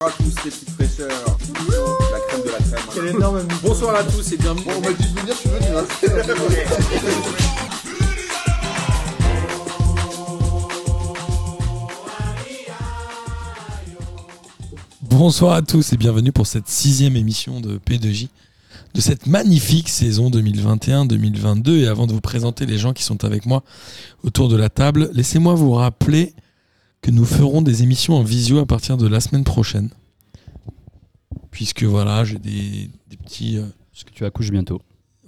à tous les petites fraîcheurs. La crème de la crème. hein. énorme Bonsoir à tous et bienvenue. On m'a dit de venir, je suis venu. hein. Bonsoir à tous et bienvenue pour cette sixième émission de P2J de cette magnifique saison 2021-2022. Et avant de vous présenter les gens qui sont avec moi autour de la table, laissez-moi vous rappeler que nous ferons des émissions en visio à partir de la semaine prochaine. Puisque voilà, j'ai des, des petits... euh, Parce que tu accouches bientôt.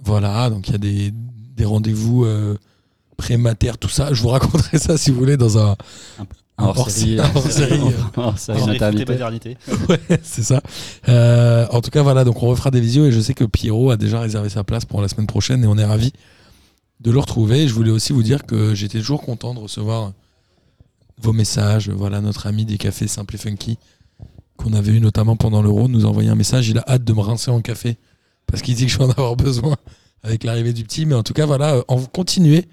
voilà, donc il y a des, des rendez-vous euh, prématères, tout ça. Je vous raconterai ça si vous voulez dans un... Un hors-série. hors-série. Un euh, hors-série. Un hors-série Dans les maternité. fêtes de modernité. Ouais, c'est ça. Euh, en tout cas, voilà, donc on refera des visios et je sais que Pierrot a déjà réservé sa place pour la semaine prochaine et on est ravis de le retrouver. Je voulais aussi vous dire que j'étais toujours content de recevoir vos messages. Voilà, notre ami des cafés Simple et Funky, qu'on avait eu notamment pendant l'Euro, nous a envoyé un message. Il a hâte de me rincer en café parce qu'il dit que je vais en avoir besoin avec l'arrivée du petit. Mais en tout cas, voilà, euh, en vous continuez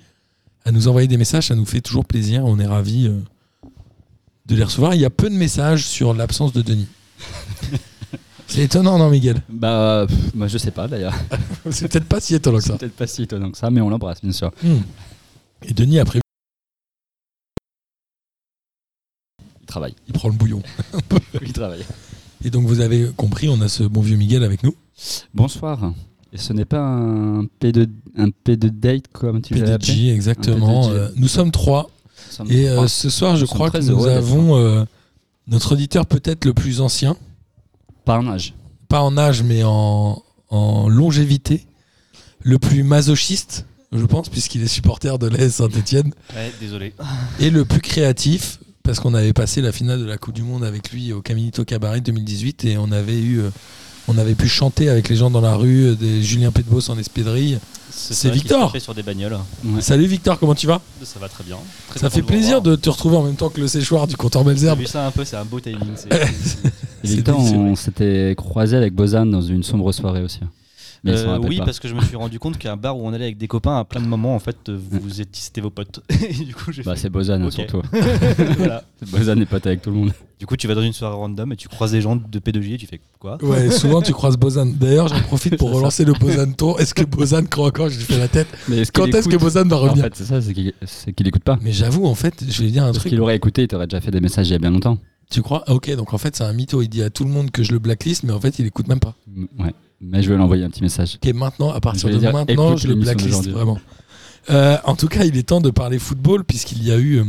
à nous envoyer des messages, ça nous fait toujours plaisir. On est ravis euh, de les recevoir. Il y a peu de messages sur l'absence de Denis. C'est étonnant, non, Miguel Bah, pff, moi je sais pas d'ailleurs. C'est peut-être pas si étonnant que ça. C'est peut-être pas si étonnant que ça, mais on l'embrasse bien sûr. Hmm. Et Denis, après, Il travaille. il prend le bouillon. Il travaille. Et donc, vous avez compris, on a ce bon vieux Miguel avec nous. Bonsoir. Et ce n'est pas un P2, un P2 date comme tu l'as appelé PDG, exactement. Un PDG. Euh, nous sommes trois. Nous sommes Et euh, trois. ce soir, je Ah, Nous crois sommes que très nous heureux d'être avons euh, notre auditeur peut-être le plus ancien, Pas un âge. pas en âge, mais en, en longévité, le plus masochiste, je pense, puisqu'il est supporter de l'AS Saint-Etienne, Ouais, désolé. et le plus créatif, parce qu'on avait passé la finale de la Coupe du Monde avec lui au Caminito Cabaret 2018, et on avait eu... euh, on avait pu chanter avec les gens dans la rue, euh, des Julien Pédebos en espadrille. C'est vrai qu'il Victor. se tapait sur des bagnoles. Salut Victor, comment tu vas Ça va très bien. Très Ça content fait vous plaisir revoir. de te retrouver en même temps que le séchoir du compteur J'ai Belzerbe. vu ça un peu, c'est un beau timing. c'est- Et C'est Victor, délicieux. on s'était croisé avec Bozan dans une sombre soirée aussi. Mais il s'en Euh, rappelle oui, pas. parce que je me suis rendu compte qu'un bar où on allait avec des copains, à plein de moments, en fait, euh, vous étiez c'était vos potes. Et du coup, j'ai Bah, fait- c'est Bozan hein, Ok. surtout. voilà. Bozan n'est pas avec tout le monde. Du coup, tu vas dans une soirée random et tu croises des gens de P2J et tu fais quoi Ouais, souvent tu croises Bozan. D'ailleurs, j'en profite pour relancer le Bozan tour. Est-ce que Bozan croit encore J'ai fait la tête. Mais est-ce Quand qu'il est-ce que écoute Bozan va En revenir fait, c'est ça, c'est qu'il c'est qu'il écoute pas. Mais j'avoue, en fait, je vais dire un Parce truc. qu'il aurait écouté, il t'aurait déjà fait des messages il y a bien longtemps. Tu crois Ah, Ok, donc en fait, c'est un mytho. Il dit à tout le monde que je le blacklist, mais en fait, il écoute même pas. Mm, Ouais. Mais je vais lui envoyer un petit message. Ok, maintenant, à partir Je de vais dire, maintenant, écoute je le l'émission blacklist, d'aujourd'hui. vraiment. Euh, en tout cas, il est temps de parler football, puisqu'il y a eu euh,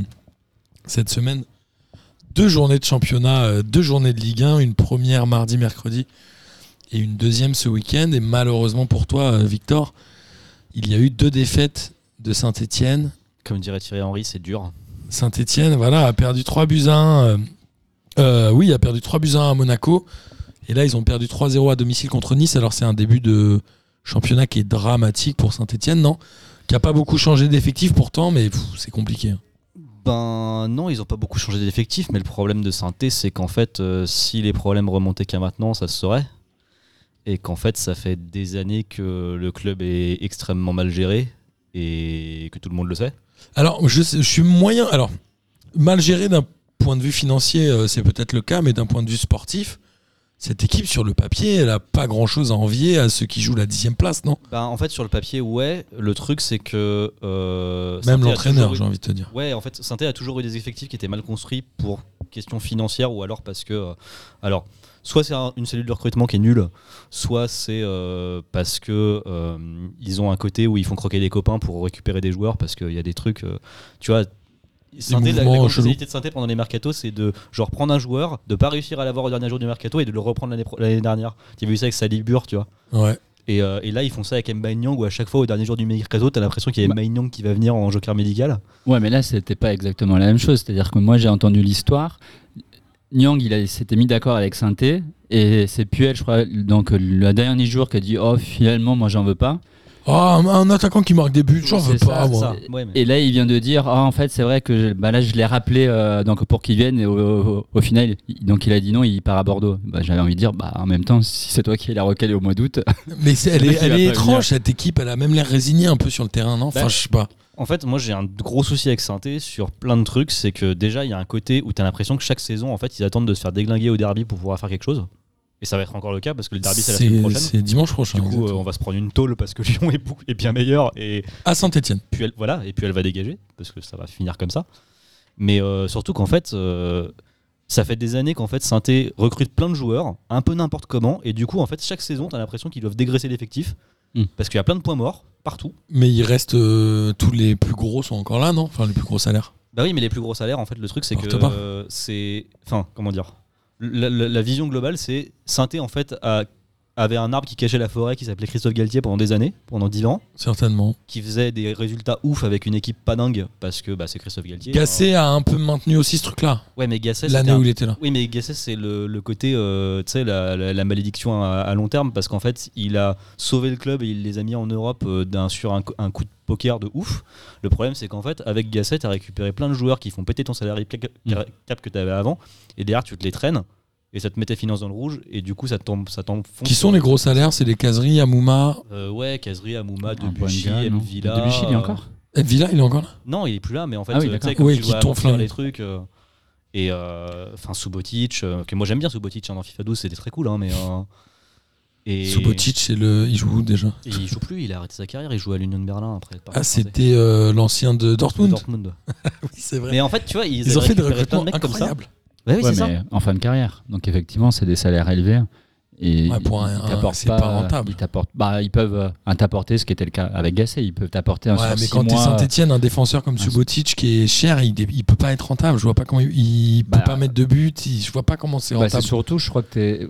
cette semaine deux journées de championnat, euh, deux journées de Ligue 1, une première mardi, mercredi et une deuxième ce week-end. Et malheureusement pour toi, euh, Victor, il y a eu deux défaites de Saint-Etienne. Comme dirait Thierry Henry, c'est dur. Saint-Etienne voilà, a perdu 3 buts à 1. euh, euh, oui, a perdu 3 buts à 1 à Monaco. Et là, ils ont perdu 3-0 à domicile contre Nice. Alors, c'est un début de championnat qui est dramatique pour Saint-Etienne, non Qui a pas beaucoup changé d'effectif pourtant, mais pff, c'est compliqué. hein. Ben non, ils ont pas beaucoup changé d'effectif, mais le problème de Sainté, c'est qu'en fait, euh, si les problèmes remontaient qu'à maintenant, ça se saurait. Et qu'en fait, ça fait des années que le club est extrêmement mal géré et que tout le monde le sait. Alors, je, sais- je suis moyen. Alors, mal géré d'un point de vue financier, euh, c'est peut-être le cas, mais d'un point de vue sportif, cette équipe sur le papier, elle a pas grand-chose à envier à ceux qui jouent la dixième place, non Ben, en fait, sur le papier, ouais. Le truc, c'est que. euh, Même Saint-Étienne a l'entraîneur, toujours eu- j'ai envie de te dire. Ouais, en fait, saint a toujours eu des effectifs qui étaient mal construits pour question financière ou alors parce que. euh, alors, soit c'est un- une cellule de recrutement qui est nulle, soit c'est euh, parce que euh, ils ont un côté où ils font croquer des copains pour récupérer des joueurs parce qu'il y a des trucs. euh, tu vois. Saint-Étienne, la, la mouvements grande chelous. spécialité de Saint-Étienne pendant les mercatos, c'est de genre prendre un joueur, de pas réussir à l'avoir au dernier jour du mercato et de le reprendre l'année pro- l'année dernière. Tu as vu ça avec Salibur, tu vois. Ouais. Et, euh, et là, ils font ça avec Mbaye Nyang où à chaque fois, au dernier jour du mercato, t'as l'impression qu'il y a Bah. Mbaye Nyang qui va venir en joker médical. Ouais, mais là, c'était pas exactement la même chose. C'est-à-dire que moi, j'ai entendu l'histoire. Nyang, il a- s'était mis d'accord avec Sainté. Et c'est Puel, je crois, donc le dernier jour, qui a dit Oh, finalement, moi, j'en veux pas. Ah, un, un attaquant qui marque des buts, j'en veux C'est pas. ça, Ah, moi. ça. Ouais, mais- Et là, il vient de dire, ah, en fait, c'est vrai que je- bah, là, je l'ai rappelé euh, donc, pour qu'il vienne, et au, au- au final, il- donc il a dit non, il part à Bordeaux. Bah, J'avais envie de dire, bah, en même temps, si c'est toi qui l'as recalé au mois d'août, Mais c'est- elle Le est, mec, il elle va est pas venir. étrange, cette équipe. Elle a même l'air résignée un peu sur le terrain, non Enfin, Bah, je sais pas. En fait, moi j'ai un gros souci avec Sainté sur plein de trucs, c'est que déjà il y a un côté où t'as l'impression que chaque saison en fait ils attendent de se faire déglinguer au derby pour pouvoir faire quelque chose. Et ça va être encore le cas parce que le derby c'est la semaine C'est prochaine. c'est dimanche prochain. Du coup, euh, exactement. on va se prendre une tôle parce que Lyon est, beaucoup- est bien meilleur et À Saint-Etienne. puis elle, voilà, et puis elle va dégager parce que ça va finir comme ça. Mais euh, surtout qu'en fait, euh, ça fait des années qu'en fait Sainté recrute plein de joueurs un peu n'importe comment et du coup en fait chaque saison t'as l'impression qu'ils doivent dégraisser l'effectif Hmm. parce qu'il y a plein de points morts partout. Mais il reste. euh, tous les plus gros sont encore là, non Enfin, les plus gros salaires. Bah oui, mais les plus gros salaires, en fait, le truc, c'est que Porte pas. euh, c'est. Enfin, comment dire la, la- la vision globale, c'est Synthé, en fait, a- avait un arbre qui cachait la forêt qui s'appelait Christophe Galtier pendant des années, pendant 10 ans, Certainement. qui faisait des résultats ouf avec une équipe pas dingue, parce que bah, c'est Christophe Galtier. Gasset a un peu maintenu aussi ce truc-là, Hein. Ouais, mais Gasset, c'était l'année un- où il était là. Oui, mais Gasset, c'est le, le côté, euh, tu sais, la, la- la malédiction à, à long terme, parce qu'en fait, il a sauvé le club et il les a mis en Europe euh, d'un- sur un, co- un coup de poker de ouf. Le problème, c'est qu'en fait, avec Gasset, tu as récupéré plein de joueurs qui font péter ton salarié pla- ca- cap que tu avais avant, et derrière, tu te les traînes, et ça te met tes finances dans le rouge, et du coup, ça tombe. Ça t'enfonce. Qui sont les gros salaires C'est les Caseries, Amouma. Euh, Ouais, Kazri, Amouma, Un point de Debuchy, gain, Ah, non Villa. Debuchy, il est encore Ed Eh, Villa, il est encore là Non, il est plus là, mais en fait, Ah oui, euh, tu sais, d'accord. quand Oui, tu qui dois t'ont amortir flingué. les trucs. euh, et euh, enfin, Subotic, euh, que moi j'aime bien Subotic hein, dans FIFA 12, c'était très cool, hein, mais. euh, et, Subotic, c'est le... il joue où déjà et il joue plus, il a arrêté sa carrière, il joue à l'Union de Berlin après. par Ah, français. c'était euh, l'ancien de De Dortmund. Dortmund. Oui, c'est vrai. Mais en fait, tu vois, ils, Ils ont avaient fait des récupéré plein recrutements de mecs comme ça. incroyables. Bah oui, Ouais, c'est ça. mais en fin de carrière. Donc effectivement, c'est des salaires élevés. hein. Et Ouais, pour ils un- t'apportent c'est pas rentable. Ils, t'apportent- bah, ils peuvent euh, un t'apporter ce qui était le cas avec Gasset. Ils peuvent t'apporter un Ouais, sur mais six quand t'es mois, euh, euh, Saint-Etienne, un défenseur comme Ah, Subotic qui est cher, il, dé- il peut pas être rentable. Je vois pas comment il, il Bah, peut pas mettre de but. il- je vois pas comment c'est Bah, c'est rentable. surtout, je crois que tu es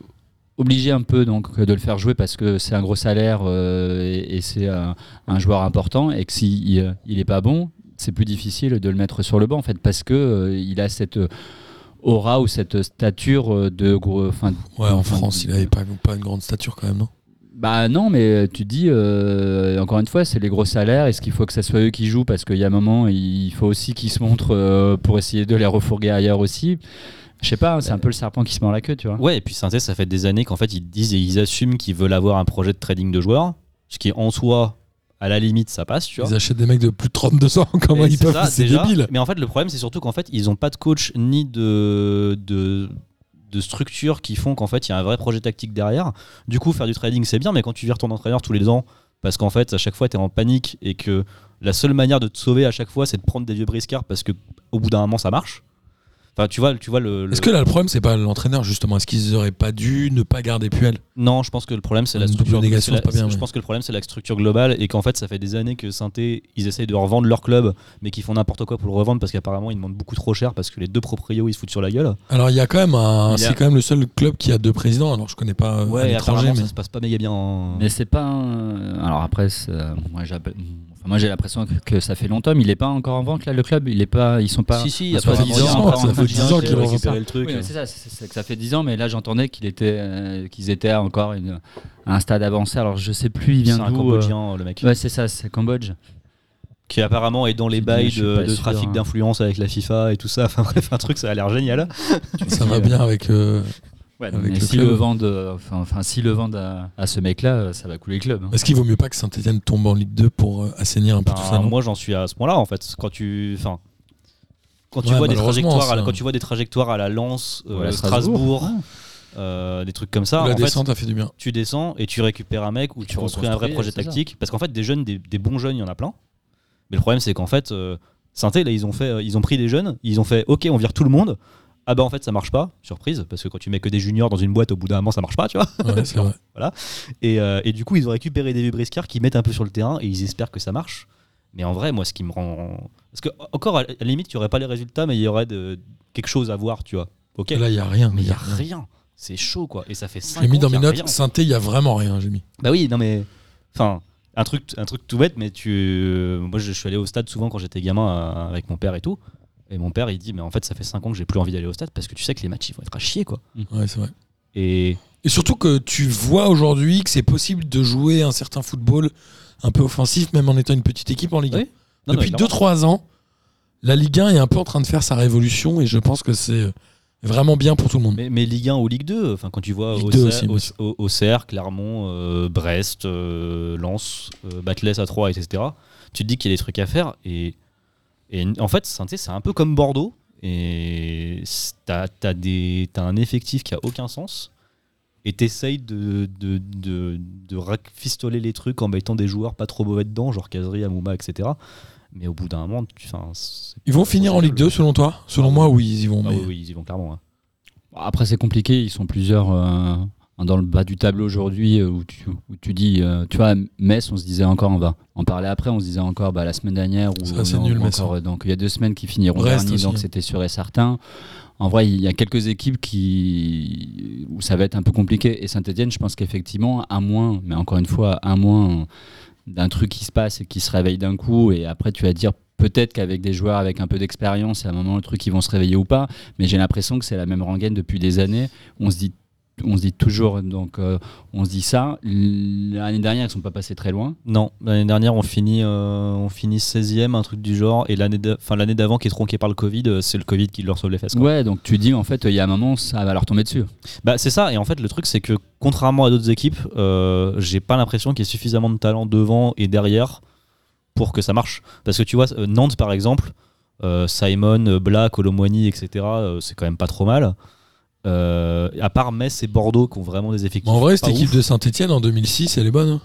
obligé un peu donc de le faire jouer parce que c'est un gros salaire euh, et, et c'est un, un joueur important et que s'il il, euh, il est pas bon, c'est plus difficile de le mettre sur le banc en fait parce que euh, il a cette euh, aura ou cette stature euh, de gros enfin ouais, en enfin, France, il avait pas, pas une grande stature quand même, non bah non, mais tu dis, euh, encore une fois, c'est les gros salaires. Est-ce qu'il faut que ça soit eux qui jouent Parce qu'il y a un moment, il faut aussi qu'ils se montrent euh, pour essayer de les refourguer ailleurs aussi. Je sais pas, hein, c'est un peu le serpent qui se mord la queue, tu vois. Ouais, et puis Synthé, ça fait des années qu'en fait, ils disent et ils assument qu'ils veulent avoir un projet de trading de joueurs, ce qui en soi, à la limite, ça passe, tu vois. Ils achètent des mecs de plus de 32 ans. Comment Et ils c'est peuvent ça, C'est déjà. débile. Mais en fait, le problème, c'est surtout qu'en fait, ils n'ont pas de coach ni de, de, de structure qui font qu'en fait, il y a un vrai projet tactique derrière. Du coup, faire du trading, c'est bien, mais quand tu vires ton entraîneur tous les ans, parce qu'en fait, à chaque fois, tu es en panique et que la seule manière de te sauver à chaque fois, c'est de prendre des vieux briscards parce que au bout d'un moment, ça marche. Enfin, tu vois, tu vois le. le- Est-ce que là, le problème, c'est pas l'entraîneur, justement Est-ce qu'ils auraient pas dû ne pas garder Puel Non, je pense que le problème c'est la Une structure. double négation, c'est la- c'est pas bien, Je ouais. pense que le problème c'est la structure globale et qu'en fait ça fait des années que Synthé ils essayent de revendre leur club, mais qu'ils font n'importe quoi pour le revendre parce qu'apparemment ils demandent beaucoup trop cher parce que les deux proprios ils se foutent sur la gueule. Alors, il y a quand même un. Il y a- C'est quand même le seul club qui a deux présidents. Alors, je connais pas euh, à et l'étranger, apparemment mais. ça se passe pas méga bien. En... Mais c'est pas. un- Alors après, c'est, euh, moi j'appelle- enfin, moi, j'ai l'impression que, que ça fait longtemps, mais il est pas encore en vente là, le club. Il est pas, ils sont pas. si si, Ils sont apparemment, pas ils dix sont ans, encore ça en train fait de dix chercher ans de qu'ils le récupérer refont. le truc. Oui, mais c'est ça, c'est- c'est que ça fait 10 ans, mais là j'entendais qu'il était, euh, qu'ils étaient encore une- à un stade avancé. Alors je sais plus, il C'est vient un d'où. euh, Cambodgien le mec Ouais, c'est ça, c'est Cambodge. qui apparemment est dans les Je bails suis pas de, de sûr, trafic hein. d'influence avec la FIFA et tout ça. Enfin bref, un truc ça a l'air génial. Ça va bien avec. euh, Ouais, Avec mais le si club. le vendent, euh, enfin, enfin, si le vendent à, à ce mec-là, euh, ça va couler le club. hein. Est-ce qu'il vaut mieux pas que Saint-Etienne tombe en Ligue 2 pour euh, assainir un peu tout Ben, ça non moi j'en suis à ce point-là en fait. Quand tu, enfin, quand tu Ouais, vois des malheureusement, trajectoires, à la- ça. quand tu vois des trajectoires à la Lance, Ou à la Strasbourg, Strasbourg, euh, des trucs comme ça, La en fait, descente a fait du bien. tu descends et tu récupères un mec où tu tu construis un vrai reconstruis, projet c'est ça. tactique. Parce qu'en fait, des jeunes, des, des bons jeunes, il y en a plein. Mais le problème c'est qu'en fait, euh, Saint-Étienne, là ils ont fait, euh, ils ont pris des jeunes, ils ont fait, ok, on vire tout le monde. Ah bah en fait ça marche pas, surprise, parce que quand tu mets que des juniors dans une boîte, au bout d'un moment ça marche pas, tu vois. Ouais, c'est vrai. Et, euh, et du coup, ils ont récupéré des vieux briscards qui mettent un peu sur le terrain et ils espèrent que ça marche. Mais en vrai, moi, ce qui me rend. Parce que, encore, à la limite, il n'y aurait pas les résultats, mais il y aurait de... quelque chose à voir, tu vois. Ok Là, il n'y a rien. Mais il n'y y a rien. C'est chaud, quoi. Et ça fait 5 ans. J'ai mis dans qu'il y mes a notes, rien. synthé, il n'y a vraiment rien, j'ai mis. Bah oui, non, mais. Enfin, un truc, un truc tout bête, mais tu. Moi, je suis allé au stade souvent quand j'étais gamin euh, avec mon père et tout. Et mon père, il dit, mais en fait, ça fait 5 ans que j'ai plus envie d'aller au stade parce que tu sais que les matchs, ils vont être à chier, quoi. Ouais, c'est vrai. Et. Et surtout que tu vois aujourd'hui que c'est possible de jouer un certain football un peu offensif, même en étant une petite équipe en Ligue 1. Oui. Non, non, Depuis clairement. 2-3 ans, la Ligue 1 est un peu en train de faire sa révolution et je pense que c'est euh, vraiment bien pour tout le monde. Mais, mais Ligue 1 ou Ligue 2, enfin, quand tu vois Ligue 2 Auxerre, aussi, bien Aux- sûr. Au- Auxerre, Clermont, euh, Brest, euh, Lens, euh, Batles à 3, etc., tu te dis qu'il y a des trucs à faire. Et, et en fait, c'est un- tu sais, c'est un peu comme Bordeaux. Et c'est- t'as as, un effectif qui a aucun sens. Et t'essayes de, de, de, de rafistoler les trucs en mettant des joueurs pas trop mauvais dedans, genre Kazri, Amouma, etc. Mais au bout d'un moment, tu, enfin, c'est- Ils vont finir en Ligue 2 selon toi Selon moi, oui, ils y vont. Ah mais- oui, oui, ils y vont clairement. hein. Après, c'est compliqué. Ils sont plusieurs euh, dans le bas du tableau aujourd'hui euh, où tu, où tu dis, euh, tu vois, Metz, on se disait encore, on va en parler après. On se disait encore bah, la semaine dernière ou Ça, c'est ou nul, Metz, encore, euh, donc il y a deux semaines qui finiront Brest dernier, aussi, donc hein. c'était sûr et certain. En vrai, il y a quelques équipes qui où ça va être un peu compliqué. Et Saint-Etienne, je pense qu'effectivement, à moins, mais encore une fois, à moins d'un truc qui se passe et qui se réveille d'un coup, et après tu vas dire peut-être qu'avec des joueurs avec un peu d'expérience, à un moment le truc ils vont se réveiller ou pas. Mais j'ai l'impression que c'est la même rengaine depuis des années. On se dit, on se dit toujours, donc euh, on se dit ça. L'année dernière, ils sont pas passés très loin. Non, l'année dernière on finit, euh, on finit 16e, un truc du genre, et l'année d'a- enfin, l'année d'avant qui est tronquée par le Covid, euh, c'est le Covid qui leur sauve les fesses. quoi. Ouais, donc tu dis en fait, il y a un moment, ça va leur tomber dessus. Mm. Bah, c'est ça, et en fait le truc c'est que contrairement à d'autres équipes, euh, j'ai pas l'impression qu'il y ait suffisamment de talent devant et derrière pour que ça marche. Parce que tu vois, euh, Nantes par exemple, euh, Simon, euh, Black, Colomwani, etc., euh, c'est quand même pas trop mal. Euh, à part Metz et Bordeaux qui ont vraiment des effectifs. Mais en vrai, cette pas équipe ouf. de Saint-Etienne en 2006, elle est bonne. hein.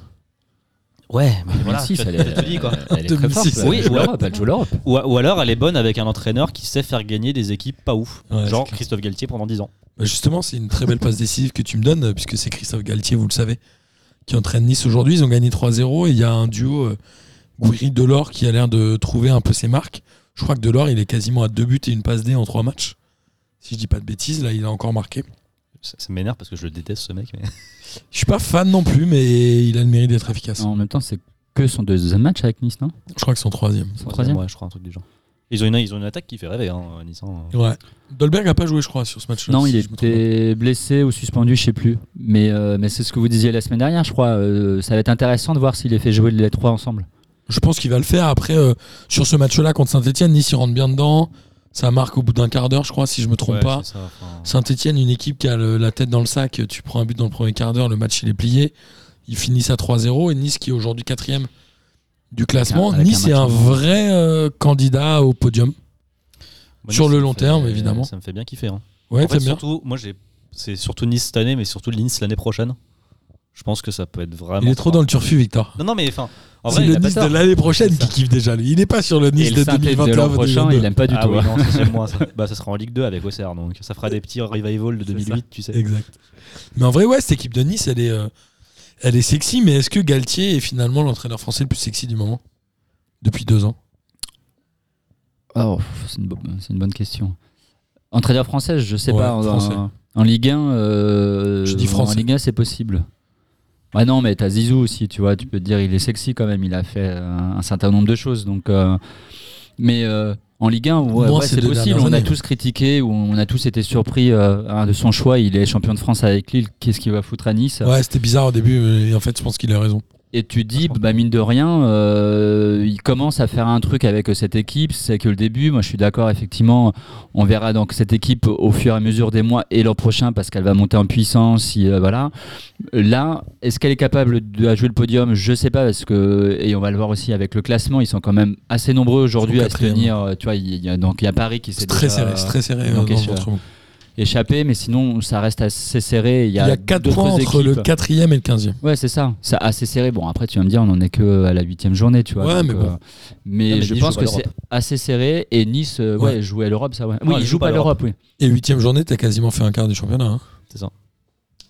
Ouais, mais voilà, Merci, tu ça as- l'est- t'as tout dit, quoi. Elle est très 2006, forte. elle Oui, joue joue l'Europe, elle joue l'Europe. Ou, ou alors elle est bonne avec un entraîneur qui sait faire gagner des équipes pas ouf. Ouais, genre c'est clair. Christophe Galtier pendant 10 ans. Bah, Justement, c'est une très belle passe décisive que tu me donnes, euh, puisque c'est Christophe Galtier, vous le savez, qui entraîne Nice aujourd'hui. Ils ont gagné 3-0 et il y a un duo euh, Gouiri-Delors qui a l'air de trouver un peu ses marques. Je crois que Delors, il est quasiment à deux buts et une passe D en trois matchs. Si je dis pas de bêtises, là, il a encore marqué. Ça, ça m'énerve parce que je le déteste ce mec. Mais... Je suis pas fan non plus, mais il a le mérite d'être efficace. En même temps, c'est que son deuxième match avec Nice, non Je crois que c'est son troisième. Son troisième Ouais, je crois un truc du genre. Ils ont une, ils ont une attaque qui fait rêver, hein, Nice. hein. Ouais. Dolberg a pas joué, je crois, sur ce match-là. Non, si il je me trompe pas. était blessé ou suspendu, je sais plus. Mais, euh, mais c'est ce que vous disiez la semaine dernière, je crois. Euh, ça va être intéressant de voir s'il est fait jouer les trois ensemble. Je pense qu'il va le faire. Après, euh, sur ce match-là contre Saint-Etienne, Nice, il rentre bien dedans. Ça marque au bout d'un quart d'heure, je crois, si je me trompe Ouais, pas. c'est ça, enfin. Saint-Etienne, une équipe qui a le- la tête dans le sac, tu prends un but dans le premier quart d'heure, le match il est plié. Ils finissent à 3-0 et Nice qui est aujourd'hui quatrième du classement. Avec un- avec nice un est un match en moins. vrai euh, candidat au podium. Moi, Sur Nice, le ça me long fait- terme, évidemment. Ça me fait bien kiffer. hein. Ouais, en fait, t'aimes bien. surtout, moi, j'ai, c'est surtout Nice cette année, mais surtout Nice l'année prochaine. Je pense que ça peut être vraiment. Il est trop dans le turfu, Victor. Non, non, mais enfin. En C'est vrai, il le a pas Nice de tort. l'année prochaine C'est ça. qui kiffe déjà. lui. Il n'est pas sur le Nice et de le saint de 2021 l'an prochain, il aime pas du ah tout. oui, hein. non, ça, c'est moi, ça. Bah, ça sera en Ligue 2 avec Auxerre, donc ça fera des petits revival de 2008, tu sais. Exact. Mais en vrai, ouais, cette équipe de Nice, elle est, euh, elle est sexy, mais est-ce que Galtier est finalement l'entraîneur français le plus sexy du moment Depuis deux ans. Oh, pff, c'est une, bo- c'est une bonne question. Entraîneur français, je sais Ouais, pas. En, français. en- en Ligue 1, euh, Je dis En français. Ligue 1, c'est possible. Ouais, non, mais t'as Zizou aussi, tu vois. Tu peux te dire, il est sexy quand même. Il a fait euh, un certain nombre de choses. Donc, euh, mais euh, en Ligue 1, ouais, Moins ouais, ces c'est deux possible. dernières On a années. tous critiqué, ou on a tous été surpris euh, hein, de son choix. Il est champion de France avec Lille. Qu'est-ce qu'il va foutre à Nice Ouais, c'était bizarre au début, mais en fait, je pense qu'il a raison. et tu dis, bah mine de rien, euh, il commence à faire un truc avec euh, cette équipe. C'est que le début, moi je suis d'accord, effectivement, on verra donc cette équipe au fur et à mesure des mois et l'an prochain parce qu'elle va monter en puissance. si, euh, voilà. Là, est-ce qu'elle est capable de jouer le podium Je sais pas parce que et on va le voir aussi avec le classement. Ils sont quand même assez nombreux aujourd'hui Ils sont à se quatrième. tenir. euh, Tu vois, il y a, donc il y a Paris qui s'est C'est très déjà serré, c'est très serré. euh, donc, dans et- votre monde. échappé, mais sinon ça reste assez serré. Il y Il y a, a 4 d'autres points entre équipes. le 4 et le 15 e Ouais, c'est ça. C'est assez serré. Bon, après, tu vas me dire, on en est que euh, à la huitième journée, tu vois. euh, Ouais, mais bon. mais Non, mais je Nice pense joue pas que c'est l'Europe. assez serré. Et Nice, euh, ouais, Ouais. jouer à l'Europe, ça, ouais. Non, Oui, elle ils joue jouent pas pas l'Europe, oui. Et 8 journée, t'as quasiment fait un quart du championnat. hein.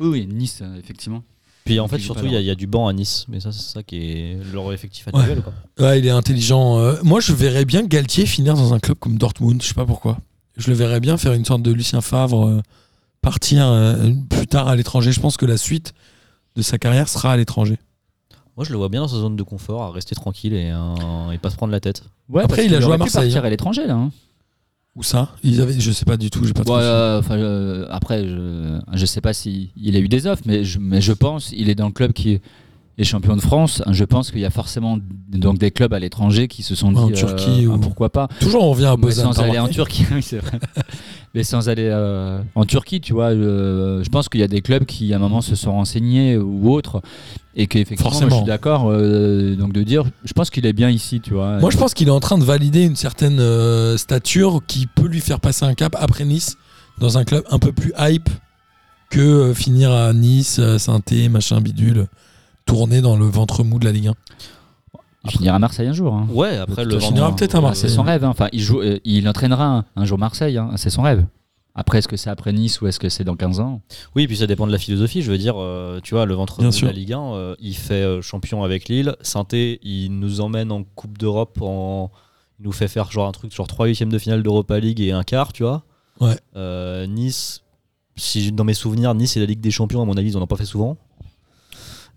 Oui, oui, Nice, euh, effectivement. Puis en fait, Il joue pas surtout, il y, a- il y a du banc à Nice, mais ça, c'est ça qui est leur effectif Ouais. annuel. quoi. Ouais, Ah, il est intelligent. Euh, moi, je verrais bien Galtier finir dans un club comme Dortmund, je sais pas pourquoi. Je le verrais bien faire une sorte de Lucien Favre, euh, partir euh, plus tard à l'étranger. Je pense que la suite de sa carrière sera à l'étranger. Moi, je le vois bien dans sa zone de confort, à rester tranquille et, hein, et pas se prendre la tête. Ouais, Après, parce il qu'il a joué à aurait pu Marseille, partir à l'étranger, là. hein. Où ça Ils avaient, je sais pas du tout, j'ai pas trop Ouais, suivi. euh, enfin, euh, après, je, je sais pas si il a eu des offres, mais je, mais je pense il est dans le club qui les champions de France, je pense qu'il y a forcément donc des clubs à l'étranger qui se sont dit En euh, Turquie ah, ou- pourquoi pas. Toujours on revient à Mais Bozan. sans t'as aller en remarqué Turquie, oui, c'est vrai. Mais sans aller euh, en Turquie, tu vois, euh, je pense qu'il y a des clubs qui à un moment se sont renseignés ou autres, et qu'effectivement, moi, je Forcément. suis d'accord euh, donc de dire, je pense qu'il est bien ici, tu vois. Moi, je pense qu'il est en train de valider une certaine euh, stature qui peut lui faire passer un cap après Nice dans un club un peu plus hype que euh, finir à Nice, euh, Saint-Étienne, machin bidule, tourner dans le ventre mou de la Ligue 1. Il finira à Marseille un jour. hein. Ouais, après toute le. façon, il y aura vendredi- peut-être un C'est Marseille. son rêve. hein. Enfin, il, joue, euh, il entraînera un, un jour Marseille. hein. C'est son rêve. Après, est-ce que c'est après Nice ou est-ce que c'est dans 15 ans Oui, puis ça dépend de la philosophie. Je veux dire, euh, tu vois, le ventre Bien de sûr. la Ligue 1, euh, il fait euh, champion avec Lille. Sainté, il nous emmène en Coupe d'Europe. En... Il nous fait faire genre un truc, genre 3 huitièmes de finale d'Europa League et un quart, tu vois. Ouais. Euh, nice, si j'ai- dans mes souvenirs, Nice et la Ligue des Champions, à mon avis, ils n'en ont pas fait souvent.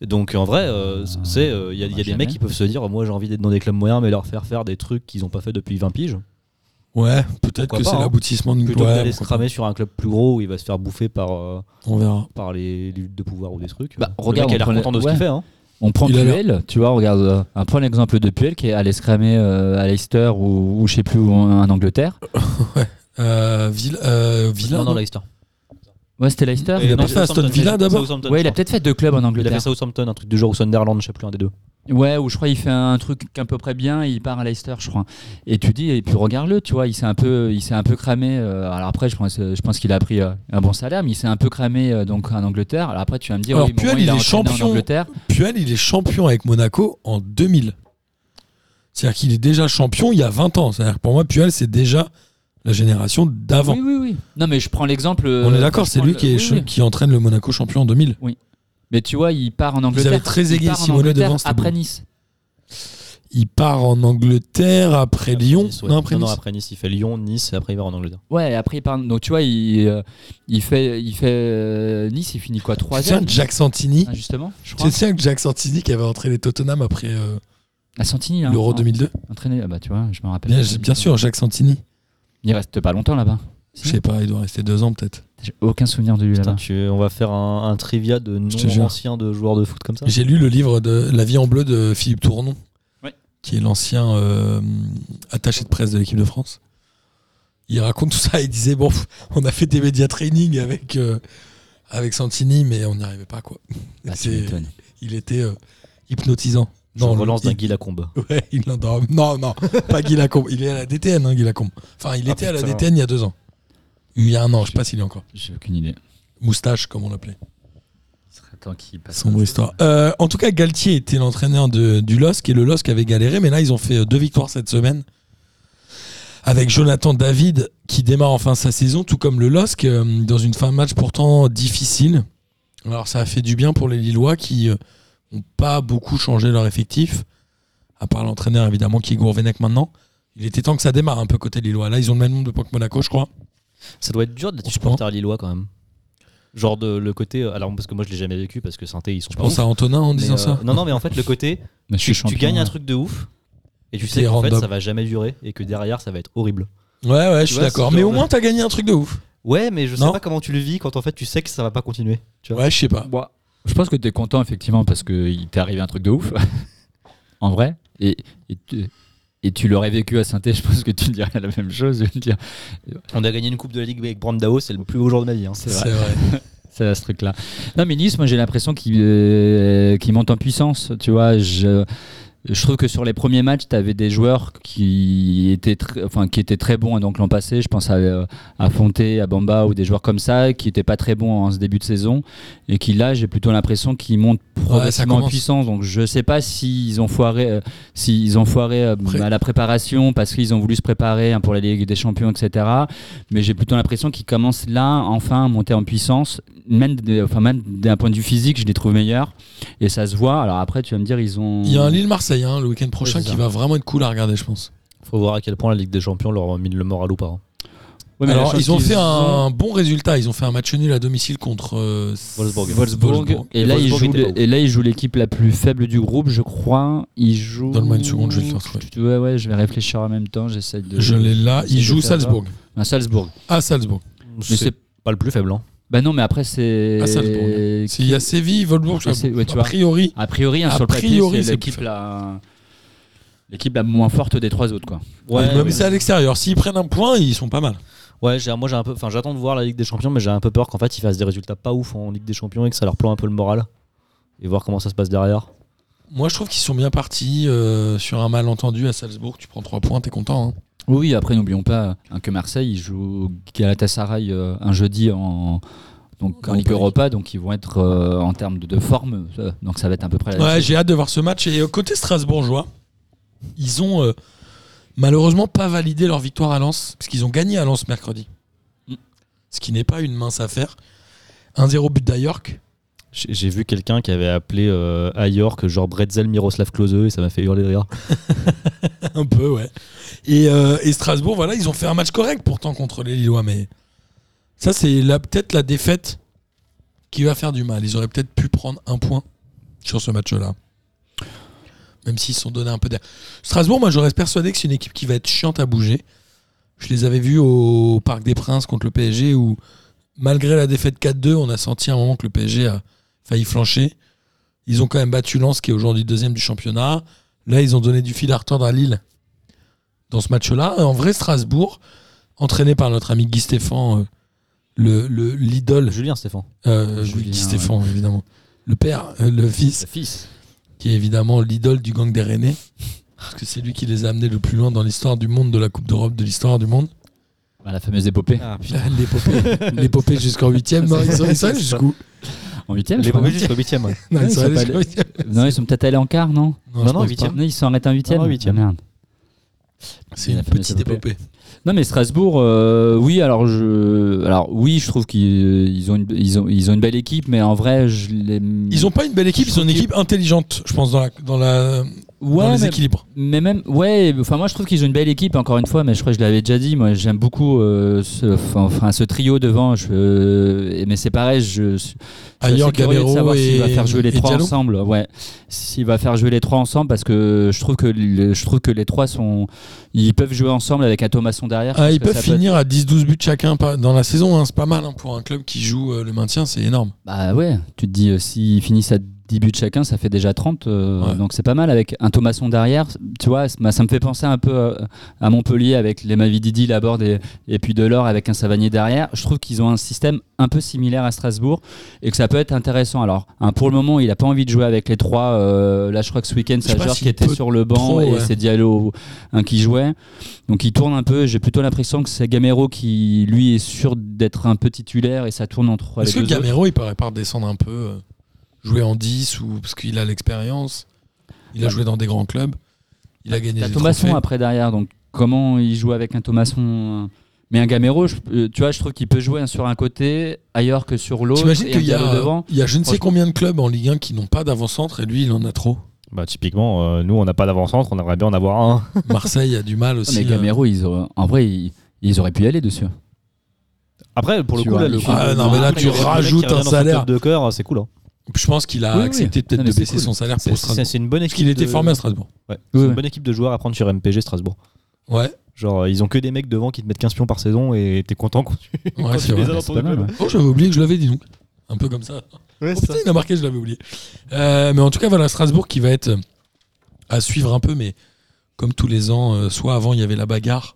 Donc en vrai, Ah, euh, c'est euh, bah, il y a, il y a des Jamais. mecs qui peuvent se dire, moi j'ai envie d'être dans des clubs moyens, mais leur faire faire des trucs qu'ils n'ont pas fait depuis 20 piges. Ouais, peut-être Pourquoi que pas, c'est hein. l'aboutissement d'une Plutôt Mm. ouais, que d'aller se pourquoi cramer sur un club plus gros où il va se faire bouffer par. euh, pas. On verra. par les luttes de pouvoir ou des trucs. Bah, Le regarde, mec a on l'air prend le- content de ce ouais. qu'il fait. Hein. On prend Il a Puel, tu vois, regarde, euh, on prend l'exemple de Puel qui est allé se cramer euh, à Leicester ou, ou je sais plus où en, en Angleterre. Euh, Vil- euh, Villa, non, non non, Leicester. Ouais, c'était Leicester. Il a Euh, pas non, fait Southampton, Aston Villa mais- d'abord Southampton, Ouais, il a je crois. peut-être fait deux clubs en Il a fait Angleterre. Southampton, un truc du genre ou Sunderland, je sais plus, un des deux. Ouais, ou je crois il fait un truc à peu près bien, il part à Leicester, je crois. Et tu dis, et puis regarde-le, tu vois, il s'est un peu, il s'est un peu cramé. euh, alors après, je pense, euh, je pense qu'il a pris euh, un bon salaire, mais il s'est un peu cramé euh, donc en Angleterre. Alors après, tu vas me dire, Alors, oui, mais au Puel, moins, il est a entraîné champion. en Angleterre. Puel, il est champion avec Monaco en 2000. C'est-à-dire qu'il est déjà champion il y a 20 ans. C'est-à-dire que pour moi, Puel, c'est déjà la génération d'avant. Oui, oui, oui. Non, mais je prends l'exemple. euh, euh, On est d'accord, c'est lui qui, est cha- qui entraîne le Monaco champion en 2000. Mais tu vois, il part en Angleterre. avaient très il aigué part en Simonet Angleterre devant, c'était après beau. Nice. Il part en Angleterre, après Ah, Lyon. Nice, ouais. Non, après non, Nice. après Nice, il fait Lyon, Nice et après il va en Angleterre. Ouais, et après il part. Donc tu vois, il, euh, il fait, il fait euh, Nice, il finit quoi Tu te souviens troisième. de Jack Santini Ah, justement, je Tu crois. te souviens que Jack Santini qui avait entraîné Tottenham après euh, À Santini, hein, l'Euro en- 2002 Entraîné, ah bah tu vois, je me rappelle. bien, bien sûr, Jack Santini. Il reste pas longtemps là-bas. Je sais pas, il doit rester deux ans peut-être. J'ai aucun souvenir de lui Putain, là-bas. tu- on va faire un, un trivia de Je te jure. noms anciens de joueurs de foot comme ça. J'ai lu le livre de La vie en bleu de Philippe Tournon, Ouais. qui est l'ancien euh, attaché de presse de l'équipe de France. Il raconte tout ça. Il disait Bon, pff, on a fait des média training avec, euh, avec Santini, mais on n'y arrivait pas. quoi. Ah, tu C'est- m'étonnes. il était euh, hypnotisant. Je Non, relance d'un il- Guy Lacombe. Ouais, il l'endort. Non, non, pas Guy Lacombe. Il est à la DTN, hein, Guy Lacombe. Enfin, il Ah, était à la putain. DTN il y a deux ans. Il y a un an, je sais pas s'il est encore. J'ai aucune idée. Moustache, comme on l'appelait. Attends, qui passe Sombre histoire. Euh, en tout cas, Galtier était l'entraîneur de- du LOSC et le LOSC avait galéré, mais là, ils ont fait euh, deux victoires cette semaine avec Jonathan David qui démarre enfin sa saison, tout comme le LOSC, euh, dans une fin de match pourtant difficile. Alors, ça a fait du bien pour les Lillois qui n'ont pas beaucoup changé leur effectif, à part l'entraîneur évidemment qui est Gourvenec maintenant. Il était temps que ça démarre un peu côté Lillois. Là, ils ont le même nombre de points que Monaco, je crois. Ah Ça doit être dur d'être Je supporter lillois quand même. Genre de, le côté. Alors, parce que moi je l'ai jamais vécu parce que Saint-Étienne ils sont Je pas pense ouf, à Antonin en mais, disant euh, ça. Non, non, mais en fait, le côté. Je suis Tu champion. hein. gagnes un ouais. truc de ouf et tu C'est sais qu'en fait random. ça va jamais durer et que derrière ça va être horrible. Ouais, ouais, je Tu suis vois, d'accord. ce Mais genre au de- moins, t'as gagné un truc de ouf. Ouais, mais je sais Non. pas comment tu le vis quand en fait tu sais que ça va pas continuer. Tu vois Ouais, je sais pas. Moi, je pense que tu es content effectivement parce qu'il t'est arrivé un truc de ouf. en vrai. Et, et tu, et tu l'aurais vécu à saint je pense que tu dirais la même chose. je veux dire. On a gagné une Coupe de la Ligue avec Brandao, c'est le plus beau jour de ma vie. hein. C'est C'est vrai. vrai. C'est à ce truc-là. Non, mais Nice, moi j'ai l'impression qu'il euh, qu'il monte en puissance. Tu vois, je, je trouve que sur les premiers matchs, tu avais des joueurs qui étaient, très, enfin, qui étaient très bons hein, donc l'an passé. Je pense à, euh, à Fonté, à Bamba ou des joueurs comme ça qui n'étaient pas très bons en ce début de saison et qui là, j'ai plutôt l'impression qu'ils montent progressivement en commence. puissance. Donc je sais pas s'ils ont foiré, euh, s'ils ont foiré euh, Après- à la préparation parce qu'ils ont voulu se préparer hein, pour la Ligue des Champions, etc. Mais j'ai plutôt l'impression qu'ils commencent là, enfin, à monter en puissance. Même, des- enfin, même d'un point de vue physique, je les trouve meilleurs. Et ça se voit. Alors après, tu vas me dire, ils ont. Il y a un Lille-Marseille hein, le week-end prochain c'est qui ça. va vraiment être cool à regarder, je pense. Faut voir à quel point la Ligue des Champions leur mine le moral ou pas. hein. Ouais, mais la Alors, chose ils ont qu'ils fait un bon résultat. Ils ont fait un match nul à domicile contre euh, Wolfsburg. Wolfsburg. Et, là, ils Wolfsburg jouent était pas le- et là, ils jouent l'équipe la plus faible du groupe, je crois. Ils jouent. Donne-moi une seconde, je vais le faire trouver. Ouais, ouais, je vais réfléchir en même temps. J'essaie de. Je l'ai là. J'essaie Ils de jouent faire ça. Salzbourg. À Salzbourg. À Salzbourg. Mm, Mais c'est C'est pas le plus faible. hein. Bah non, mais après, c'est. à Salzbourg. S'il y a Séville, Wolfsburg, Je sais, ouais, tu a vois. priori, A priori, hein, A sur le papier, priori, c'est c'est l'équipe plus la... l'équipe la moins forte des trois autres. Quoi. Ouais, même ouais. si à l'extérieur, s'ils prennent un point, ils sont pas mal. Ouais, j'ai- moi j'ai un peu, enfin j'attends de voir la Ligue des Champions, mais j'ai un peu peur qu'en fait ils fassent des résultats pas ouf en Ligue des Champions et que ça leur plombe un peu le moral et voir comment ça se passe derrière. Moi, je trouve qu'ils sont bien partis euh, sur un malentendu à Salzbourg. Tu prends 3 points, t'es content. hein. Oui, après, n'oublions pas hein, que Marseille ils joue au Galatasaray euh, un jeudi en. Donc en Europa Ligue League. Europa, donc ils vont être euh, en termes de, de forme, euh, donc ça va être à peu près la même Ouais, chose. j'ai hâte de voir ce match. Et euh, côté Strasbourgeois, ils ont euh, malheureusement pas validé leur victoire à Lens, parce qu'ils ont gagné à Lens mercredi. Mm. Ce qui n'est pas une mince affaire. 1-0 but d'Ayork. J'ai j'ai vu quelqu'un qui avait appelé euh, à York genre Bretzel Miroslav Klose et ça m'a fait hurler de rire. Un peu, ouais. Et, euh, et Strasbourg, voilà, ils ont fait un match correct pourtant contre les Lillois, mais ça, c'est la- peut-être la défaite qui va faire du mal. Ils auraient peut-être pu prendre un point sur ce match-là. Même s'ils se sont donné un peu d'air. Strasbourg, moi, je reste persuadé que c'est une équipe qui va être chiante à bouger. Je les avais vus au Parc des Princes contre le PSG où, malgré la défaite 4-2, on a senti à un moment que le PSG a failli flancher. Ils ont quand même battu Lens, qui est aujourd'hui deuxième du championnat. Là, ils ont donné du fil à retordre à Lille dans ce match-là. En vrai, Strasbourg, entraîné par notre ami Guy Stéphane, euh, le- le- l'idole, Julien Stéphane. euh, Julien, Guy Stéphane, évidemment. Le père, euh, le fils, fils. qui est évidemment l'idole du gang des Rennais, parce que c'est lui qui les a amenés le plus loin dans l'histoire du monde, de la Coupe d'Europe, de l'histoire du monde. Bah, la fameuse épopée. Ah L'épopée, Euh, l'épopée jusqu'en huitième. Non, ils sont, ils sont allés jusqu'où En huitième, je Les crois. premiers jusqu'au 8 ouais. Non, ils ils sont sont allés pas jusqu'en allés. huitième. Non, ils sont peut-être allés en quart, non Non, Non, je non, pense huitième. pas. Non, ils s'arrêtent en huitième. Non, non, huitième. Ah, merde. C'est une La fameuse petite épopée. Non mais Strasbourg, euh, oui alors je, alors oui je trouve qu'ils euh, ils ont une, ils ont, ils ont une belle équipe, mais en vrai je les, Ils ont pas une belle équipe, Je ils ont une trouve équipe intelligente, je pense, dans, la, dans, la, ouais, dans les mais, équilibres. mais même ouais, enfin moi je trouve qu'ils ont une belle équipe encore une fois, mais je crois que je l'avais déjà dit, moi j'aime beaucoup euh, ce, enfin, enfin, ce trio devant, je, euh, mais c'est pareil, je, je suis assez Ayor, curieux de Gabeiro savoir Ah, et- s'il va faire jouer les et trois Diallo. ensemble, ouais, s'il va faire jouer les trois ensemble parce que je trouve que le- je trouve que les trois sont, ils peuvent jouer ensemble avec un Thomasson derrière. je Ah, pense ils que peuvent ça peut finir à 10-12 buts chacun par- dans la saison, hein, c'est pas mal hein, pour un club qui joue euh, le maintien, c'est énorme. Bah ouais, tu te dis, euh, s'ils finissent à 10 buts chacun, ça fait déjà 30, euh, Ouais. donc c'est pas mal. Avec un Thomasson derrière, tu vois, c- bah, ça me fait penser un peu euh, à, Montpellier avec les Mavididi, Laborde et, et puis Delors avec un Savanier derrière. Je trouve qu'ils ont un système un peu similaire à Strasbourg et que ça peut être intéressant. Alors, hein, pour le moment, il a pas envie de jouer avec les trois. euh, là, je crois que ce week-end, Je sais c'est pas Jorge s'il qui était peut sur le banc trop, et ouais. c'est Diallo hein, qui jouait. Donc il tourne un peu. J'ai plutôt l'impression que c'est Gamero qui, lui, est sûr d'être un peu titulaire et ça tourne entre les Est-ce que deux. autres. Gamero, il paraît pas redescendre un peu, euh, jouer en 10 ou parce qu'il a l'expérience, il a joué dans des grands clubs, il a gagné T'as des Thomasson trophées. après derrière, donc comment il joue avec un Thomasson euh, Mais un Gamero, je- euh, tu vois, je trouve qu'il peut jouer un sur un côté ailleurs que sur l'autre. T'imagines et un qu'il y, Diallo a- devant. il y a je ne sais Franchement. combien de clubs en Ligue 1 qui n'ont pas d'avant-centre et lui, il en a trop. Bah typiquement, euh, nous on n'a pas d'avant-centre, on aimerait bien en avoir un. Marseille a du mal Non, aussi. mais euh, Gamero, ils auraient- en vrai, ils, ils auraient pu y aller dessus. Après pour le Tu coup vois, là, le il coup- Ah, non, mais là, après, tu il y a des mecs qui rajoutes reviennent un dans son salaire. club de cœur, c'est cool. hein. Je pense qu'il a Oui, oui. accepté peut-être Non, de mais c'est baisser cool. son salaire C'est pour Strasbourg. c'est- c'est une bonne Parce équipe. qu'il était de- formé à Strasbourg. Ouais. C'est ouais. une bonne équipe de joueurs à prendre sur MPG Strasbourg. Ouais, Genre euh, ils ont que des mecs devant qui te mettent 15 pions par saison et t'es content quand tu, ouais quand c'est tu les vrai. as dans C'est ton pas mal, club. ouais. Oh, j'avais oublié que je l'avais, dis donc. Un peu comme ça. Ouais, Oh, c'est ça. putain, il a marqué, je l'avais oublié. Euh, mais en tout cas, voilà, Strasbourg qui va être euh, à suivre un peu, mais comme tous les ans, euh, soit avant il y avait la bagarre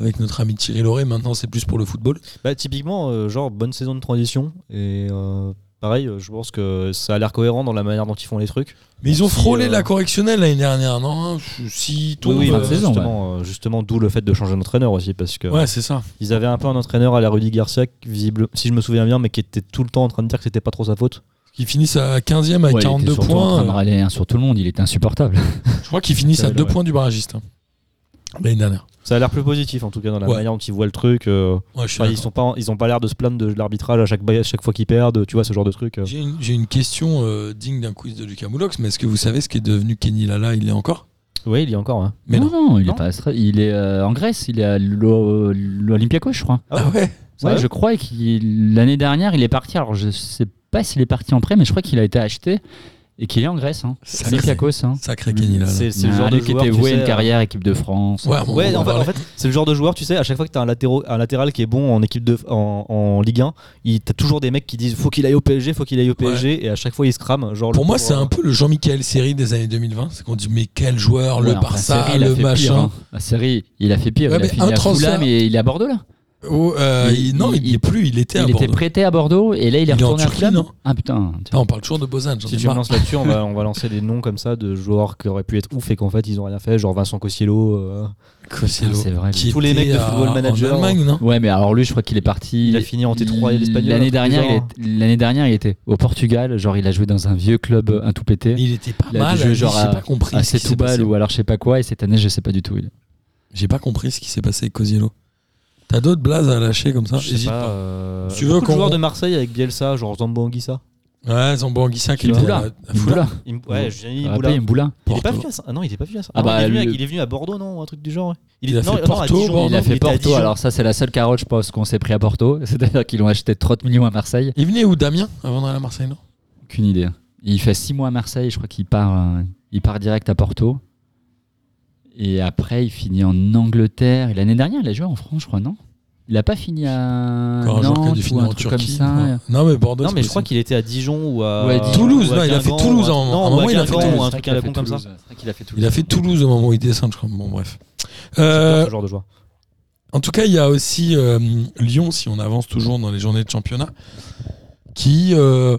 avec notre ami Thierry Lauré, maintenant c'est plus pour le football. Bah, typiquement, euh, genre, bonne saison de transition. Et euh, pareil, euh, je pense que ça a l'air cohérent dans la manière dont ils font les trucs. Mais ils ont Si, frôlé euh, la correctionnelle l'année dernière, non hein, Si tout. oui, fin bah, de saison, justement, euh, justement d'où le fait de changer d'entraîneur aussi. Parce que Ouais, c'est ça. ils avaient un peu un entraîneur à la Rudy Garcia, qui, visible, si je me souviens bien, mais qui était tout le temps en train de dire que c'était pas trop sa faute. Ils finissent à 15e avec Ouais, il était 42 surtout en train de points. râler un sur tout le monde, il était insupportable. Je crois qu'ils finissent à Thierry 2 Laurey. points du barragiste. hein, L'année dernière. Ça a l'air plus positif, en tout cas, dans la Ouais. manière dont ils voient le truc. euh, Ouais, je suis enfin, ils, d'accord. sont pas, ils ont pas l'air de se plaindre de l'arbitrage à chaque, ba- à chaque fois qu'ils perdent, tu vois, ce genre de truc. euh. J'ai une, j'ai une question euh, digne d'un quiz de Lucas Moulox, mais est-ce que vous savez ce qui est devenu Kenny Lala Il est encore Ouais, il y a encore. hein. Mais non. il Non. est pas à Stra- il est euh, en Grèce, il est à l'O- l'Olympiakos, je crois. Ah ouais Ça ouais, va je crois et qu'il l'année dernière, il est parti. Alors je sais pas s'il est parti en prêt, mais je crois qu'il a été acheté Et qu'il est en Grèce, hein. Sacré- Olympiakos. Hein. Sacré Kenny là. là. C'est c'est le genre Allez, de qui joueur était tu voué à sais, euh, une carrière équipe de France. Ouais, on- Ouais, on en fait, va en fait, c'est le genre de joueur, tu sais, à chaque fois que t'as un, latéro- un latéral qui est bon en équipe de, en, en Ligue 1, il- t'as toujours des mecs qui disent faut qu'il aille au PSG, faut qu'il aille au PSG, et à chaque fois il se crame. Genre Pour le moi, pauvre, c'est euh, un peu le Jean-Michel Série des années 2020. C'est qu'on dit, mais quel joueur, Ouais, le enfin, Barça, Sarri, il a le fait pire, machin. hein. La série, il a fait pire. Ouais, il mais a fini un à transfert- Fulham et il est à Bordeaux là. Oh, euh, Il- il- non, il il- n'y est plus, il était à il était Bordeaux. prêté à Bordeaux et là il est Il est en retourné à Turquie, Fulham. non ah putain. tu- Ah, on parle toujours de Bozan. j'en Si ai tu me marre. lances là-dessus, on va, on va lancer des noms comme ça de joueurs qui auraient pu être ouf et qu'en fait ils ont rien fait, genre Vincent Cossiello. euh, Cossiello, Ah, c'est vrai, qui tous les était mecs de à- Football en Manager. hein. Allemagne, non Ouais, mais alors lui, je crois qu'il est parti. Il a fini en T3 il- l'espagnol, un L'année truc dernière, du il genre. est- l'année dernière, il était au Portugal. Genre, il a joué dans un vieux club, euh, un tout pété. Il était pas Il a mal, dû jouer mais genre j'ai pas compris. à ce qui s'est Setúbal passé. ou alors je sais pas quoi. Et cette année, je sais pas du tout. il- J'ai pas compris ce qui s'est passé avec Cossiello. T'as d'autres blazes à lâcher comme ça je sais Hésite pas, euh, Tu veux beaucoup de qu'on- joueurs de Marseille avec Bielsa, genre Zambo Anguissa. pas. Ouais, Zambo Anguissa qui Il était boula. à- à Il Foula. boula. Il me- Ouais. Ouais, Gianni Il Boula. boula. Il boula. Il est pas Porto. venu à ça. Ah non, il est pas venu à ça. Ah Non, bah, il, est venu à, le- il est venu à Bordeaux, non, un truc du genre. ouais. Il a non, fait non, à Porto, Dijon, Bordeaux. hein. Il a il fait était à Porto. Dijon. Alors ça, c'est la seule carotte, je pense, qu'on s'est pris à Porto. C'est-à-dire qu'ils l'ont acheté 30 millions à Marseille. Il venait où Damien avant d'aller à Marseille, non Aucune idée. Il fait 6 mois à Marseille. Je crois qu'il part, euh, il part direct à Porto. Et après, il finit en Angleterre. Et l'année dernière, il a joué en France, je crois, non Il a pas fini à Encore un joueur qui a Nantes dû Ah ou finir un en truc comme Turquie. ça. ouais. Non, mais Bordeaux. Non, c'est mais je crois possible. qu'il était à Dijon ou à. Ou à Dijon. Euh, Toulouse, ou à non, il a fait Guingamp, Toulouse ou à- en- non, en ou à moment, il a fait Guingamp, Toulouse. ou un truc à la con comme ça. qu'il a fait Toulouse. Il a fait Toulouse au moment où il descend, je crois. Bon, bref. J'adore Euh, ce genre de joueur. En tout cas, il y a aussi euh, Lyon, si on avance toujours dans les journées de championnat, qui euh,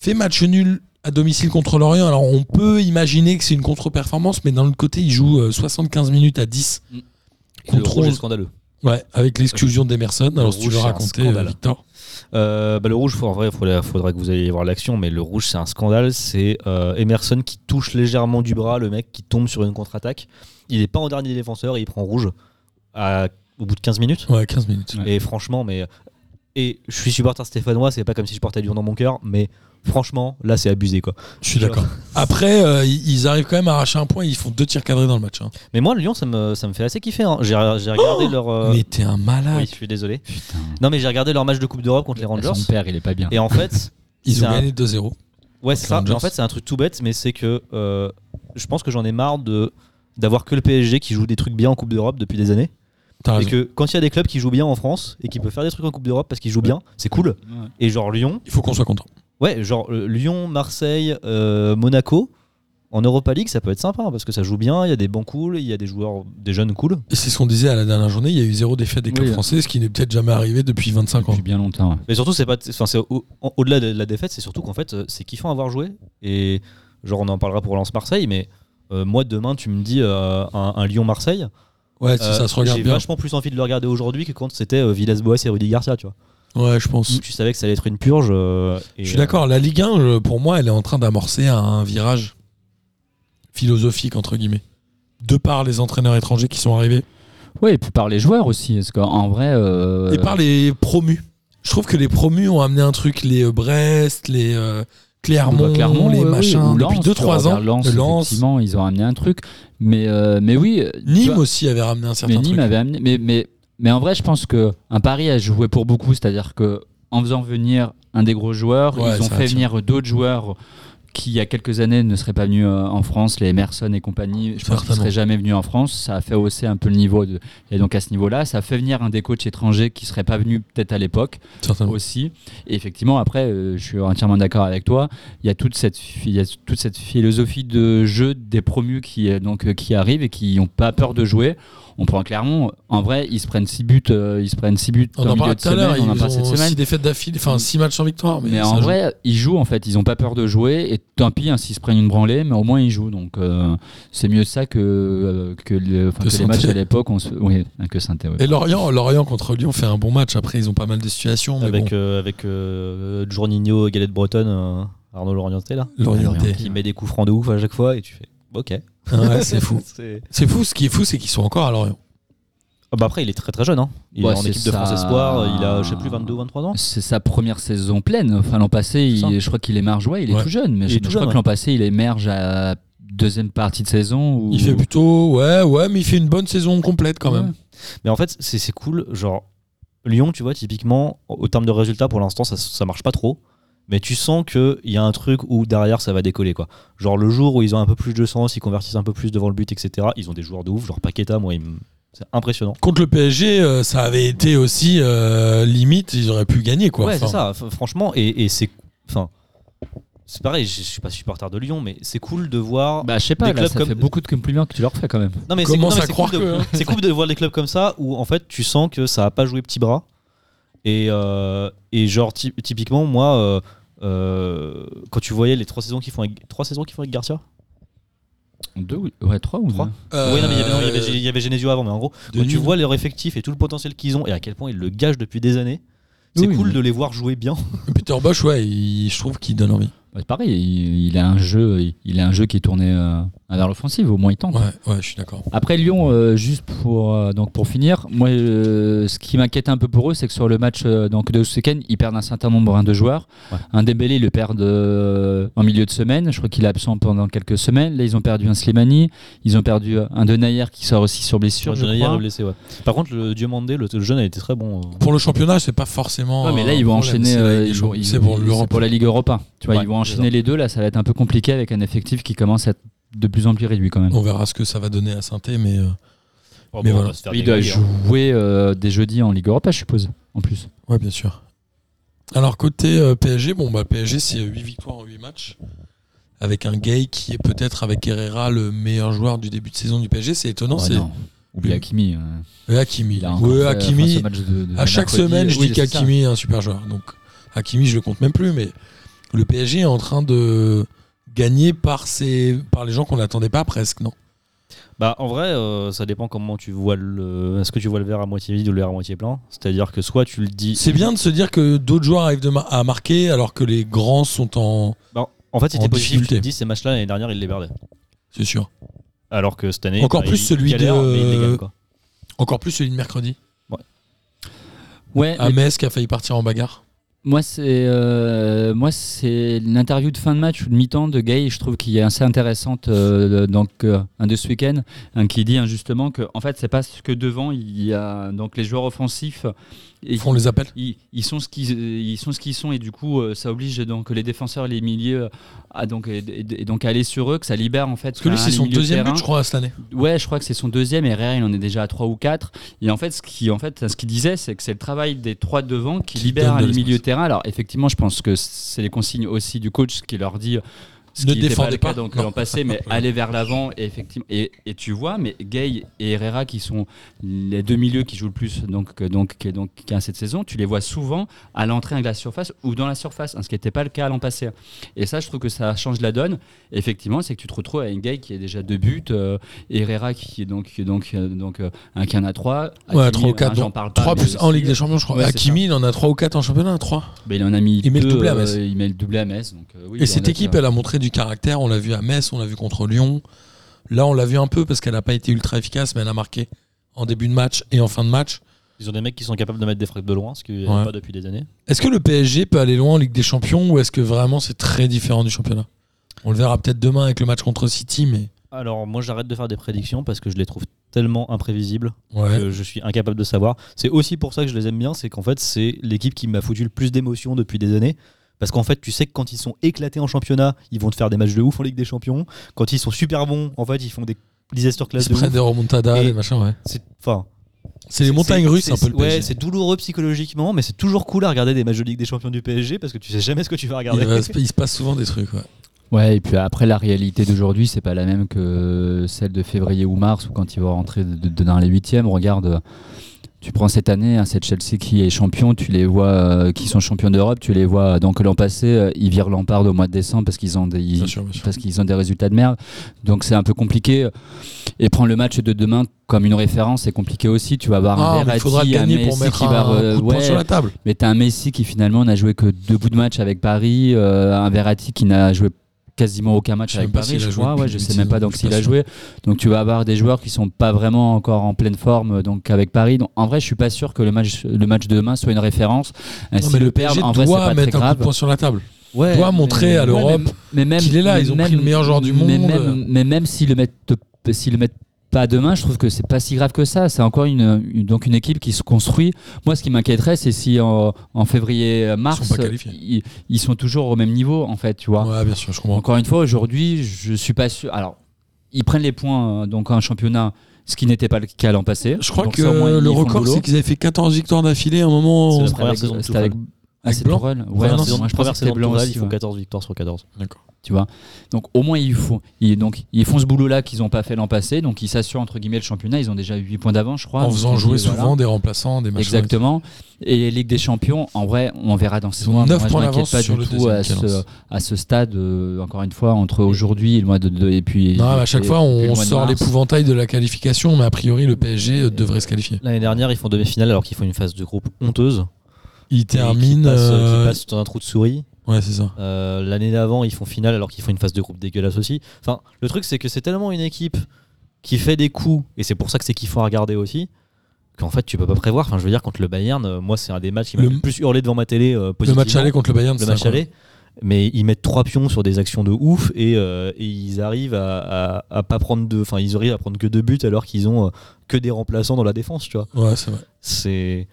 fait match nul à domicile contre Lorient. Alors, on peut imaginer que c'est une contre-performance, mais d'un autre côté, il joue euh, 75 minutes à 10 Mm. Le contre rouge est 11, scandaleux. ouais, avec l'exclusion d'Emerson. Alors, Le si tu rouge, veux c'est un raconter, scandale. euh, Victor. Euh, bah, le rouge, faut- en vrai, faudrait, faudrait que vous alliez voir l'action, mais le rouge, c'est un scandale. C'est euh, Emerson qui touche légèrement du bras le mec qui tombe sur une contre-attaque. Il est pas en dernier défenseur et il prend rouge à- au bout de 15 minutes. Ouais, 15 minutes. Ouais. Et franchement, mais. Et je suis supporter stéphanois, c'est pas comme si je portais du dans mon cœur, mais franchement, là, c'est abusé quoi. Je suis d'accord. Après, euh, ils ils arrivent quand même à arracher un point. Ils font deux tirs cadrés dans le match. hein. Mais moi, le Lyon, ça me, ça me fait assez kiffer. hein. J'ai Oh j'ai regardé leur. euh, Mais t'es un malade. Oui, je suis désolé. Putain. Non, mais j'ai regardé leur match de Coupe d'Europe contre les Rangers. Son père, il est pas bien. Et en fait, hein. Ils c'est ont un- gagné 2-0. ouais, c'est ça. Rangers. Mais en fait, c'est un truc tout bête, mais c'est que euh, je pense que j'en ai marre de d'avoir que le PSG qui joue des trucs bien en Coupe d'Europe depuis des années. T'as et raison. que quand il y a des clubs qui jouent bien en France et qui peuvent faire des trucs en Coupe d'Europe parce qu'ils jouent bien, c'est cool. Ouais. Et genre Lyon, Il faut qu'on soit content. ouais, genre euh, Lyon, Marseille, euh, Monaco. En Europa League, ça peut être sympa hein, parce que ça joue bien, il y a des bancs cool, il y a des joueurs, des jeunes cool. Et c'est ce qu'on disait à la dernière journée. Il y a eu zéro défaite des clubs Oui. français, ce qui n'est peut-être jamais arrivé depuis 25 ans. Depuis bien longtemps. ouais. Mais surtout, c'est pas, enfin, c'est au- en- au-delà de la défaite, c'est surtout qu'en fait, euh, c'est kiffant avoir joué. Et genre, on en parlera pour Lance Marseille, mais euh, moi demain, tu me dis euh, un, Lyon Marseille. Euh, Ouais, si ça se regarde J'ai bien. vachement plus envie de le regarder aujourd'hui que quand c'était euh, Villas-Boas et Rudy Garcia, tu vois. Ouais, je pense. Mm. Tu savais que ça allait être une purge. euh, et, Mm. Je suis d'accord. La Ligue 1, je- pour moi, elle est en train d'amorcer un virage philosophique, entre guillemets. De par les entraîneurs étrangers qui sont arrivés Ouais, et puis par les joueurs aussi. Parce qu'en vrai. euh, et par les promus. Je trouve que les promus ont amené un truc. Les euh, Brest, les euh, Clermont, Bah, Clermont, les ouais, ouais, machins. ou depuis Lens, tu 2-3 regardes ans, Lens, le Lens. effectivement, ils ont amené un truc. Mais, euh, mais oui. euh, tu Nîmes vois, aussi avait ramené un certain mais Nîmes truc. avait amené. Mais, mais, mais en vrai, je pense que un pari a joué pour beaucoup. C'est-à-dire que en faisant venir un des gros joueurs, Ouais, ils ont ça fait attire. venir d'autres joueurs qui, il y a quelques années, ne seraient pas venus euh, en France, les Emerson et compagnie. Je pense qu'ils ne Certainement. seraient jamais venus en France. Ça a fait hausser un peu le niveau. de- Et donc, à ce niveau-là, ça a fait venir un des coachs étrangers qui ne seraient pas venus peut-être à l'époque certainement. aussi. Et effectivement, après, euh, je suis entièrement d'accord avec toi. Il y a toute cette, fi- il y a toute cette philosophie de jeu des promus qui, euh, donc, euh, qui arrivent et qui n'ont pas peur de jouer. On prend Clermont. En vrai, ils se prennent 6 buts. euh, ils se prennent six buts On en en milieu parlait de tout à l'heure. semaine. Ils On en parle cette ont semaine. Mm. 6 défaites d'affilée, enfin 6 matchs sans victoire. Mais, Mais ça en joue. vrai, ils jouent en fait, ils n'ont pas peur de jouer et tant pis hein, s'ils se prennent une branlée, mais au moins ils jouent. Donc euh, c'est mieux ça que, euh, que, le- enfin, Que que les Saint-Étienne. matchs à l'époque. on se- Oui, hein, que saint Et Lorient, Lorient contre Lyon fait un bon match. Après, ils ont pas mal de situations. Mais bon, Avec, euh, avec euh, Jorginho, Galette Bretonne, euh, Arnaud Lorienté, là, Lorient, Lorient. qui met des coups francs de ouf à chaque fois, et tu fais ok. ouais, c'est fou. C'est- C'est fou, ce qui est fou, c'est qu'ils sont encore à Lorient. Ah bah après, il est très très jeune. Hein. Il Ouais, est en c'est équipe de France ça. Espoir, il a, je sais plus, 22 23 ans. C'est sa première saison pleine. Enfin, l'an passé, C'est ça. il- je crois qu'il émerge. Ouais, il est Ouais. tout jeune, mais Il je, est tout je jeune, crois que ouais. l'an passé, il émerge à deuxième partie de saison. Où... Il fait plutôt, ouais, ouais, mais il fait une bonne saison complète quand même. Mais en fait, c'est c'est cool. Genre, Lyon, tu vois, typiquement, au au terme de résultats, pour l'instant, ça, ça marche pas trop. mais tu sens qu'il y a un truc où derrière ça va décoller. quoi. Genre le jour où ils ont un peu plus de sens, ils convertissent un peu plus devant le but, etc. Ils ont des joueurs de ouf, genre Paqueta, moi, il me- c'est impressionnant. Contre le PSG, euh, ça avait été aussi euh, limite, ils auraient pu gagner quoi. ouais, c'est Enfin, ça, Ah, f- franchement, et, et c'est. Enfin, c'est pareil, je je suis pas supporter de Lyon, mais c'est cool de voir. Bah, je sais pas, Des là, clubs ça comme- fait beaucoup de compliments que tu leur fais quand même. Non, mais c'est Commence non, mais à c'est croire cool, que, de, hein. c'est cool de voir des clubs comme ça où en fait tu sens que ça a pas joué petit bras. Et, euh, et genre, ty- typiquement, moi, euh, euh, quand tu voyais les trois saisons qu'ils font avec, trois saisons qu'ils font avec Garcia Deux ou- Ouais, trois ou Trois. deux euh, Oui, non, mais il y avait- non, il y avait, il y avait Genesio avant, mais en gros, de quand tu nul. vois leur effectif et tout le potentiel qu'ils ont et à quel point ils le gâchent depuis des années, c'est Oui, cool mais- de les voir jouer bien. Peter Bosch, ouais, il- je trouve qu'il donne envie. Ouais, pareil, il, il a un jeu, il, il a un jeu qui est tourné euh, vers l'offensive, au moins il tente. Ouais, ouais, je suis d'accord. Après Lyon, euh, juste pour euh, donc pour finir, moi euh, ce qui m'inquiète un peu pour eux, c'est que sur le match euh, donc de ce week-end, ils perdent un certain nombre hein, de joueurs. Ouais. Un Dembélé, ils le perdent euh, en milieu de semaine. Je crois qu'il est absent pendant quelques semaines. Là, ils ont perdu un Slimani, ils ont perdu euh, un Denayer qui sort aussi sur blessure. je Genesio crois. est blessé, ouais. Par contre, le Diomandé, le, le jeune, a été très bon. euh. Pour le championnat, c'est pas forcément. Ouais, mais là, un ils vont problème, enchaîner. c'est la euh, Ligue des ils Champions. vont- ils- C'est pour l'Europe. pour la Ligue Europa. Tu vois, Ouais, ils vont c'est enchaîner les deux. Là, ça va être un peu compliqué avec un effectif qui commence à être de plus en plus réduit quand même. On verra ce que ça va donner à Saint-Étienne, mais euh, Oh, Mais bon, on voilà. va se faire Ils doivent dégager, hein. jouer euh, des jeudis en Ligue Europa, je suppose. En plus. ouais, bien sûr. Alors côté euh, PSG, bon bah PSG c'est 8 victoires en 8 matchs avec un Gay qui est peut-être avec Herrera le meilleur joueur du début de saison du PSG, c'est étonnant, Ouais, c'est non. Oublie Hakimi. euh, Et Hakimi. Il a encore ouais, fait, enfin, Hakimi. ce match de- de à chaque mercredi. semaine, je Oui, dis c'est ça. qu'Hakimi est un super joueur. Donc Hakimi, je le compte même plus, mais le PSG est en train de gagner par ses par les gens qu'on n'attendait pas presque, non Bah, en vrai, euh, ça dépend comment tu vois le. Est-ce que tu vois le verre à moitié vide ou le verre à moitié plein C'est-à-dire que soit tu le dis. C'est bien de se dire que d'autres joueurs arrivent de ma- à marquer alors que les grands sont en Bah, en fait, si En t'es positif, tu difficulté. te dis ces matchs-là l'année dernière, ils les perdaient. c'est sûr. Alors que cette année. Encore bah, plus ils celui galèrent, de- mais ils les gagnent, quoi. Encore plus celui de mercredi. Ouais, À mais Metz qui a failli partir en bagarre. moi c'est euh, moi c'est l'interview de fin de match ou de mi-temps de Gay, je trouve qu'il est assez intéressante euh, donc euh, un de ce week-end hein, qui dit hein, justement que en fait c'est pas ce que devant il y a donc les joueurs offensifs et- Ils font les appels. ils, ils sont ce qu'ils ils sont ce qu'ils sont et du coup euh, ça oblige donc les défenseurs et les milieux à donc et, et- et donc à aller sur eux que ça libère en fait Parce que lui, un c'est son milieu Ah, de deuxième terrain. Bah, but, je crois, cette année. Ouais, je crois que c'est son deuxième et Herrera, il en est déjà à 3 ou 4. Et en fait, ce qu'il en fait, ce qu'il disait, c'est que c'est le travail des trois devant qui, Qui libère donne de le milieu l'espace. de terrain. Alors, effectivement, je pense que c'est les consignes aussi du coach qui leur dit ce Ne qui était défendez pas. pas, le cas donc Non. l'an passé, mais Ouais. aller vers l'avant et effectivement et, et tu vois, mais Gay et Herrera qui sont les deux milieux qui jouent le plus donc que- donc qui est donc qui a cette saison, tu les vois souvent à l'entrée de la surface ou dans la surface, hein, ce qui n'était pas le cas l'an passé. Et ça, je trouve que ça change la donne. Effectivement, c'est que tu te retrouves avec Gay qui est déjà deux buts, euh, Herrera qui est donc qui est donc euh, donc euh, un qui en a trois, Ouais, Hakimi, 3 ou 4. hein, j'en donc parle pas, 3 mais plus aussi, 1 en Ligue des Champions, je crois. ouais, c'est Hakimi, il en a 3 ou 4 en championnat, 3. ben, il en a mis Il met le deux, doublé à Metz. euh, il met le doublé à Metz. donc, euh, oui, il Et en cette a- équipe, elle a montré du caractère. On l'a vu à Metz, on l'a vu contre Lyon. Là, on l'a vu un peu parce qu'elle n'a pas été ultra efficace, mais elle a marqué en début de match et en fin de match. Ils ont des mecs qui sont capables de mettre des frappes de loin, ce qu'ils Ouais. n'ont pas depuis des années. Est-ce que le PSG peut aller loin en Ligue des Champions ou est-ce que vraiment c'est très différent du championnat On le verra peut-être demain avec le match contre City, mais Alors, moi, j'arrête de faire des prédictions parce que je les trouve tellement imprévisibles Euh, ouais. que je suis incapable de savoir. C'est aussi pour ça que je les aime bien, c'est qu'en fait, c'est l'équipe qui m'a foutu le plus d'émotions depuis des années. Parce qu'en fait, tu sais que quand ils sont éclatés en championnat, ils vont te faire des matchs de ouf en Ligue des Champions. Quand ils sont super bons, en fait, ils font des disaster Ils class se de prennent ouf. des remontadas, Et- des machins, ouais. C'est- Enfin, C'est les C'est- montagnes c'est- russes, un c'est- peu le Ouais, PSG. c'est douloureux psychologiquement, mais c'est toujours cool à regarder des matchs de Ligue des Champions du PSG parce que tu sais jamais ce que tu vas regarder. il, va se- il se passe souvent des trucs, ouais. Ouais, et puis après, la réalité d'aujourd'hui, c'est pas la même que celle de février ou mars, ou quand ils vont rentrer de- de- dans les huitièmes. Regarde, euh, tu prends cette année, hein, cette Chelsea qui est champion, tu les vois, euh, qui sont champions d'Europe, tu les vois. euh, Donc l'an passé, euh, ils virent Lampard au mois de décembre parce qu'ils ont des, ils- Bien sûr, bien sûr. parce qu'ils ont des résultats de merde. Donc c'est un peu compliqué. Et prendre le match de demain comme une référence, c'est compliqué aussi. Tu vas avoir Ah, un mais il Verratti, faudra un gagner Messi pour mettre qui va, un re- coup de poing ouais, sur la table. mais t'as un Messi qui finalement n'a joué que deux bouts de match avec Paris, euh, un Verratti qui n'a joué quasiment aucun match Je sais avec même pas Paris, s'il je a joué crois. depuis Ouais, le je début sais de même saison, pas je donc suis s'il pas a sûr. joué. Donc tu vas avoir des joueurs qui sont pas vraiment encore en pleine forme euh, donc avec Paris. Donc en vrai, je suis pas sûr que le match le match de demain soit une référence. Euh, Non, si mais le le perdent, PSG en vrai, c'est doit pas très mettre un coup de grave. poing sur la table. Ouais, doit montrer à l'Europe mais- mais même- qu'il est là. mais Ils ont même- pris le meilleur joueur du mais monde. même- mais même s'ils le mettent s'ils le mettent pas demain, je trouve que c'est pas si grave que ça. C'est encore une, une- donc une équipe qui se construit. Moi, ce qui m'inquiéterait, c'est si en, en Ils février-mars, sont pas qualifiés. ils, ils sont toujours au même niveau, en fait, tu vois. Ouais, bien sûr, je comprends. Encore une fois, aujourd'hui, je suis pas sûr. Alors, ils prennent les points euh, donc en championnat, ce qui n'était pas le cas l'an passé. Je crois Donc que ça, au moins, ils le font record, boulot. c'est qu'ils avaient fait 14 victoires d'affilée à un moment. C'est on- la C'était première avec- saison de c'était avec- Tourelle. Ah, c'est Blanc Tourelle. Ouais, Première non, saison- moi, je première pensais que c'était saison de Blanc Tourelle, aussi, ils font ouais. 14 victoires sur 14. tu vois. Donc au moins ils font, ils, donc, ils font ce boulot-là qu'ils n'ont pas fait l'an passé, donc ils s'assurent entre guillemets le championnat, ils ont déjà 8 points d'avance je crois. En Donc, faisant ils- jouer voilà. souvent des remplaçants, des machins. Exactement. Et Ligue des Champions, en vrai, on verra dans Ils saison ont 1. neuf Moi, je points m'inquiète d'avance pas sur du le tout deuxième à ce, quinze. à ce stade, euh, encore une fois, entre aujourd'hui et le mois de, de- et puis. Non, mais et- à chaque et- fois, et le on mois de sort mars. l'épouvantail de la qualification, mais a priori, le PSG euh, devrait se qualifier. L'année dernière, ils font demi-finale alors qu'ils font une phase de groupe honteuse. Ils Qui terminent. passe, euh, dans un trou de souris. Ouais, c'est ça. Euh, L'année d'avant, ils font finale alors qu'ils font une phase de groupe dégueulasse aussi. Enfin, le truc, c'est que c'est tellement une équipe qui fait des coups, et c'est pour ça que c'est kiffant à regarder aussi, qu'en fait, tu peux pas prévoir. Enfin, je veux dire, contre le Bayern, euh, moi, c'est un des matchs qui m'a Le- le plus hurlé devant ma télé euh, Le positivement. match aller contre le Bayern, Le c'est match incroyable. aller. Mais ils mettent trois pions sur des actions de ouf et, euh, et ils arrivent à, à- à pas prendre deux. Enfin, ils arrivent à prendre que deux buts alors qu'ils ont euh, que des remplaçants dans la défense, tu vois. Ouais, c'est vrai. C'est.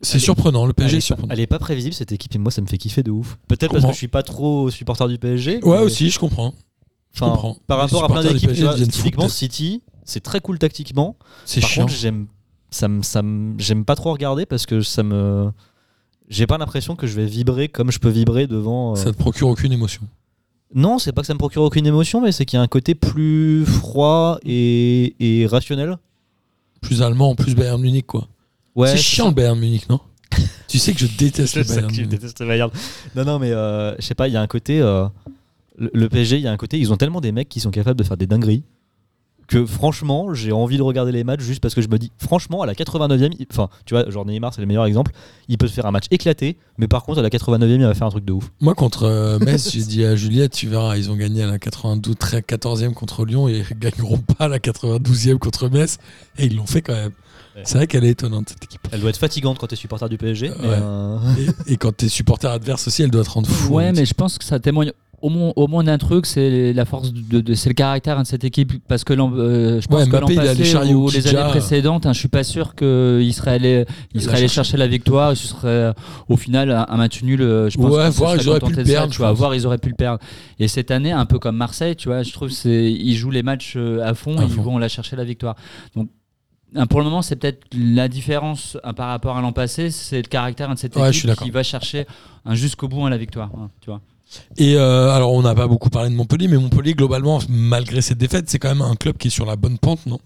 C'est surprenant, le PSG elle, est est pas, surprenant. elle est pas prévisible cette équipe et moi ça me fait kiffer de ouf. Peut-être parce comprends. que je suis pas trop supporter du PSG. Ouais, mais- aussi, je comprends. Je enfin, comprends. Par Les rapport à plein supporters du d'équipes, PSG tu vois, deviennent fous, typiquement peut-être. City, c'est très cool tactiquement. C'est Par chiant. contre, j'aime ça me ça me- j'aime pas trop regarder parce que ça me j'ai pas l'impression que je vais vibrer comme je peux vibrer devant euh, Ça te procure aucune émotion. Non, c'est pas que ça me procure aucune émotion, mais c'est qu'il y a un côté plus froid et, et rationnel. Plus allemand, plus Bayern Munich, quoi. c'est chiant le Bayern Munich, non Tu sais que je déteste Je le sais Bayern que tu Munich. détestes le Bayern. Non, non, mais euh, je sais pas, il y a un côté. euh, le, le PSG, il y a un côté. Ils ont tellement des mecs qui sont capables de faire des dingueries que franchement, j'ai envie de regarder les matchs juste parce que je me dis, franchement, à la 89e, il- enfin, tu vois, genre Neymar, c'est le meilleur exemple. Il peut se faire un match éclaté, mais par contre, à la 89e, il va faire un truc de ouf. Moi, contre euh, Metz, j'ai dit à Juliette, tu verras, ils ont gagné à la 92, 13, 14e contre Lyon et ils gagneront pas à la 92e contre Metz. Et ils l'ont fait quand même. Ouais. C'est vrai qu'elle est étonnante, cette équipe. Elle doit être fatigante quand t'es supporter du PSG. mais, Ouais. euh, Et, et quand t'es supporter adverse aussi, elle doit te rendre fou. Ouais, hein, mais je pense que ça témoigne au moins, au moins d'un truc, c'est la force de, de- c'est le caractère hein, de cette équipe parce que l'an- euh, je pense Ouais, que l'an Mbappé, il a les passé chariots ou les Kidja. années précédentes, hein, je suis pas sûr qu'il serait allé, il Il serait l'a allé cherché. chercher la victoire, et ce serait euh, au final un, un match nul. euh, Je pense Ouais, qu'ils se voire seraient ils auraient pu contentés le de ça, perdre, tu je vois, pense. voir ils auraient pu le perdre. Et cette année, un peu comme Marseille, tu vois, je trouve c'est ils jouent les matchs euh, à fond, À et ils fond. vont la chercher la victoire. Donc hein, pour le moment, c'est peut-être la différence hein, par rapport à l'an passé, c'est le caractère hein, de cette Ouais, je suis équipe d'accord. qui va chercher hein, jusqu'au bout hein, la victoire. hein, tu vois. Et euh, alors, on n'a pas beaucoup parlé de Montpellier, mais Montpellier, globalement, malgré cette défaite, c'est quand même un club qui est sur la bonne pente, non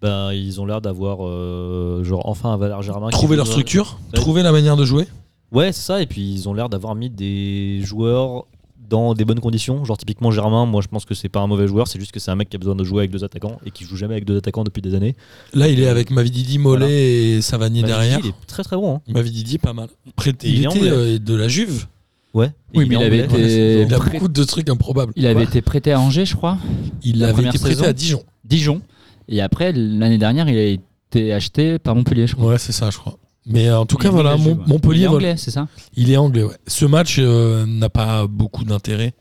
ben, ils ont l'air d'avoir, euh, genre, enfin un Valère Germain. qui Trouver nous leur a- structure, Ouais. trouver la manière de jouer. Ouais, c'est ça. Et puis ils ont l'air d'avoir mis des joueurs dans des bonnes conditions. Genre typiquement Germain, moi je pense que c'est pas un mauvais joueur, c'est juste que c'est un mec qui a besoin de jouer avec deux attaquants et qui joue jamais avec deux attaquants depuis des années. Là, il est avec Mavididi, Mollet Voilà. et Savanier Bah, derrière. Gigi, il est très très bon. hein. Mavididi, pas mal. Prêté, Et il il est était anglais. euh, de la Juve. Ouais. Oui, Et mais il est avait anglais. été- Et il a prêt- beaucoup de trucs improbables. Il avait Ouais. été prêté à Angers, je crois, il la avait première été prêté saison. à Dijon. Dijon. Et après, l'année dernière, il a été acheté par Montpellier, je crois. Ouais, c'est ça, je crois. Mais en tout Il cas, est voilà, anglais, Mon- ouais. Il Montpellier, est voilà. anglais, c'est ça il est anglais. ouais. Ce match euh, n'a pas beaucoup d'intérêt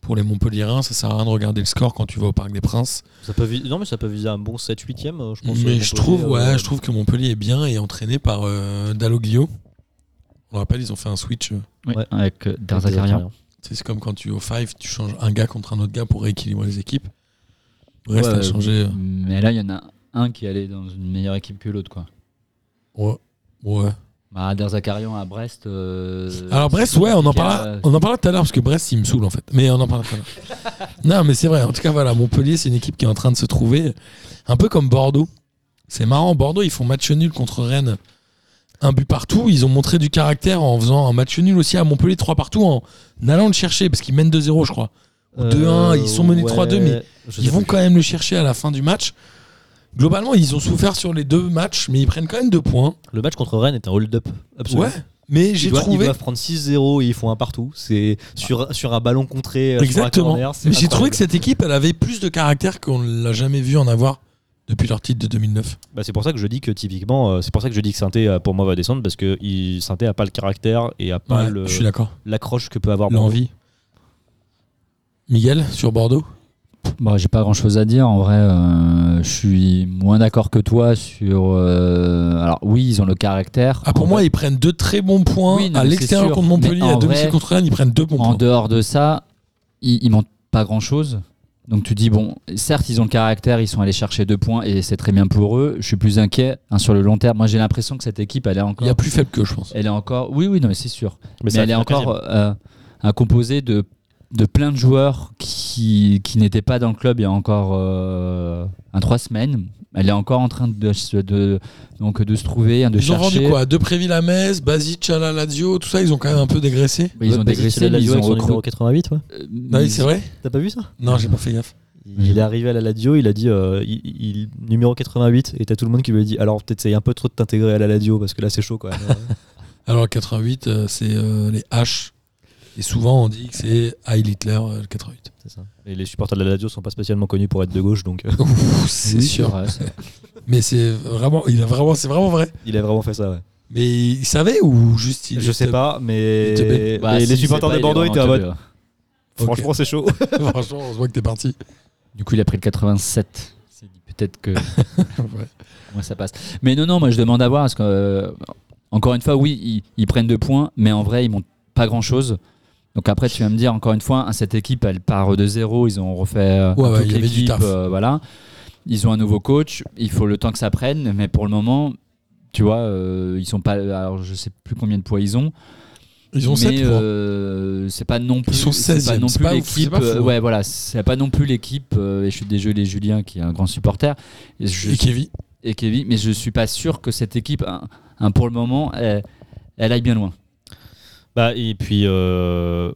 pour les Montpelliérains. Ça sert à rien de regarder le score quand tu vas au Parc des Princes. Ça peut vis- Non mais ça peut viser un bon 7-8 e je pense. euh, Mais je Montpellier, trouve, ouais, euh, je trouve que Montpellier est bien et entraîné par euh, Dalloglio. On le rappelle, ils ont fait un switch. euh, Oui, Ouais. avec euh, Derzakarian. tu sais, C'est comme quand tu au five, tu changes un gars contre un autre gars pour rééquilibrer les équipes. Le Reste Ouais, à changer. euh, Mais là, il y en a un qui allait dans une meilleure équipe que l'autre, quoi. Ouais. Ouais. Bah, Derzakarian à Brest. euh, Alors Brest, c'est ouais, on en compliqué, parlera, euh, on en parlera tout à l'heure parce que Brest, il me saoule en fait. Mais on en parlera tout à l'heure. non, mais c'est vrai. En tout cas, voilà, Montpellier, c'est une équipe qui est en train de se trouver, un peu comme Bordeaux. C'est marrant, Bordeaux, ils font match nul contre Rennes, un but partout. Ils ont montré du caractère en faisant un match nul aussi à Montpellier, trois partout, en allant le chercher parce qu'ils mènent 2-0, je crois. Ou 2-1, ils sont menés 3-2, mais Euh, je Ils sais vont plus. quand même le chercher à la fin du match. Globalement, ils ont souffert sur les deux matchs, mais ils prennent quand même deux points. Le match contre Rennes est un hold-up. absolu. Ouais. Mais Ils j'ai doivent, ils trouvé. doivent prendre 6-0 et ils font un partout. C'est sur, sur un ballon contré. euh, Sur un Exactement. corner, c'est Mais j'ai trouvé incroyable. que cette équipe, elle avait plus de caractère qu'on l'a jamais vu en avoir depuis leur titre de 2009. Bah, c'est pour ça que je dis que typiquement, euh, c'est pour ça que je dis que Sainté euh, pour moi va descendre parce que il, Sainté a pas le caractère et a pas Bah, Ouais, le- Je suis d'accord. l'accroche que peut avoir Bordeaux. L'envie. Miguel, sur Bordeaux Bon, euh, bah, j'ai pas grand chose à dire. En vrai, euh, je suis moins d'accord que toi sur. euh, alors, oui, ils ont le caractère. Ah, pour En moi, vrai, ils prennent deux très bons points. Oui, non, à mais c'est l'extérieur sûr. contre Montpellier, Mais à en domicile vrai, contre Rennes, ils prennent deux bons en points. dehors de ça, ils, ils mentent pas grand chose. Donc, tu dis, bon, certes, ils ont le caractère, ils sont allés chercher deux points et c'est très bien pour eux. Je suis plus inquiet hein, sur le long terme. Moi, j'ai l'impression que cette équipe, elle est Il encore. y a plus faible que je pense. Elle est encore. Oui, oui, non, mais c'est sûr. Mais mais, ça elle est fait la encore euh, un composé de, de plein de joueurs qui, qui n'étaient pas dans le club il y a encore euh, un trois semaines. Elle est encore en train de, se- de, donc de se trouver, hein, de Ils ont chercher. vendu quoi Depréville à Metz, Basic à la Lazio, tout ça, ils ont quand même un peu dégraissé. Ils Bah, ont dégraissé, mais ils ont recruté. 88, ouais. euh, Non, ils- Ah c'est vrai T'as pas vu ça Non, j'ai pas fait gaffe. Il est arrivé à la Ladio, il a dit euh, il, il- numéro 88, et t'as tout le monde qui lui a dit alors peut-être c'est un peu trop de t'intégrer à la Ladio parce que là c'est chaud quand même. Alors, 88, euh, c'est euh, les H. Et souvent, on dit que c'est Heil Hitler, euh, le 88. C'est ça. Et les supporters de la Ladio sont pas spécialement connus pour être de gauche donc euh, Ouf, c'est oui, sûr. vrai, c'est vrai. Mais c'est vraiment, il a vraiment, c'est vraiment vrai. il a vraiment fait ça. Ouais. Mais il savait ou juste il Je sais pas, mais il était bête. mais Bah, les si, supporters c'est de pas, il est euh, Bordeaux étaient en vraiment mode teubé, ouais. franchement c'est chaud. Franchement, on se voit que t'es parti. Du coup, il a pris le 87. Il s'est dit, Peut-être que moi ça passe. Mais non, non, moi je demande à voir. Parce que, euh, encore une fois, oui, ils, ils prennent deux points, mais en vrai, ils montent pas grand chose. Donc après, tu vas me dire, encore une fois, hein, cette équipe, elle part de zéro. Ils ont refait euh, Ouais, ouais, toute il y avait du l'équipe, taf. euh, voilà. Ils ont un nouveau coach. Il faut le temps que ça prenne. Mais pour le moment, tu vois, euh, ils sont pas. Alors je sais plus combien de poids ils ont. Ils ont mais 7 points. euh, c'est pas non plus. sont c'est pas 16e, non c'est plus pas ouf, c'est l'équipe. pas fou, euh, hein. ouais, voilà, c'est pas non plus l'équipe. euh, et je suis désolé, Julien, qui est un grand supporter. Et je Et Kevin. et Kevin, mais je suis pas sûr que cette équipe, hein, hein, pour le moment, elle, elle aille bien Ah, loin. Bah et puis euh,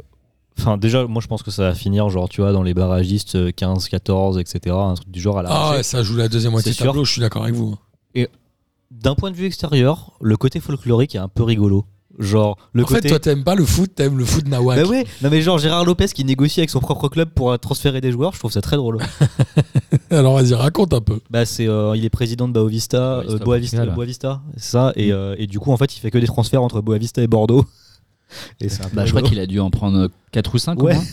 enfin déjà moi je pense que ça va finir genre tu vois dans les barragistes euh, 15 14 etc un truc du genre à la Ah, Rochelle. ouais, ça joue la deuxième moitié bah, C'est du sûr. tableau, je suis d'accord avec vous. D'un point de vue extérieur, le côté folklorique est un peu rigolo. Genre le en côté fait, toi, t'aimes pas le foot, t'aimes le foot nawak. Bah ouais, non mais genre Gérard Lopez qui négocie avec son propre club pour euh, transférer des joueurs, je trouve ça très drôle. Alors, vas-y, raconte un peu. bah c'est euh, il est président de Boavista, euh, Boavista, Mm. Boavista, Portugal. Boavista, c'est ça et, euh, et du coup en fait, il fait que des transferts entre Boavista et Bordeaux. Et c'est un peu Bah, je crois rigolo. qu'il a dû en prendre 4 ou 5 Ouais. au moins.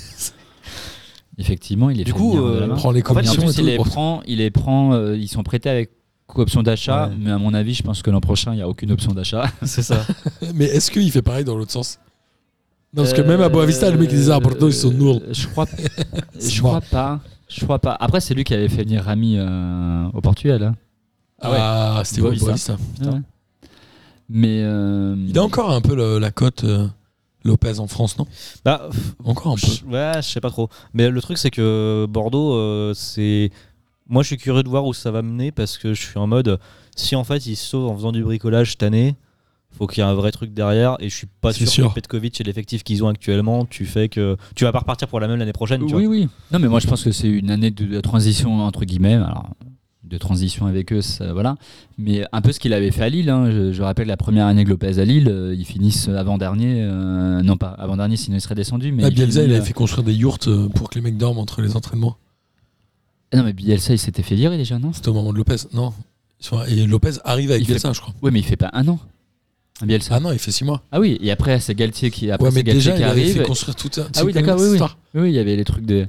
Effectivement, il est Du fait coup, venir de la euh, main. Prends les En fait, en commissions plus, et tout. il les pour- prend, il les prend euh, ils sont prêtés avec option d'achat, Ouais. mais à mon avis, je pense que l'an prochain, il n'y a aucune option d'achat. c'est ça. Mais est-ce qu'il fait pareil dans l'autre sens Non, parce que même à Boavista, le mec il disait à Bordeaux, ils sont lourds. lourds Je crois, C'est je crois pas. Je crois pas. Après, c'est lui qui avait fait venir Rami euh, au Portugal. hein. Ah ouais. Ah, c'était Boavista. Boavista. Putain. Ouais. Mais euh, Il a encore un peu le- la cote euh, Lopez en France, non Bah pff, Encore un peu. je- ouais, je sais pas trop. Mais le truc c'est que Bordeaux euh, c'est moi je suis curieux de voir où ça va mener parce que je suis en mode si en fait ils se sauvent en faisant du bricolage cette année, faut qu'il y ait un vrai truc derrière et je suis pas C'est sûr, sûr. que Petkovic et l'effectif qu'ils ont actuellement, tu fais que tu vas pas repartir pour la même l'année prochaine, tu vois. Oui, oui. Non, mais moi, je pense que c'est une année de, de transition, entre guillemets. Alors, de transition avec eux, ça, voilà. Mais un peu ce qu'il avait fait à Lille. hein. Je, je rappelle la première année de Lopez à Lille. euh, ils finissent avant-dernier. euh, non, pas avant-dernier, sinon ils seraient descendus. Mais Ah, ils Bielsa, il finissent, avait fait construire des yurts euh, pour que les mecs dorment entre les entraînements. euh, Non, mais Bielsa, il s'était fait virer déjà, non C'était au moment de Lopez. Non. Ils sont- Et Lopez arrive avec Il fait- Bielsa, je crois. Oui, mais il fait pas un an. Bielsa. Ah non, il fait 6 mois. Ah oui, et après, c'est Galtier qui, après, Ouais, c'est mais déjà, Galtier qui il avait fait arrive. construire toute un- Ah oui, d'accord, oui, cette oui. histoire. Oui, il y avait les trucs de.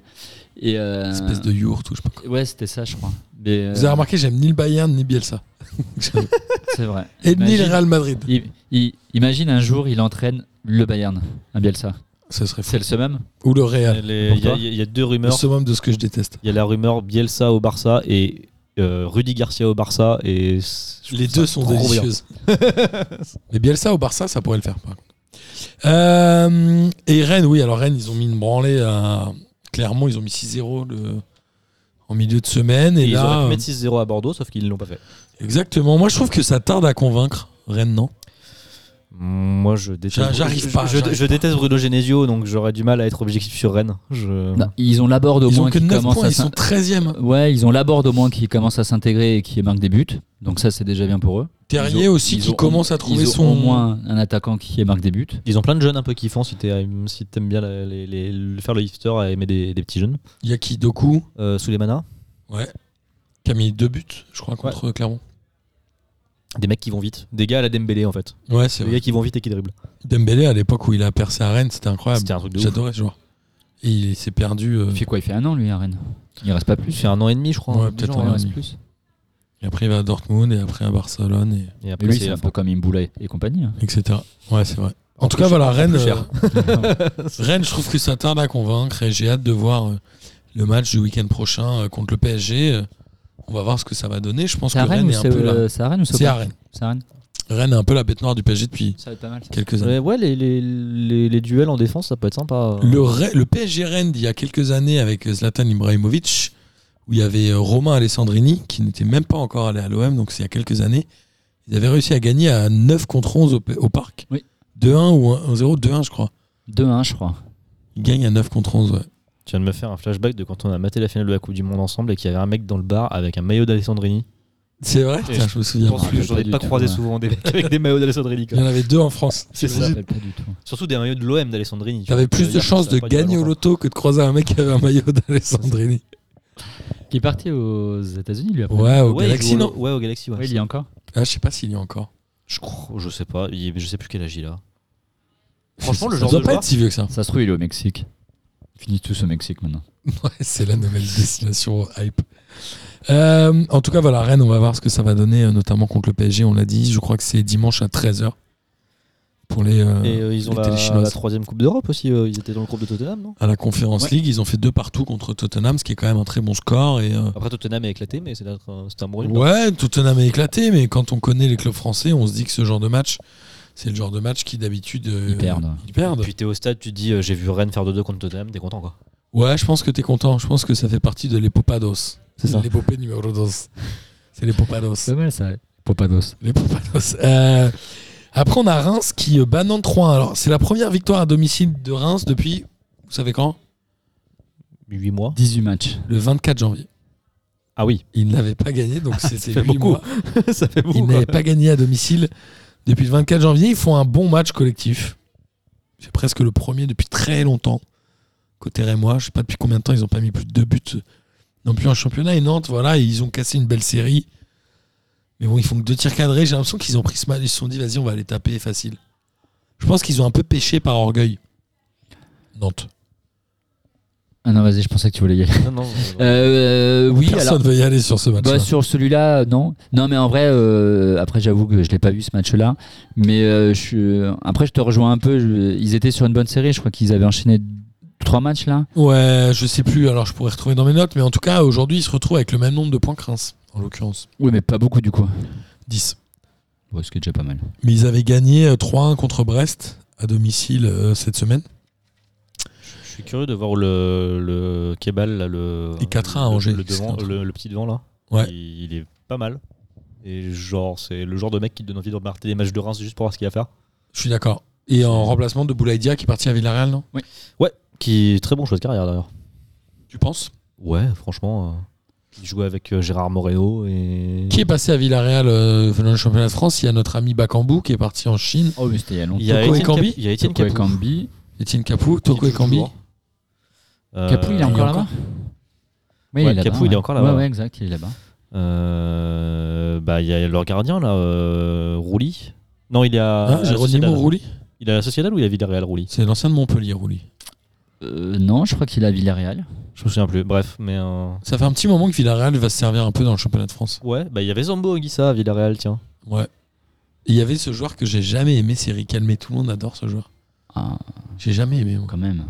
Et euh, Espèce de yurt ou je sais pas quoi. Ouais, c'était ça, je crois. Mais, euh, Vous avez remarqué, j'aime ni le Bayern ni Bielsa. C'est vrai. Et ni le Imagine- Real Madrid. Il- il- imagine un jour, il entraîne le Bayern, un Bielsa. Ce serait fou. C'est le summum Ou le Real. Il y, a- Pour toi il y a- il y a deux Le rumeurs. summum de ce que je déteste. Il y a la rumeur Bielsa au Barça et euh, Rudy Garcia au Barça. Et c- je Les trouve deux ça sont trop bien. délicieuses. Mais Bielsa au Barça, ça pourrait le faire, par contre. Euh, et Rennes, oui, alors Rennes, ils ont mis une branlée à. Clairement, ils ont mis 6-0 le- en milieu de semaine. Et Et ils auraient là. pu mettre 6-0 à Bordeaux, sauf qu'ils ne l'ont pas fait. euh, Exactement. Moi, je trouve que ça tarde à convaincre Rennes, non Moi, je déteste. j'arrive je- pas, Je, j'arrive je pas. déteste Bruno Genesio, donc j'aurais du mal à être objectif sur Rennes. Je... Non, ils ont la Borde au Ils ont moins que qui 9 commence points, à ils sont s'in- 13e. Ouais, ils ont la Borde au moins qui commence à s'intégrer et qui marque des buts. Donc ça c'est déjà bien pour eux. Terrier Ils ont- aussi ils qui ont- commence à trouver ils ont son. au moins un attaquant qui marque des buts. Ils ont plein de jeunes un peu kiffants si t'aimes si t'aimes bien la- les- les- le- faire le hipster à aimer des, des petits jeunes. Il y a qui Doku Euh, Souleymana, Ouais. Qui a mis 2 buts, je crois, contre Clermont. des mecs qui vont vite. Des gars à la Dembélé en fait. Ouais, c'est Des vrai. gars qui vont vite et qui dribblent. Dembélé, à l'époque où il a percé à Rennes, c'était incroyable. C'était un truc de ouf. J'adorais ce joueur. Et il s'est perdu. euh, Il fait quoi Il fait un an, lui, à Rennes. Il reste pas Il plus. fait un an et demi, je crois. Ouais, hein, peut-être genre, un an et reste demi. plus. et après, il va à Dortmund et après à Barcelone, et- Et Mais après, lui, c'est c'est la un fin. peu comme Imboula et et compagnie. hein. etc. Ouais, c'est vrai. En tout plus cas, cher, voilà, en plus Rennes, cher. euh, Rennes, je trouve que ça tarde à convaincre et j'ai hâte de voir euh, le match du week-end prochain euh, contre le PSG. Euh, On va voir ce que ça va donner. Je pense C'est que à Rennes Rennes ou est un c'est peu la... euh, c'est à Rennes ou C'est au à Parc Rennes. C'est à Rennes. Rennes est un peu la bête noire du PSG depuis Ça va être pas mal. ça. quelques années. Ouais, ouais, les, les, les, les duels en défense, ça peut être sympa. euh. Le, Re- le PSG Rennes d'il y a quelques années avec euh, Zlatan Ibrahimovic, où il y avait euh, Romain Alessandrini qui n'était même pas encore allé à l'OM, donc c'est il y a quelques années. Ils avaient réussi à gagner à 9 contre 11 au, au parc. Oui. 2-1 ou 1-0, 2-1, je crois. 2-1, je crois. Ils gagnent à 9 contre 11, ouais. Tu viens de me faire un flashback de quand on a maté la finale de la Coupe du Monde ensemble et qu'il y avait un mec dans le bar avec un maillot d'Alessandrini. C'est vrai Putain, je me Je souviens. pense je que me j'en ai rappelle pas pas du croisé tout, ouais. souvent des mecs avec des maillots d'Alessandrini. quoi. Il y en avait deux en France. C'est Je me ça. rappelle pas du tout. Surtout des maillots de l'OM d'Alessandrini. T'avais plus de chances de gagner au loto que de croiser un mec qui avait un maillot d'Alessandrini. Qui est parti aux États-Unis, lui, après. Ouais, au Ouais, Galaxy, il joue au- non Ouais, au Galaxy, ouais. Ouais, il y est encore. ah, Je sais pas s'il y a encore. Je crois, je sais pas, il- je sais plus quel âge il a. Franchement, le Ça genre doit de pas joueur- être si vieux que ça. Ça se trouve, il est au Mexique. Ils finissent tous au Mexique maintenant. Ouais, c'est la nouvelle destination hype. Euh, en tout cas, voilà, Rennes, on va voir ce que ça va donner, euh, notamment contre le PSG, on l'a dit. Je crois que c'est dimanche à 13h pour les, euh, Et euh, ils ont les la, télés chinoises. la troisième Coupe d'Europe aussi, euh, ils étaient dans le groupe de Tottenham, non à la Conférence League. Ils ont fait deux partout contre Tottenham, ce qui est quand même un très bon score. Et, euh, Après, Tottenham est éclaté, mais c'est un c'est un bon hein. résultat. Ouais, Tottenham est éclaté, mais quand on connaît les clubs français, on se dit que ce genre de match, c'est le genre de match qui d'habitude. euh, Ils perdent. Ils perdent. Puis t'es au stade, tu te dis euh, j'ai vu Rennes faire 2-2 contre Tottenham, t'es content quoi. Ouais, je pense que t'es content. Je pense que ça fait partie de l'épopados. C'est ça. L'épopée numéro 2. C'est l'épopados. C'est mal, ça. Popados. L'épopados. Euh, après, on a Reims qui euh, bat Nantes 3 Alors, c'est la première victoire à domicile de Reims depuis, vous savez quand 8 mois. 18 matchs. Le 24 janvier. Ah oui, Ils n'avaient pas gagné, donc c'était Ah, fait 8 beaucoup. mois. ça fait Ils beaucoup. quoi. n'avaient pas gagné à domicile depuis le 24 janvier. Ils font un bon match collectif. C'est presque le premier depuis très longtemps. Côté Rémois, je sais pas depuis combien de temps ils n'ont pas mis plus de deux buts non plus en championnat. Et Nantes, voilà, ils ont cassé une belle série. Mais bon, ils font que deux tirs cadrés. J'ai l'impression qu'ils ont pris ce match. Ils se sont dit, vas-y, on va les taper facile. Je pense qu'ils ont un peu pêché par orgueil. Nantes. Ah non, vas-y, je pensais que tu voulais y aller. Non, non, non. Euh, oui, Personne alors. veut y aller sur ce match. Bah, sur celui-là, non. Non, mais en vrai, euh, après, j'avoue que je l'ai pas vu ce match-là. Mais euh, je suis- après, je te rejoins un peu. Je- ils étaient sur une bonne série. Je crois qu'ils avaient enchaîné trois matchs là. Ouais, je sais plus. Alors, je pourrais retrouver dans mes notes. Mais en tout cas, aujourd'hui, ils se retrouvent avec le même nombre de points que Reims, en l'occurrence. Oui, mais pas beaucoup du coup. 10. Bon, ce qui est déjà pas mal. Mais ils avaient gagné euh, 3-1 contre Brest à domicile euh, cette semaine. Je suis curieux de voir le, le Kebal, là, le, Et 4-1 à le- Angers, le, devant, c'est un le, le petit devant là. Ouais. Il, il est pas mal. Et genre, c'est le genre de mec qui te donne envie de remarquer les matchs de Reims juste pour voir ce qu'il va faire. Je suis d'accord. Et en remplacement de Boulaïdia qui est parti à Villarreal, non Qui est très bon choix de carrière d'ailleurs. Tu penses Ouais, franchement. euh, il jouait avec euh, Gérard Moreno et. Qui est passé à Villarreal euh, venant du championnat de France Il y a notre ami Bakambu qui est parti en Chine. Oh, mais c'était il y a longtemps. il y a Toko Etienne Ekambi Cap- il y a Etienne Toko Capou. Ekambi. Etienne Capou, Toko Qui joue Ekambi. toujours. Euh, Capou, il est encore là-bas Oui, Ouais, il est là-bas. Capou, il est encore ouais. là-bas. Ouais, ouais, exact, il est là-bas. Euh, bah, il y a leur gardien là, euh, Rouli. Non, il est à. Hein, à Géronimo Sociedad. Rouli Il est à la Sociedad ou il est à Villarreal Rouli C'est l'ancien de Montpellier, Rouli. Euh, non, je crois qu'il est à Villarreal. Je me souviens plus. Bref, mais. euh, Ça fait un petit moment que Villarreal va se servir un peu dans le championnat de France. Ouais, bah il y avait Zambo Anguissa à Villarreal, tiens. Ouais. Et Il y avait ce joueur que j'ai jamais aimé, c'est Riquelme. Tout le monde adore ce joueur. Ah, J'ai jamais aimé. moi. quand même.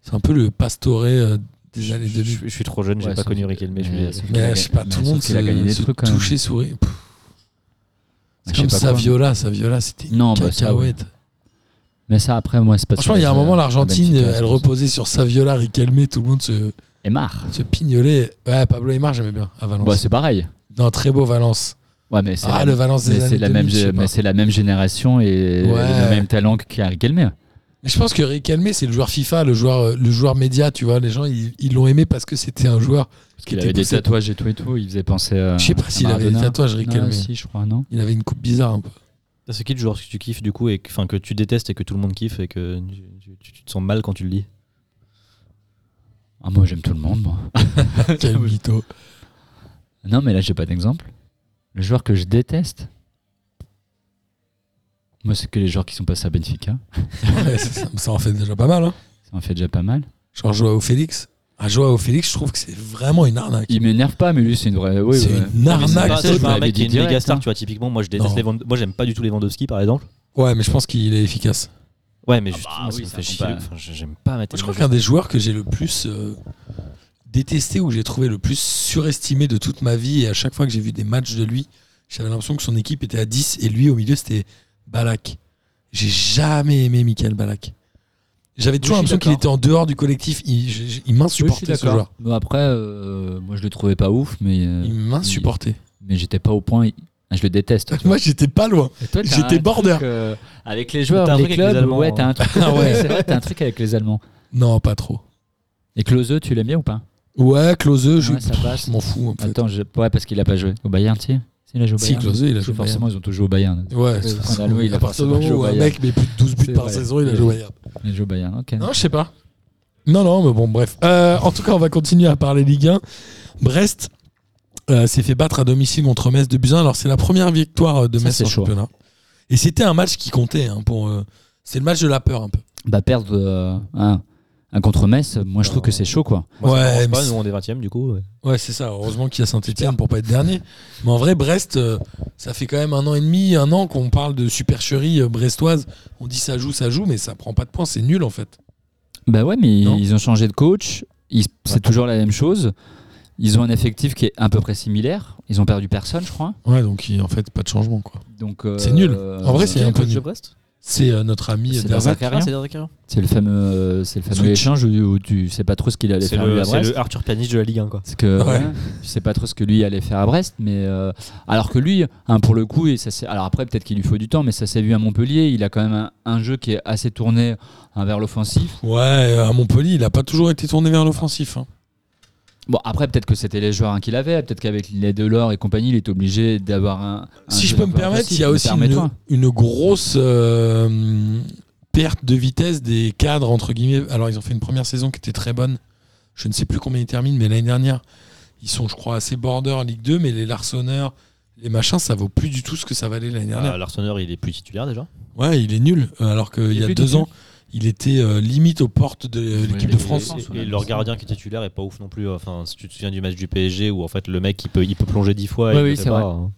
C'est un peu le pastoré euh, des années Je, 2000. je- je suis trop jeune, j'ai Ouais, pas sauf connu que- Riquelme. je suis mais désolé. sauf qu'il a Mais je sais pas, gagné- tout le mais monde sauf qu'il a gagné des se, se trucs quand même. touchait, sourit. Pff, Je C'est sais comme pas quoi. Saviola, Saviola, c'était une Non, bah, ça, cacahuète. Mais ça, après, moi, c'est pas Franchement, sur il y a un les- moment, euh, l'Argentine, Benfica, elle c'est- reposait sur Saviola, Riquelme, tout le monde se, Et marre. se pignolait. Ouais, Pablo Aymar, j'aimais bien à Valence. Bah, c'est pareil. non, très beau Valence. Ouais, mais c'est Ah, la- le Valence des mais c'est années la, même 2000, je gé- sais pas. mais c'est la même génération et Ouais. le même talent qu'à Riquelme. Mais je pense que Riquelme, c'est le joueur FIFA, le joueur, euh, le joueur média, tu vois. Les gens, ils ils l'ont aimé parce que c'était un joueur. Parce qu'il était avait des poussé. tatouages et tout et tout. Il faisait penser à. Je sais pas à s'il avait des Maradona. tatouages, Riquelme. Ah, si, je crois, non Il avait une coupe bizarre un peu. C'est qui le joueur que tu kiffes du coup et que, enfin, que tu détestes et que tout le monde kiffe et que tu- tu, tu- tu te sens mal quand tu le dis Ah, moi, j'aime tout le monde, moi. Quel mytho. Non, mais là, j'ai pas d'exemple. Le joueur que je déteste, moi, c'est que les joueurs qui sont passés à Benfica. Ouais, ça, ça me- ça en fait déjà pas mal. hein. Ça Ça en fait déjà pas mal. Genre Joao Félix. À Joao Félix, je trouve que c'est vraiment une arnaque. Il m'énerve pas, mais lui, c'est une vraie. Oui, c'est ouais. une Non, mais c'est arnaque. ça, pas- Ah, c'est je pas l'avais un mec qui dit est une méga direct, star, hein. tu vois. Typiquement, moi, je déteste Non. les Van- Moi, j'aime pas du tout les Vandovski, par exemple. Ouais, mais je pense qu'il est efficace. Ouais, mais justement, bah ça oui, me ça fait compte chier. pas. Enfin, je- j'aime pas mettre Moi, je crois qu'un des joueurs que j'ai le plus euh, détesté ou que j'ai trouvé le plus surestimé de toute ma vie, et à chaque fois que j'ai vu des matchs de lui, j'avais l'impression que son équipe était à 10 et lui au milieu c'était Balak. J'ai jamais aimé Michael Balak. J'avais toujours Oui, je suis l'impression qu'il d'accord. était en dehors du collectif. Il, je- je- il Oui, m'insupportait je ce suis d'accord. joueur. Bon, après, euh, moi, je le trouvais pas ouf, mais, euh, Il m'insupportait. mais j'étais pas au point. ah, Je le déteste. tu vois. Moi j'étais pas loin. Et toi, t'as J'étais un border. truc, euh, avec les joueurs, T'as un les truc avec les clubs, Allemands, hein. ouais, t'as un truc. Ah ouais. Oui, c'est vrai, t'as un truc avec les Allemands. Non, pas trop. Et Klose, tu l'aimes bien ou pas Ouais, Klose, je Ouais, ça passe. je m'en fous en fait. Attends, je- ouais, parce qu'il a pas joué au Bayern, tu sais. S'il a joué au si Bayern. Klose, il a joué au Bayern. Forcément, ils ont tous joué au Bayern. Ouais, c'est c'est un Allemand, il a à partir du forcément joué moment au où un Bayern. mec met plus de 12 buts C'est par vrai. saison, il a joué au Bayern. Ils jouent au Bayern, ok. Non, je sais pas. Non, non, mais bon, bref. Euh, en tout cas, on va continuer à parler Ligue 1. Brest euh, s'est fait battre à domicile contre Metz de Buzyn. Alors, c'est la première victoire de Ça, Metz c'est en chaud. championnat. Et c'était un match qui comptait. hein, pour, euh, c'est le match de la peur, un peu. Bah, perdre euh, un, un contre Metz, moi, je trouve que c'est chaud, quoi. ouais, Ouais, mais pas, c'est- nous, on est 20ème, du coup. ouais. ouais, c'est ça. Heureusement qu'il y a Saint-Etienne pour pas être dernier. Mais en vrai, Brest, euh, ça fait quand même un an et demi, un an qu'on parle de supercherie euh, brestoise. On dit ça joue, ça joue, mais ça prend pas de points. C'est nul, en fait. Bah ouais, mais Non. ils ont changé de coach. Ils- C'est toujours la même chose. Ils ont un effectif qui est à peu près similaire. Ils ont perdu personne, je crois. Ouais, donc il- en fait, pas de changement, quoi. Donc euh, C'est nul. En vrai, c'est un peu Coach de nul. Brest C'est euh, notre ami euh, C'est Derzak. Derzak. Rien. Ah, c'est Derzak, rien. C'est le fameux, euh, c'est le fameux Switch. échange où, où tu sais pas trop ce qu'il allait C'est faire lui le à c'est Brest. le Arthur Pianiste de la Ligue 1, quoi. C'est que Ouais. ouais, tu sais pas trop ce que lui allait faire à Brest, mais euh, alors que lui, hein, pour le coup, et ça s'est- alors après peut-être qu'il lui faut du temps, mais ça s'est vu à Montpellier. Il a quand même un, un jeu qui est assez tourné hein, vers l'offensif. Ouais, euh, à Montpellier, il a pas toujours été tourné vers l'offensif. hein. Bon après peut-être que c'était les joueurs hein, qu'il avait, peut-être qu'avec les Delors et compagnie, il est obligé d'avoir un. un Si jeu je peux un me peu permettre, offensif, il y a mais aussi une, permets-toi. une grosse euh, perte de vitesse des cadres, entre guillemets. Alors, ils ont fait une première saison qui était très bonne. Je ne sais plus combien ils terminent, mais l'année dernière, ils sont, je crois, assez border en Ligue 2, mais les Larsonneurs, les machins, ça vaut plus du tout ce que ça valait l'année dernière. Ah, Larsonneur, il est plus titulaire déjà. Ah Ouais, il est nul, euh, alors qu'il Il est y a plus deux nul. ans, il était euh, limite aux portes de euh, l'équipe mais de il est- France. Et, et leur gardien qui est titulaire est pas ouf non plus. euh, Enfin, si tu te souviens du match du PSG où en fait le mec il peut, il peut plonger 10 fois. et Ouais, il oui, le fait c'est pas, vrai. hein.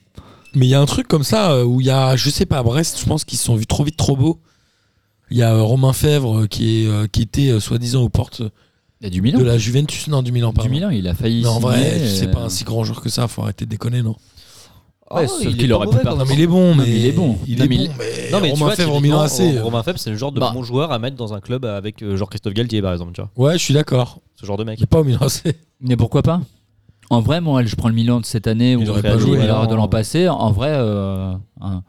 Mais il y a un truc comme ça euh, où il y a, je sais pas, à Brest, je pense qu'ils se sont vus trop vite, trop beaux. Il y a euh, Romain Fèvre euh, qui, est, euh, qui était euh, soi-disant aux portes Il y a du Milan. de la Juventus, non, du Milan, Du pardon. Milan, il a failli. Mais en signer, vrai, c'est euh, pas un si grand joueur que ça, faut arrêter de déconner, non Ouais, Ah, sauf il est qu'il pas aurait pu mauvais, partir. quand Non, même. mais il est bon, Non, mais, mais il est bon. Il Non, est mais bon, il- mais, Non, mais tu Romain vois, Fèvre au Milan typiquement, AC. euh. Romain Fèvre, c'est le genre de Bah. bon joueur à mettre dans un club avec euh, genre Christophe Galtier par exemple, tu vois. Ouais, je suis d'accord. Ce genre de mec. Il est pas au Milan AC. Mais pourquoi pas En vrai, moi, je prends le Milan de cette année ou aurait le pas joué, Milan de non. l'an passé. En vrai, euh, un,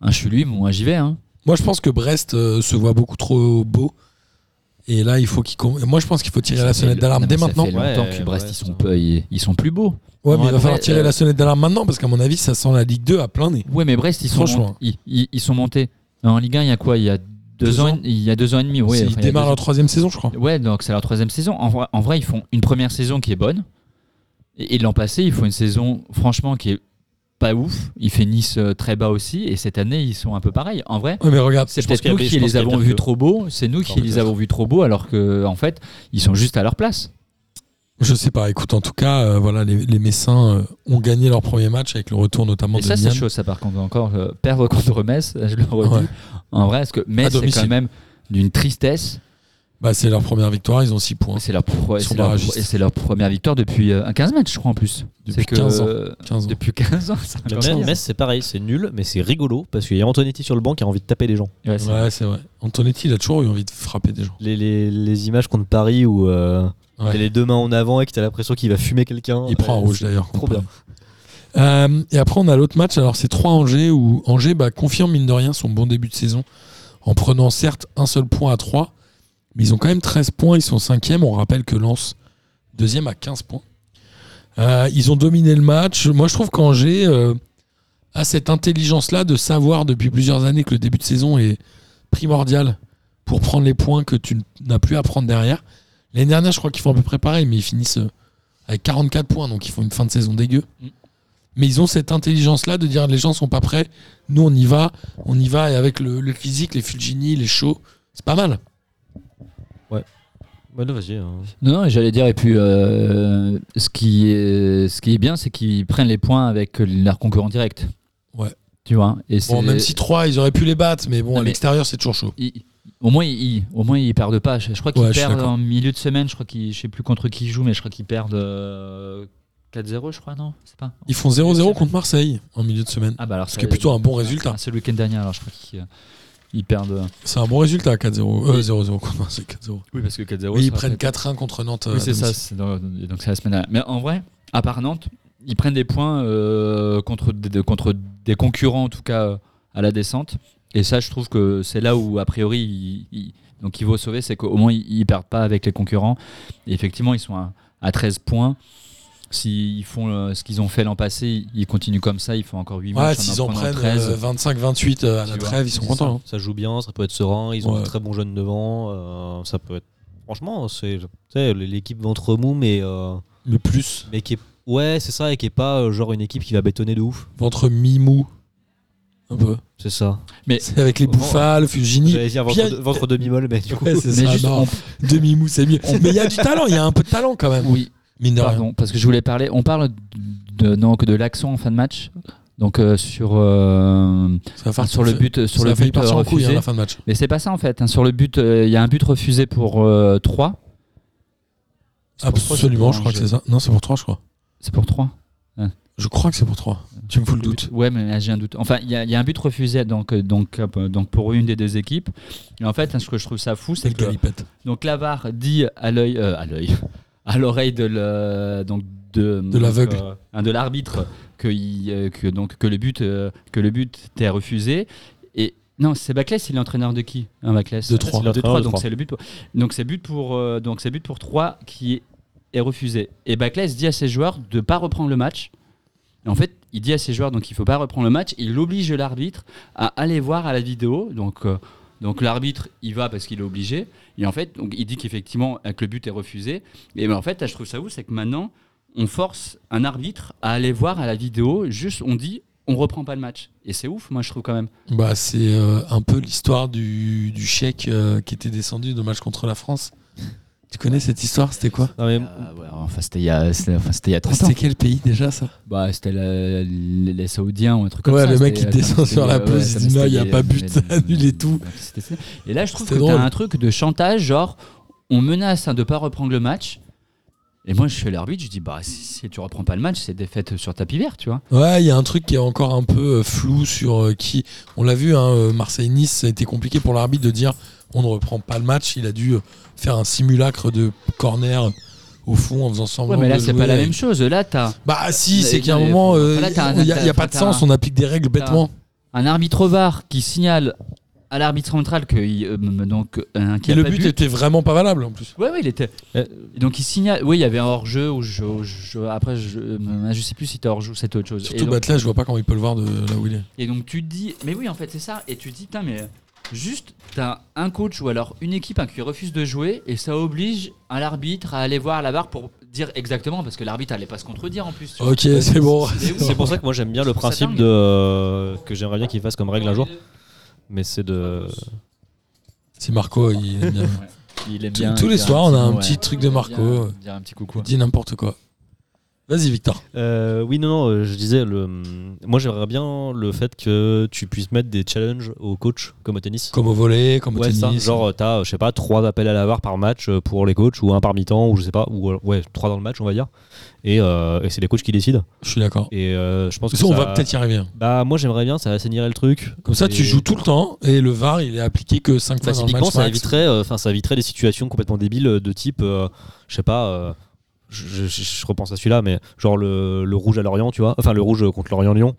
un je suis lui, moi j'y vais. Hein. Moi, je pense que Brest euh, se voit beaucoup trop beau. Et là, il faut qu'il. com- Moi, je pense qu'il faut tirer Ça la fait sonnette le- d'alarme non, dès mais maintenant. Ça fait longtemps Ouais, que Brest, ouais, ils, sont putain. peu- ils, ils sont plus beaux. Ouais, mais Non, il va falloir après, tirer euh, la sonnette d'alarme maintenant parce qu'à mon avis, ça sent la Ligue 2 à plein nez. Ouais, mais Brest, ils sont, Franchement. mont- ils, ils- ils sont montés. En Ligue 1, il y a quoi Il y a deux, Deux ans, ans Il y a deux ans et demi. Ouais, C'est- enfin, ils il y a démarrent deux- leur troisième saison, je crois. Ouais, donc c'est leur troisième saison. En vrai, en vrai, ils font une première saison qui est bonne. Et, et l'an passé, ils font une saison, franchement, qui est pas ouf. Il fait Nice euh, très bas aussi. Et cette année, ils sont un peu pareils. En vrai, Ouais, mais regarde, C'est Je pense peut-être qu'il y nous avait- qui je pense les qu'il y a avons pire vus que- trop beaux, c'est nous qui Enfin, les peut-être. avons vus trop beaux, alors que en fait, ils sont juste à leur place. Je sais pas. Écoute, en tout cas, euh, voilà, les, les Messins euh, ont gagné leur premier match avec le retour notamment Et de ça, c'est Nian. chaud, ça par contre encore euh, perdre contre Metz, je le redis. Ouais. En vrai, parce que À Metz c'est domicile. quand même d'une tristesse. Bah, c'est leur première victoire. Ils ont 6 points. C'est leur, pro- Ils sont c'est leur, barragistes. et c'est leur première victoire depuis euh, un 15 matchs, je crois en plus. Depuis C'est que, 15 ans. euh, 15 ans. depuis 15 ans. c'est Mais encore pire. Metz, c'est pareil, c'est nul, mais c'est rigolo parce qu'il y a Antonetti sur le banc qui a envie de taper les gens. Ouais, c'est- Ouais, c'est vrai. Antonetti, il a toujours eu envie de frapper des gens. Les, les, les images contre Paris où euh, Ouais. t'as les deux mains en avant et que t'as l'impression qu'il va fumer quelqu'un. Il prend un rouge d'ailleurs. Trop bien. Euh, et après, on a l'autre match. Alors, c'est 3 Angers où Angers bah, confirme, mine de rien, son bon début de saison en prenant certes un seul point à 3, mais ils ont quand même 13 points. Ils sont 5e. On rappelle que Lens, deuxième à 15 points. Euh, ils ont dominé le match. Moi, je trouve qu'Angers euh, a cette intelligence-là de savoir depuis plusieurs années que le début de saison est primordial pour prendre les points que tu n'as plus à prendre derrière. L'année dernière, je crois qu'ils font à peu près pareil, mais ils finissent euh, avec 44 points, donc ils font une fin de saison dégueu. Mm. Mais ils ont cette intelligence-là de dire les gens sont pas prêts, nous on y va, on y va, et avec le, le physique, les Fulgini, les shows, c'est pas mal. Ouais, non, vas-y. hein. Non, non, j'allais dire, et puis euh, ce, qui est, ce qui est bien, c'est qu'ils prennent les points avec leur concurrent direct. Ouais. Tu vois et c'est- Bon, même si 3, ils auraient pu les battre, mais bon, Non, à mais- l'extérieur, c'est toujours chaud. ils- au, moins, ils, au moins, ils perdent pas. Je, je crois qu'ils Ouais, je suis perdent d'accord. en milieu de semaine, je crois qu'ils, je sais plus contre qui ils jouent, mais je crois qu'ils perdent euh, 4-0, je crois, non C'est pas Ils font 0-0 contre Marseille en milieu de semaine. Ah bah alors, Ce qui est plutôt un bon résultat. Ah, c'est le week-end dernier, alors je crois qu'ils euh, ils perdent. euh, C'est un bon résultat, 4-0. Euh, 0-0 contre Marseille, 4-0. Oui, parce que 4-0. Oui, ça ils va prennent peut-être- 4-1 contre Nantes. euh, Oui, c'est à ça. domicile. c'est dans- donc c'est la semaine dernière. Mais en vrai, à part Nantes, ils prennent des points euh, contre, des, de- contre des concurrents, en tout cas, euh, à la descente. Et ça, je trouve que c'est là où, a priori, ils- ils- donc il vaut sauver, c'est qu'au moins, ils ne perdent pas avec les concurrents. Et effectivement, ils sont à, à 13 points. S'ils font euh, ce qu'ils ont fait l'an passé, ils continuent comme ça, ils font encore 8 Ouais, matchs. s'ils en en prenant prennent euh, 25-28 euh, à la Tu vois, trêve, ils sont c'est contents. Ça joue bien, ça peut être serein. Ils ont Ouais. des très bons jeunes devant. euh, ça peut être. Franchement, c'est tu sais, l'équipe ventre mou, mais, euh, hein. Mais plus, mais qui est. Ouais, c'est ça, et qui est pas euh, genre une équipe qui va bétonner de ouf. ventre mi-mou. Un peu. C'est ça. C'est avec les Bon, bouffales, Fujini. J'allais dire bien- ventre, ventre demi-molle, mais du coup. Ouais, c'est Mais ça, juste, non. Demi-mou, c'est mieux. Mais il y a du talent, il y a un peu de talent quand même. Oui, Mine de rien. Pardon, parce que je voulais parler. On parle de, non, que de l'action en fin de match. Donc euh, sur euh, Ça va faire- sur le but sur ça le a failli but euh, partir en couille hein, à refusé. la fin de match. Mais c'est pas ça en fait. hein. Sur le but, euh, il y a un but refusé pour euh, 3. Absolument, je crois que c'est ça. Non, c'est pour 3, je crois. C'est pour 3. Je crois que c'est pour 3. Tu me fous le doute. Ouais, mais là, j'ai un doute. Enfin, il y, a- il y a un but refusé donc, euh, donc, euh, donc pour une des deux équipes. Et en fait, hein, ce que je trouve ça fou, C'est c'est le que galipette. donc l'avare dit à l'œil, euh, à l'œil, à l'oreille de le- donc de, De l'aveugle. donc, euh, hein, de l'arbitre que, il, euh, que donc que le but euh, que le but t'est refusé et non c'est Baclès il est l'entraîneur de qui hein, Baclès De Troyes. Ah, c'est de Troyes, L'entraîneur de donc Troyes. c'est le but pour, donc c'est but pour euh, donc c'est but pour 3 qui est, est refusé et Baclès dit à ses joueurs de pas reprendre le match et en fait il dit à ses joueurs donc il faut pas reprendre le match il oblige l'arbitre à aller voir à la vidéo donc euh, donc l'arbitre, il va parce qu'il est obligé. Et en fait, donc, il dit qu'effectivement, euh, que le but est refusé. Et ben en fait, là, je trouve ça ouf, c'est que maintenant, on force un arbitre à aller voir à la vidéo, juste on dit, on reprend pas le match. Et c'est ouf, moi, je trouve quand même. Bah, c'est euh, un peu l'histoire du, du Tchèque euh, qui était descendu de match contre la France. Tu connais cette histoire C'était quoi Non, mais Euh, Ah, enfin, c'était il y a, il y a C'était quel pays déjà ça Bah, c'était la- les, les Saoudiens ou un truc comme Ouais, ça. le mec, C'était- il descend c'était- sur la pelouse, il ça, dit, non, il y a c'était- pas but, ça annule et tout. C'était- Et là, je trouve que C'était t'as drôle. un truc de chantage, genre, on menace hein, de pas reprendre le match. Et moi, je suis l'arbitre, je dis, bah, si, si tu reprends pas le match, c'est défaite sur tapis vert, tu vois. Ouais, il y a un truc qui est encore un peu euh, flou sur euh, qui. On l'a vu, hein, euh, Marseille-Nice, ça a été compliqué pour l'arbitre de dire on ne reprend pas le match. Il a dû euh, faire un simulacre de corner au fond en faisant semblant. Ouais, mais là, de c'est jouer pas la avec- même chose. Là, t'as Bah, si, Mais- c'est qu'à un mais- moment, euh, Là, il t'as un- n'y a, il y a pas de t'as- sens, on applique des règles bêtement. un arbitre au VAR qui signale à l'arbitre central que il, euh, donc euh, qu'il Et y a le pas but, but. était vraiment pas valable en plus. Ouais, ouais, il était. Euh, Et donc il signale. Oui, il y avait un hors jeu ou je, je- après je, euh, je sais plus si c'était hors jeu, c'était autre chose. et, Surtout, donc, bah, là, je vois pas comment il peut le voir de là où il est. et donc, tu te dis, mais oui, en fait c'est ça. Et tu te dis, putain, mais juste t'as un coach ou alors une équipe hein, qui refuse de jouer et ça oblige à l'arbitre à aller voir la barre pour dire exactement parce que l'arbitre allait pas se contredire en plus. tu vois. Ok, c'est bon. C'est c'est pour ça que moi j'aime bien le Je trouve ça principe dingue. de. euh, que j'aimerais bien qu'il fasse comme règle un jour, mais c'est de. Si Marco, il aime bien. Il aime Tous- bien tous les dire soirs, on a un mot, petit truc de Il aime Marco. bien Dire un petit coucou. il dit n'importe quoi. Vas-y, Victor. Euh, oui, non, non, euh, je disais, le... moi j'aimerais bien le fait que tu puisses mettre des challenges aux coachs comme au tennis. Comme au volet, comme au Ouais, ça. tennis. Genre, euh, t'as, euh, je sais pas, trois appels à la VAR par match euh, pour les coachs, ou un par mi-temps, ou je sais pas, ou euh, ouais, trois dans le match, on va dire. Et, euh, et c'est les coachs qui décident. Je suis d'accord. Et euh, je pense que Ça, on ça- va peut-être y arriver. Bah, moi j'aimerais bien, ça assainirait le truc. Comme ça, tu Et- joues tout le temps et le VAR, il est appliqué que 5 Bah, fois dans le typiquement, match. ça max. éviterait, euh, enfin, ça éviterait des situations complètement débiles euh, de type, euh, je sais pas, euh, je, je- je repense à celui-là, mais genre le, le rouge à Lorient, tu vois, enfin le rouge contre Lorient-Lyon,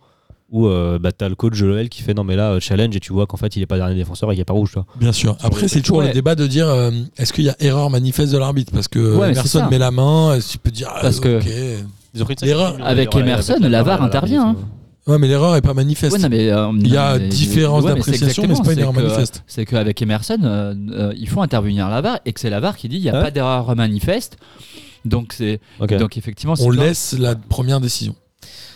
où euh, bah, t'as le coach de l'OL qui fait non mais là euh, challenge et tu vois qu'en fait il est pas dernier défenseur et qu'il est pas rouge, tu vois. Bien sûr. Après, c'est toujours le Ouais. débat de dire euh, est-ce qu'il y a erreur manifeste de l'arbitre Parce que Ouais, mais c'est personne ça. met la main, est-ce que tu peux dire. ah, Parce que- ok. Ils ont pris une sacrée L'erreur- figure, Avec d'ailleurs, ouais, Emerson, avec la VAR barre à l'arbitre, intervient, hein. euh. Ouais, mais l'erreur est pas manifeste. Ouais, non, mais, euh, Il y non, a mais- différence ouais, mais d'appréciation, c'est mais c'est pas une erreur exactement, c'est que- manifeste. C'est qu'avec Emerson, euh, euh, il faut intervenir à la VAR et que c'est la VAR qui dit il n'y a Ah ouais pas d'erreur manifeste. Donc, c'est Ok. De donc effectivement, c'est On toi- laisse la première décision.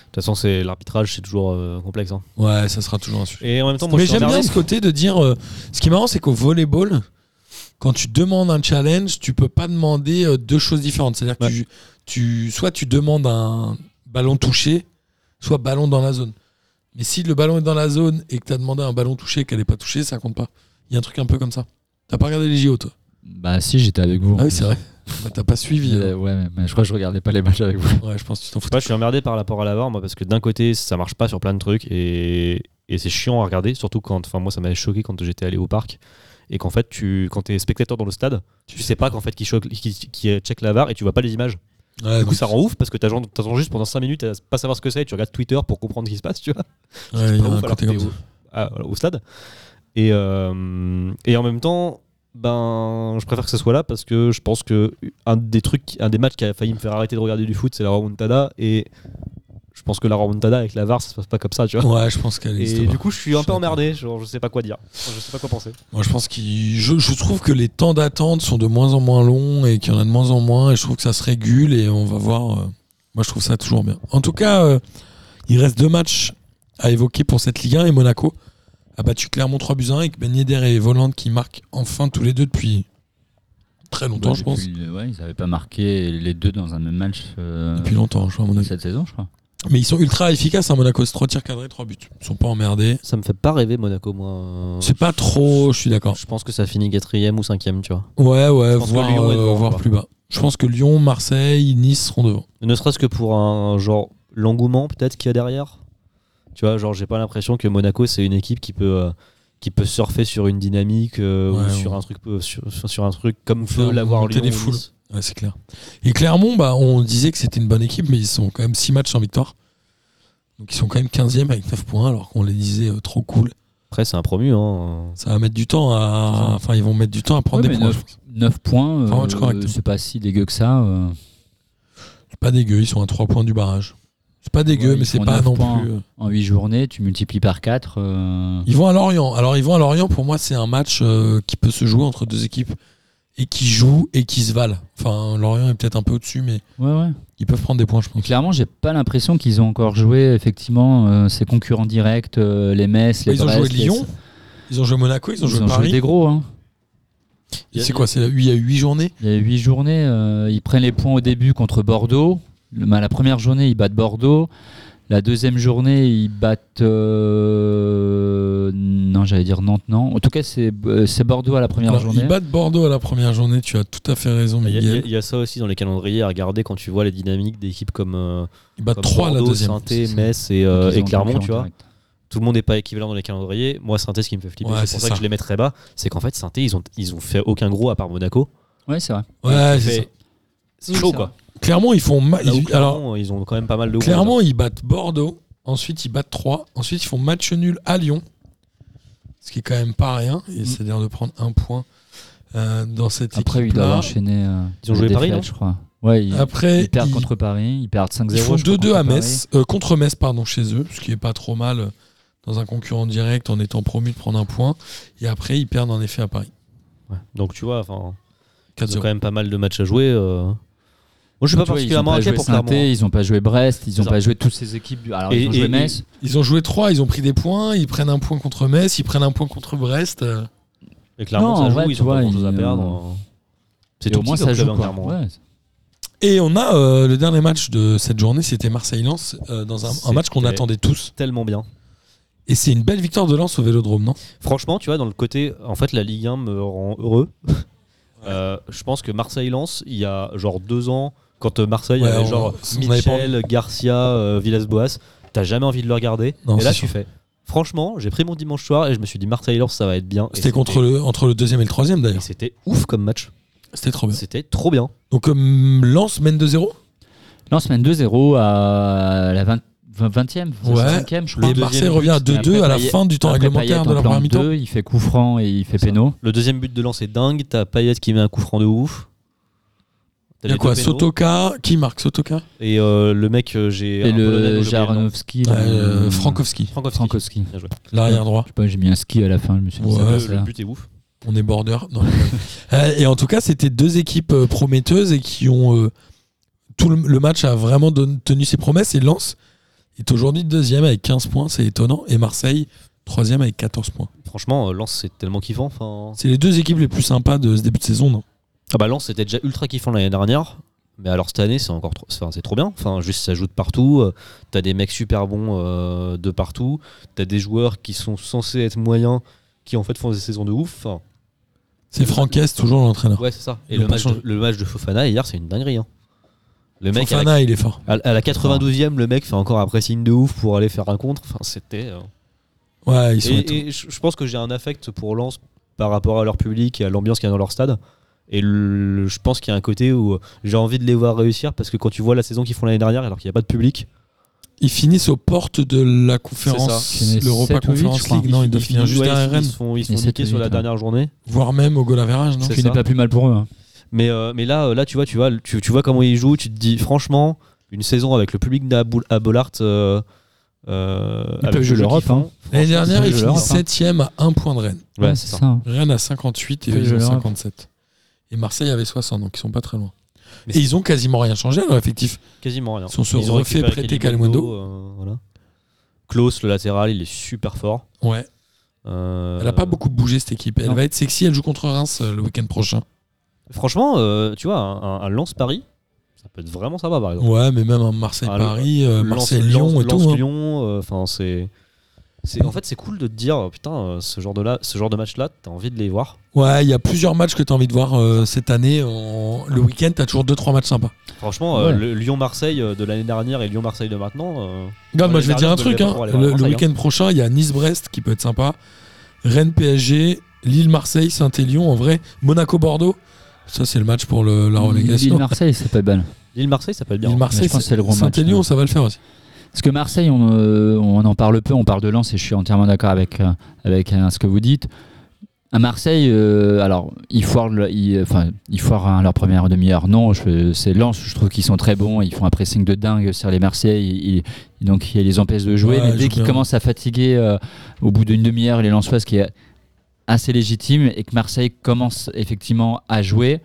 toute façon, c'est l'arbitrage, c'est toujours euh, complexe. hein. Ouais, ça sera toujours un sujet. Et en même temps, moi, mais je suis j'aime bien emmerdé- ce côté de dire. euh, ce qui est marrant, c'est qu'au volleyball, quand tu demandes un challenge, tu peux pas demander euh, deux choses différentes. C'est-à-dire que Ouais. tu, tu- soit tu demandes un ballon touché, soit ballon dans la zone. Mais si le ballon est dans la zone et que tu as demandé un ballon touché et qu'elle n'est pas touchée, ça compte pas. Il y a un truc un peu comme ça. T'as pas regardé les JO, toi Bah si, j'étais avec vous. Ah oui, c'est vrai. Bah, T'as pas suivi. Euh, alors. ouais, mais- mais je crois que je regardais pas les matchs avec vous. Ouais, je pense que tu t'en fous. Moi, je suis emmerdé par rapport à la VAR, moi, parce que d'un côté, ça marche pas sur plein de trucs et, et c'est chiant à regarder, surtout quand. Enfin, moi, ça m'avait choqué quand j'étais allé au parc et qu'en fait, tu, quand t'es spectateur dans le stade, tu sais pas qu'en fait, qui, choque- qui, qui check la VAR et tu vois pas les images. Ouais, Du coup, donc- ça rend ouf parce que t'attends t'attends juste pendant 5 minutes à pas savoir ce que c'est et tu regardes Twitter pour comprendre ce qui se passe, tu vois. ouais, il y a un Pas Bah, ouf, alors côté que comme t'es ça. au, à- voilà, au stade. Et, euh, et en même temps, ben, je préfère que ce soit là parce que je pense que un des trucs, un des matchs qui a failli me faire arrêter de regarder du foot, c'est la remontada. Et je pense que la remontada avec la VAR, ça se passe pas comme ça, tu vois. Ouais, je pense qu'elle existe et pas. du coup, je suis un Je peu suis emmerdé. Genre, je sais pas quoi dire. Je sais pas quoi penser. Moi, je pense qu'il. Je, je trouve que les temps d'attente sont de moins en moins longs et qu'il y en a de moins en moins. Et je trouve que ça se régule et on va voir. euh, Moi, je trouve ça toujours bien. En tout cas, euh, il reste deux matchs à évoquer pour cette Ligue 1 et Monaco a battu Clermont 3 buts à 1 avec Ben Yedder et Volante qui marquent enfin tous les deux depuis très longtemps, Bah, je pense. Bah, Depuis- Ouais, ils avaient pas marqué les deux dans un même match euh, Depuis longtemps, je crois, à mon avis. cette saison, je crois. Mais ils sont ultra efficaces à Monaco. C'est 3 tirs cadrés, 3 buts. Ils sont pas emmerdés. Ça me fait pas rêver Monaco, moi. C'est pas trop, je suis d'accord. Je pense que ça finit quatrième ou cinquième, tu vois. Ouais, ouais, Je pense que voire, Lyon est euh, devant, voire quoi. plus bas. Je pense que Lyon, Marseille, Nice seront devant. Ne serait-ce que pour un genre l'engouement peut-être qu'il y a derrière. Tu vois, genre j'ai pas l'impression que Monaco c'est une équipe qui peut euh, qui peut surfer sur une dynamique euh, Ouais, ou sur ouais. un truc peu- sur, sur- sur un truc comme Faire peut l'avoir monter Lyon. les ou foules. Nice. Ouais, c'est clair. Et Clermont, bah, on disait que c'était une bonne équipe, mais ils sont quand même 6 matchs sans victoire. Donc ils sont quand même 15e avec 9 points, alors qu'on les disait euh, trop cool. Après c'est un promu hein. Ça va mettre du temps à. Enfin, ils vont mettre du temps à prendre Ouais, des mais points. neuf- je pense. 9 points, Enfin, match euh, correct. c'est pas si dégueu que ça. euh. C'est pas dégueu, ils sont à 3 points du barrage. C'est pas dégueu, Ouais, mais ils c'est font pas neuf non points. plus. euh. En 8 journées, tu multiplies par euh, 4. Ils vont à Lorient. Alors, ils vont à Lorient, pour moi, c'est un match euh, qui peut se jouer entre deux équipes et qui jouent et qui se valent. Enfin, Lorient est peut-être un peu au-dessus, mais Ouais, ouais. ils peuvent prendre des points, je pense. Clairement, j'ai pas l'impression qu'ils ont encore joué effectivement euh, ces concurrents directs, euh, les Metz, les Ils ont Brest, joué les- Lyon, ils ont joué Monaco, ils ont Ils joué ont joué Paris. des gros. hein. Et C'est quoi c'est la- Il y a 8 journées Il y a 8 journées, euh, ils prennent les points au début contre Bordeaux. Le- bah, la première journée, ils battent Bordeaux. La deuxième journée, ils battent. euh, non, j'allais dire Nantes, non. En tout cas, c'est euh, c'est Bordeaux à la première Alors, journée. Bah, Ils battent Bordeaux à la première journée, tu as tout à fait raison, Il y a- il y, a- Miguel. il y a ça aussi dans les calendriers à regarder quand tu vois les dynamiques d'équipes comme, euh, Ils battent comme 3 à la Bordeaux, deuxième. Saint-Étienne, C'est ça. Metz et, euh, Donc, ils et ont Clermont, concurrent tu vois. direct. tout le monde n'est pas équivalent dans les calendriers. Moi, Saint-Étienne, ce qui me fait flipper, Ouais, c'est c'est pour ça, ça. que je les mets très bas, c'est qu'en fait, saint ils ont, ils ont fait aucun gros à part Monaco. Ouais, c'est vrai. Ouais, c'est Fait- ça. c'est Oui, chaud, c'est quoi. vrai. Clairement, ils font. ma- Là où Ah, ils- Clermont, Alors, ils ont quand même pas mal de gros, clairement, ils battent Bordeaux. Ensuite, ils battent 3. Ensuite, ils font match nul à Lyon. Ce qui est quand même pas rien. Et c'est-à-dire de prendre un point euh, dans cette Mm. Après, ils doivent équipe-là. enchaîner. euh, Ils ont des joué Paris, défaites, non je crois. Ouais, ils, Après, ils perdent ils- contre Paris, ils perdent 5-0. Ils font je crois, 2-2 contre à Paris. Metz, euh, contre Metz, pardon, chez eux, ce qui est pas trop mal euh, dans un concurrent direct en étant promu de prendre un point. Et après, ils perdent en effet à Paris. hein. Ouais. Donc tu vois, enfin, ils ont 4-0. quand même pas mal de matchs à jouer. euh. Moi, je suis pas Bah, Tu vois, ils particulièrement ont pas inquiet joué pour Saint-Étienne, Clermont. hein. Ils ont pas joué Brest, ils ont ça. pas joué toutes ces équipes. du- Alors, Et- ils ont joué et- Metz. Ils ont joué 3, ils ont pris des points, ils prennent un point contre Metz, ils prennent un point contre Brest. euh. hein. Et Clermont, Non, ça en joue, vrai, ils tu ont pas vois, grand-chose à ils, perdre. hein. C'est Et tout au moins, petit ça comme joue. club, quoi. Clermont. hein. Ouais, Et on a euh, le dernier match de cette journée, c'était Marseille-Lens, euh, dans un, un match qu'on C'était- attendait tous. Tellement bien. Et c'est une belle victoire de Lens au Vélodrome, non Franchement, tu vois, dans le côté, en fait, la Ligue 1 me rend heureux. Euh, je pense que Marseille-Lens, il y a genre deux ans, quand euh, Marseille Ouais, avait on- genre on avait pas Michel, Garcia, euh, Villas-Boas, t'as jamais envie de le regarder. Non, et là, c'est tu sûr. fais. Franchement, j'ai pris mon dimanche soir et je me suis dit Marseille-Lens, ça va être bien. Et C'était contre le, entre le deuxième et le troisième et d'ailleurs. C'était ouf comme match. C'était trop bien. C'était trop bien. Donc euh, Lens mène 2-0 Lens mène 2-0 à la 20, 20e, 25e, je crois. et Marseille but. revient à Et 2-2 à la après, fin du temps Après, réglementaire Payet de en la plan première mi-temps. deux, Il fait coup franc et il fait C'est ça. péno. Le deuxième but de lance est dingue. T'as Payet qui met un coup franc de ouf. T'as Il y a les quoi deux pénaux. Sotoka Qui marque Sotoka Et euh, le mec, euh, j'ai. Et un Polonais dont le j'ai oublié nom. Jaranovski. Euh, le- Frankowski, Frankowski. Frankowski. Bien joué. l'arrière droit. Je sais pas, j'ai mis un ski à la fin, je me suis dit Ouais, ça va, Le- ça le, va. but est ouf. On est border. Non. Euh, et en tout cas, c'était deux équipes euh, prometteuses et qui ont. euh, tout le, le match a vraiment don- tenu ses promesses et Lens est aujourd'hui deuxième avec 15 points, c'est étonnant. Et Marseille, troisième avec 14 points. franchement, euh, Lens, c'est tellement kiffant. Enfin, C'est les deux équipes les plus sympas de ce début de saison, non Ah bah Lens c'était déjà ultra kiffant l'année dernière, mais alors cette année c'est encore trop, enfin, c'est trop bien. Enfin juste ça joue de partout, euh, t'as des mecs super bons euh, de partout, t'as des joueurs qui sont censés être moyens, qui en fait font des saisons de ouf. Enfin, C'est Franquès, toujours l'entraîneur. ouais c'est ça. Et Ils ont le pas match, changé. de, le match de Fofana hier c'est une dinguerie. hein. Le mec à la, Fofana, il est fort. à- à la 92e le mec fait encore un pressing de ouf pour aller faire un contre. Enfin c'était. euh, Ouais, ils sont et- étonnants. et je je pense que j'ai un affect pour Lens par rapport à leur public et à l'ambiance qu'il y a dans leur stade. Et le- je pense qu'il y a un côté où j'ai envie de les voir réussir parce que quand tu vois la saison qu'ils font l'année dernière alors qu'il n'y a pas de public, Ils finissent aux portes de la conférence, Ils finissent l'Europa sept ou huit, je Conference crois. League. Non, ils doivent finir juste ouais, derrière ils- Rennes, Ils se font, ils se Et font sept niquer ou sur la huit, dernière journée. voire même au goal average, non C'est Ce qui ça. n'est pas plus mal pour eux. hein. Mais, euh, mais là, euh, là, tu vois, tu vois, tu, tu vois comment ils jouent. Tu te dis franchement, une saison avec le public d'Aboul- à Bollard. euh, euh, Ils avec peuvent le jouer jeu l'Europe. qu'ils font. hein. L'année Franchement, dernière, c'est ils le leur, finissent hein. 7ème à 1 point de Rennes. Ouais, c'est ça. ça. Rennes à 58 et C'est eux, ils le ont leur. 57. Et Marseille avait 60, donc ils sont pas très loin. Mais et ils ont quasiment rien changé à leur effectif. Quasiment rien. Ils ont se ont refait récupéré prêter Kalimundo, euh, voilà. Klaus, le latéral, il est super fort. Ouais. Euh, Elle n'a pas beaucoup bougé cette équipe. Elle non. va être sexy, elle joue contre Reims euh, le week-end prochain. Franchement, euh, tu vois, un, un Lance Paris, ça peut être vraiment sympa par exemple. Ouais, mais même un Ah, Marseille-Paris, euh, Marseille-Lyon et tout. hein. Lyon, euh, enfin c'est. c'est- En fait, c'est cool de te dire, euh, putain, euh, ce genre de, là, ce genre de match-là, t'as envie de les voir. Ouais, il y a plusieurs matchs que tu as envie de voir euh, cette année. En- Le week-end, tu as toujours 2-3 matchs sympas. Franchement, euh, Ouais. le Lyon-Marseille euh, de l'année dernière et Lyon-Marseille de maintenant, euh, Regarde, Ouais, moi les je vais te dire dernières, un je peux les truc. hein. voir aller voir Le, à le Marseille, week-end prochain, il y a Nice-Brest qui peut être sympa. Rennes-PSG, Lille-Marseille, Saint-Élion en vrai. Monaco-Bordeaux. Ça, c'est le match pour le- la relégation. Lille-Marseille, c'est pas mal. Lille-Marseille, ça peut être bien. Mais Lille-Marseille, je pense que c'est le gros match, Saint-Élion, ouais. ça va le faire aussi. Parce que Marseille, on, euh, on en parle peu, on parle de Lens et je suis entièrement d'accord avec, euh, avec euh, ce que vous dites. À Marseille, euh, alors, ils foirent, le- ils, euh, enfin, ils foirent hein, leur première demi-heure. Non, je- c'est Lens, je trouve qu'ils sont très bons, ils font un pressing de dingue sur les Marseillais, ils- ils- donc ils les empêchent de jouer. Ouais, mais ils dès jouent qu'ils bien. commencent à fatiguer euh, au bout d'une demi-heure, les Lensois, ce qui est assez légitime, et que Marseille commence effectivement à jouer,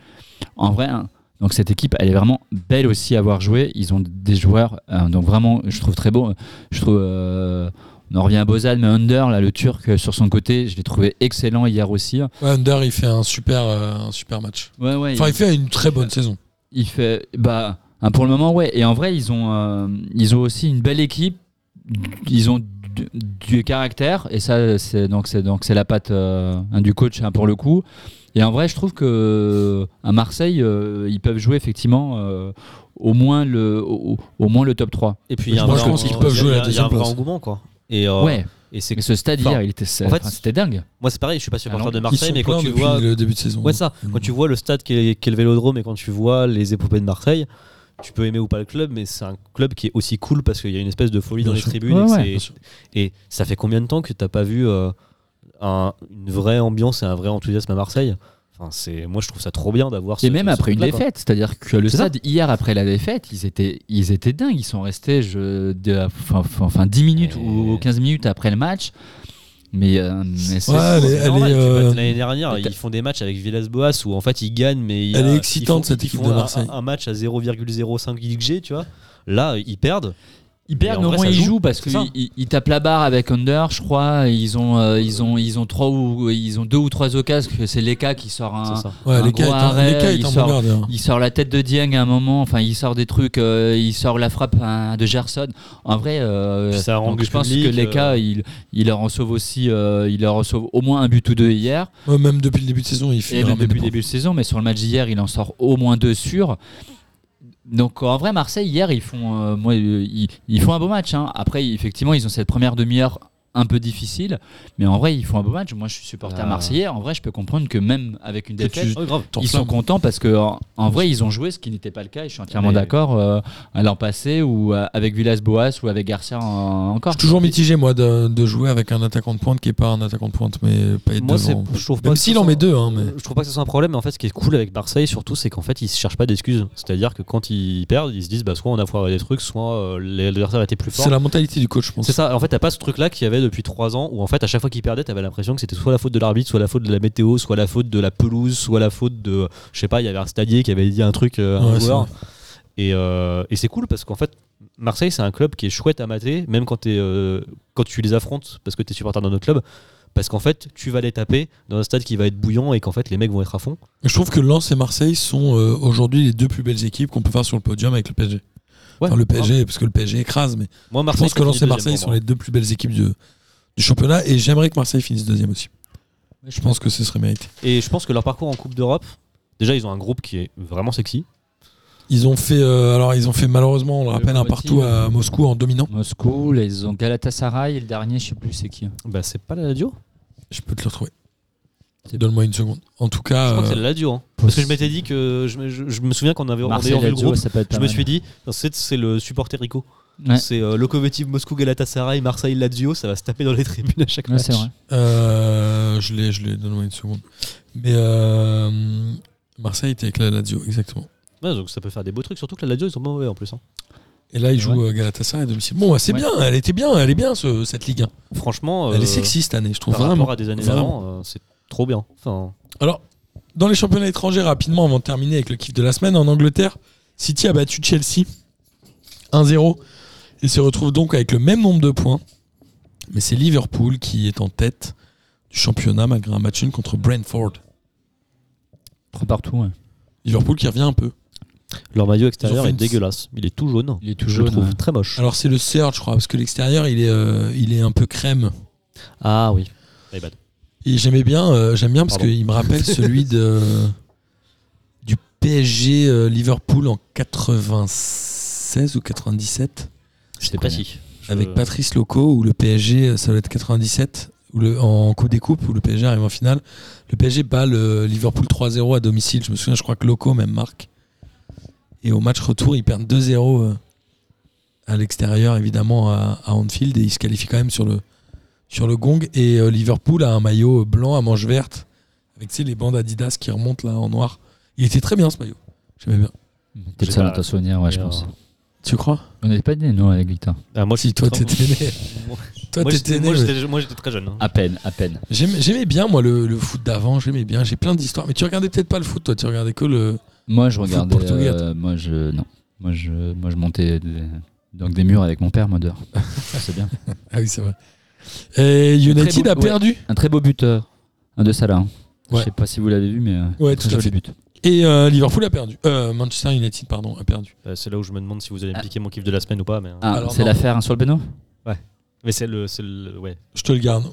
en vrai, hein, un- donc cette équipe, elle est vraiment belle aussi à voir jouer. Ils ont des joueurs, euh, donc vraiment, je trouve très beau. Je trouve, euh, on en revient à Bozal, mais Under, là, le Turc, euh, sur son côté, je l'ai trouvé excellent hier aussi. Ouais, Under, il fait un super, euh, un super match. Ouais, ouais. Enfin, il il, fait une très bonne saison. il fait, bah, hein, pour le moment, ouais. Et en vrai, ils ont, euh, ils ont aussi une belle équipe. Ils ont du, du caractère, et ça, c'est donc c'est donc c'est la patte euh, hein, du coach hein, pour le coup. Et en vrai, je trouve que à Marseille, euh, ils peuvent jouer effectivement. euh, au moins, le, au, au moins le top 3. Et puis, il y a Moi, un je vrai pense qu'ils en- peuvent il y a- jouer la il y a un deuxième vrai place. engouement, quoi. Et, euh, ouais, et c'est mais ce stade Enfin, hier, il était, en fait, enfin, c'était dingue. Moi, c'est pareil, je suis pas supporter Alors, de Ils Marseille, sont mais pleins quand tu depuis vois le début de saison. Ouais, ça. Quand tu vois le stade qu'est qu'est le vélodrome et quand tu vois les épopées de Marseille, tu peux aimer ou pas le club, mais c'est un club qui est aussi cool parce qu'il y a une espèce de folie Bien dans les sûr. tribunes. Ouais, et, que ouais. c'est- Bien sûr. et ça fait combien de temps que t'as pas vu euh, un- une vraie ambiance et un vrai enthousiasme à Marseille Enfin, c'est moi je trouve ça trop bien d'avoir. ce- Et même ce après une truc-là, quoi. défaite, c'est-à-dire que le C'est ça. stade, hier après la défaite, ils étaient, ils étaient dingues. Ils sont restés je, de- enfin, enfin, enfin, 10 minutes Et- ou 15 minutes après le match. Mais, euh, mais c'est- Ouais, elle est- C'est elle normal, est, tu euh, vois, L'année dernière, t'as- ils font des matchs avec Villas-Boas où en fait ils gagnent, mais il y a- Elle est ils excitante, font- cette ils équipe font de un- Marseille. Un, un match à 0,05 XG, tu vois. Là, ils perdent. ils Et en perdent, mais au vrai, moins ça ils joue. jouent parce C'est ça. qu'ils ils, ils tapent la barre avec Under, je crois. et Ils ont, euh, ils ont, ils ont trois ou ils ont deux ou trois occasions. que C'est Leka qui sort un, C'est ça. Ouais, un les cas gros est un- les arrêt, cas est il un bon sort- gardien. Il sort la tête de Dieng à un moment, enfin il sort des trucs, euh, il sort la frappe hein, de Gerson. En vrai, euh, Puis ça rend donc le je pense public, que les cas, euh, il, il leur en sauve aussi, euh, il leur en sauve au moins un but ou deux hier. Ouais, même depuis le début de saison, il fait Et même depuis le début de saison, mais sur le match d'hier, il en sort au moins deux sûrs. Donc en vrai, Marseille, hier, ils font, euh, moi, euh, ils, ils font un beau match. hein. Après, effectivement, ils ont cette première demi-heure un peu difficile, mais en vrai, ils font un beau match. Moi, je suis supporter Ah. marseillais. En vrai, je peux comprendre que même avec une Que défaite, tu- Oh, grave. ils sont contents parce que en, en vrai ils ont joué ce qui n'était pas le cas et je suis entièrement Mais- d'accord euh, à l'an passé ou euh, avec Villas-Boas ou avec Garcia en- encore Je suis toujours mitigé, moi, de, de jouer avec un attaquant de pointe qui est pas un attaquant de pointe, mais pas être Moi, c'est- Euh, devant. je trouve pas Même que s'il ce en soit- met deux, hein, mais. Je trouve pas que ce soit un problème, mais en fait, ce qui est cool avec Marseille, surtout, c'est qu'en fait, ils se cherchent pas d'excuses. C'est-à-dire que quand ils perdent, ils se disent, bah, soit on a foiré des trucs, soit euh, l'adversaire était plus fort. C'est la mentalité du coach, je pense. C'est ça. En fait, t'as pas ce truc-là qu'il y avait depuis 3 ans, où en fait, à chaque fois qu'ils perdaient, t'avais l'impression que c'était soit la faute de l'arbitre, soit la faute de la météo, soit la faute de la pelouse, soit la faute de, je sais pas, il y avait un stadier qui avait dit un truc euh, à un Ouais, c'est joueur. vrai. Et, euh, et c'est cool parce qu'en fait, Marseille, c'est un club qui est chouette à mater, même quand, t'es, euh, quand tu les affrontes, parce que t'es supporter d'un autre club. parce qu'en fait, tu vas les taper dans un stade qui va être bouillant et qu'en fait, les mecs vont être à fond. Je trouve que Lens et Marseille sont euh, aujourd'hui les deux plus belles équipes qu'on peut faire sur le podium avec le PSG. Ouais. Hein. Enfin, le PSG, parce que le PSG écrase, mais Moi, je Marseille, pense que Lens et Marseille sont les deux plus belles équipes du, du championnat et j'aimerais que Marseille finisse deuxième aussi. Je pense que ce serait mérité. Et je pense que leur parcours en Coupe d'Europe, déjà, ils ont un groupe qui est vraiment sexy. Ils ont fait, euh, alors ils ont fait malheureusement, on le rappelle, un Lokomotiv. partout euh, à Moscou en dominant. Moscou, là, ils ont Galatasaray et le dernier, je sais plus c'est qui. Bah, c'est pas la Lazio Je peux te le retrouver. Donne-moi une seconde. En tout Je cas, crois que c'est euh, la Lazio. hein. Parce que je m'étais dit que. Je, me- je- je me souviens qu'on avait on avait Marseille, enlevé le Lazio, groupe. ça peut être pas Je me mal. suis dit, c'est c'est le supporter Rico. Ouais. C'est euh, Lokomotiv Moscou, Galatasaray, Marseille, Lazio, ça va se taper dans les tribunes à chaque Ouais, match. c'est vrai. euh, je l'ai, je l'ai. Donne-moi une seconde. Mais euh, Marseille était avec la Lazio, exactement. Ouais, donc ça peut faire des beaux trucs, surtout que la Lazio, ils sont pas mauvais en plus. hein. Et là, ils Ouais. jouent euh, Galatasaray à domicile. Bon, bah, c'est Ouais. bien. Elle était bien. Elle est bien ce- cette Ligue 1. Franchement, Elle euh, est sexy cette année, je trouve par vraiment. rapport à des années vraiment. avant, euh, c'est trop bien. Enfin, Alors, dans les championnats étrangers, rapidement, avant de terminer avec le kiff de la semaine, en Angleterre, City a battu Chelsea 1-0 et se retrouve donc avec le même nombre de points. Mais c'est Liverpool qui est en tête du championnat malgré un match nul contre Brentford. Trois partout. ouais. Liverpool qui revient un peu. leur maillot Ils ont extérieur fait est une- dégueulasse. Il est tout jaune. Il est tout je jaune, le trouve ouais. très moche. Alors c'est le Serge, je crois, parce que l'extérieur, il, est, euh, il est un peu crème. Ah oui. My bad. Et j'aimais bien, euh, j'aime bien parce Pardon. qu'il me rappelle celui de, du PSG euh, Liverpool en 96 ou 97. Je sais pas si. Je- avec Patrice Loco où le PSG euh, ça doit être 97 où le, en Coupe des Coupes où le PSG arrive en finale le PSG bat le Liverpool 3-0 à domicile je me souviens je crois que Loco même marque et au match retour ils perdent 2-0 euh, à l'extérieur évidemment à, à Anfield et ils se qualifient quand même sur le sur le gong et euh, Liverpool a un maillot euh, blanc à manches vertes avec tu sais, les bandes Adidas qui remontent là en noir il était très bien ce maillot j'aimais bien Peut-être J'ai ça, pas- notre souvenir, ouais, je Et, pense. euh, tu crois On n'était pas nés, nous, avec Victor. Ah, moi, si toi très- t'étais né Moi- toi moi, t'étais j'étais- né moi, mais- j'étais- Moi, j'étais très jeune. hein. À peine, à peine. J'aimais j'aimais bien moi le, le foot d'avant, j'aimais bien, j'ai plein d'histoires. Mais tu regardais peut-être pas le foot, toi, tu regardais que le. Moi, je regardais. portugais, euh, moi, je. Non. Moi, je, moi, je montais des, donc des murs avec mon père, moi, dehors. C'est bien. Ah oui, c'est vrai. Et United Très beau- a ouais. perdu. Un très beau buteur. Un de Salah. hein. Ouais. Je sais pas si vous l'avez vu, mais. euh, Ouais, très tout à joli fait. but. Et euh, Liverpool a perdu. Euh, Manchester United, pardon, a perdu. Euh, C'est là où je me demande si vous allez me Ah. piquer mon kiff de la semaine ou pas. Mais, Ah, Alors, c'est non. l'affaire hein, sur le péno mais c'est le, c'est le- Ouais, Je te le garde.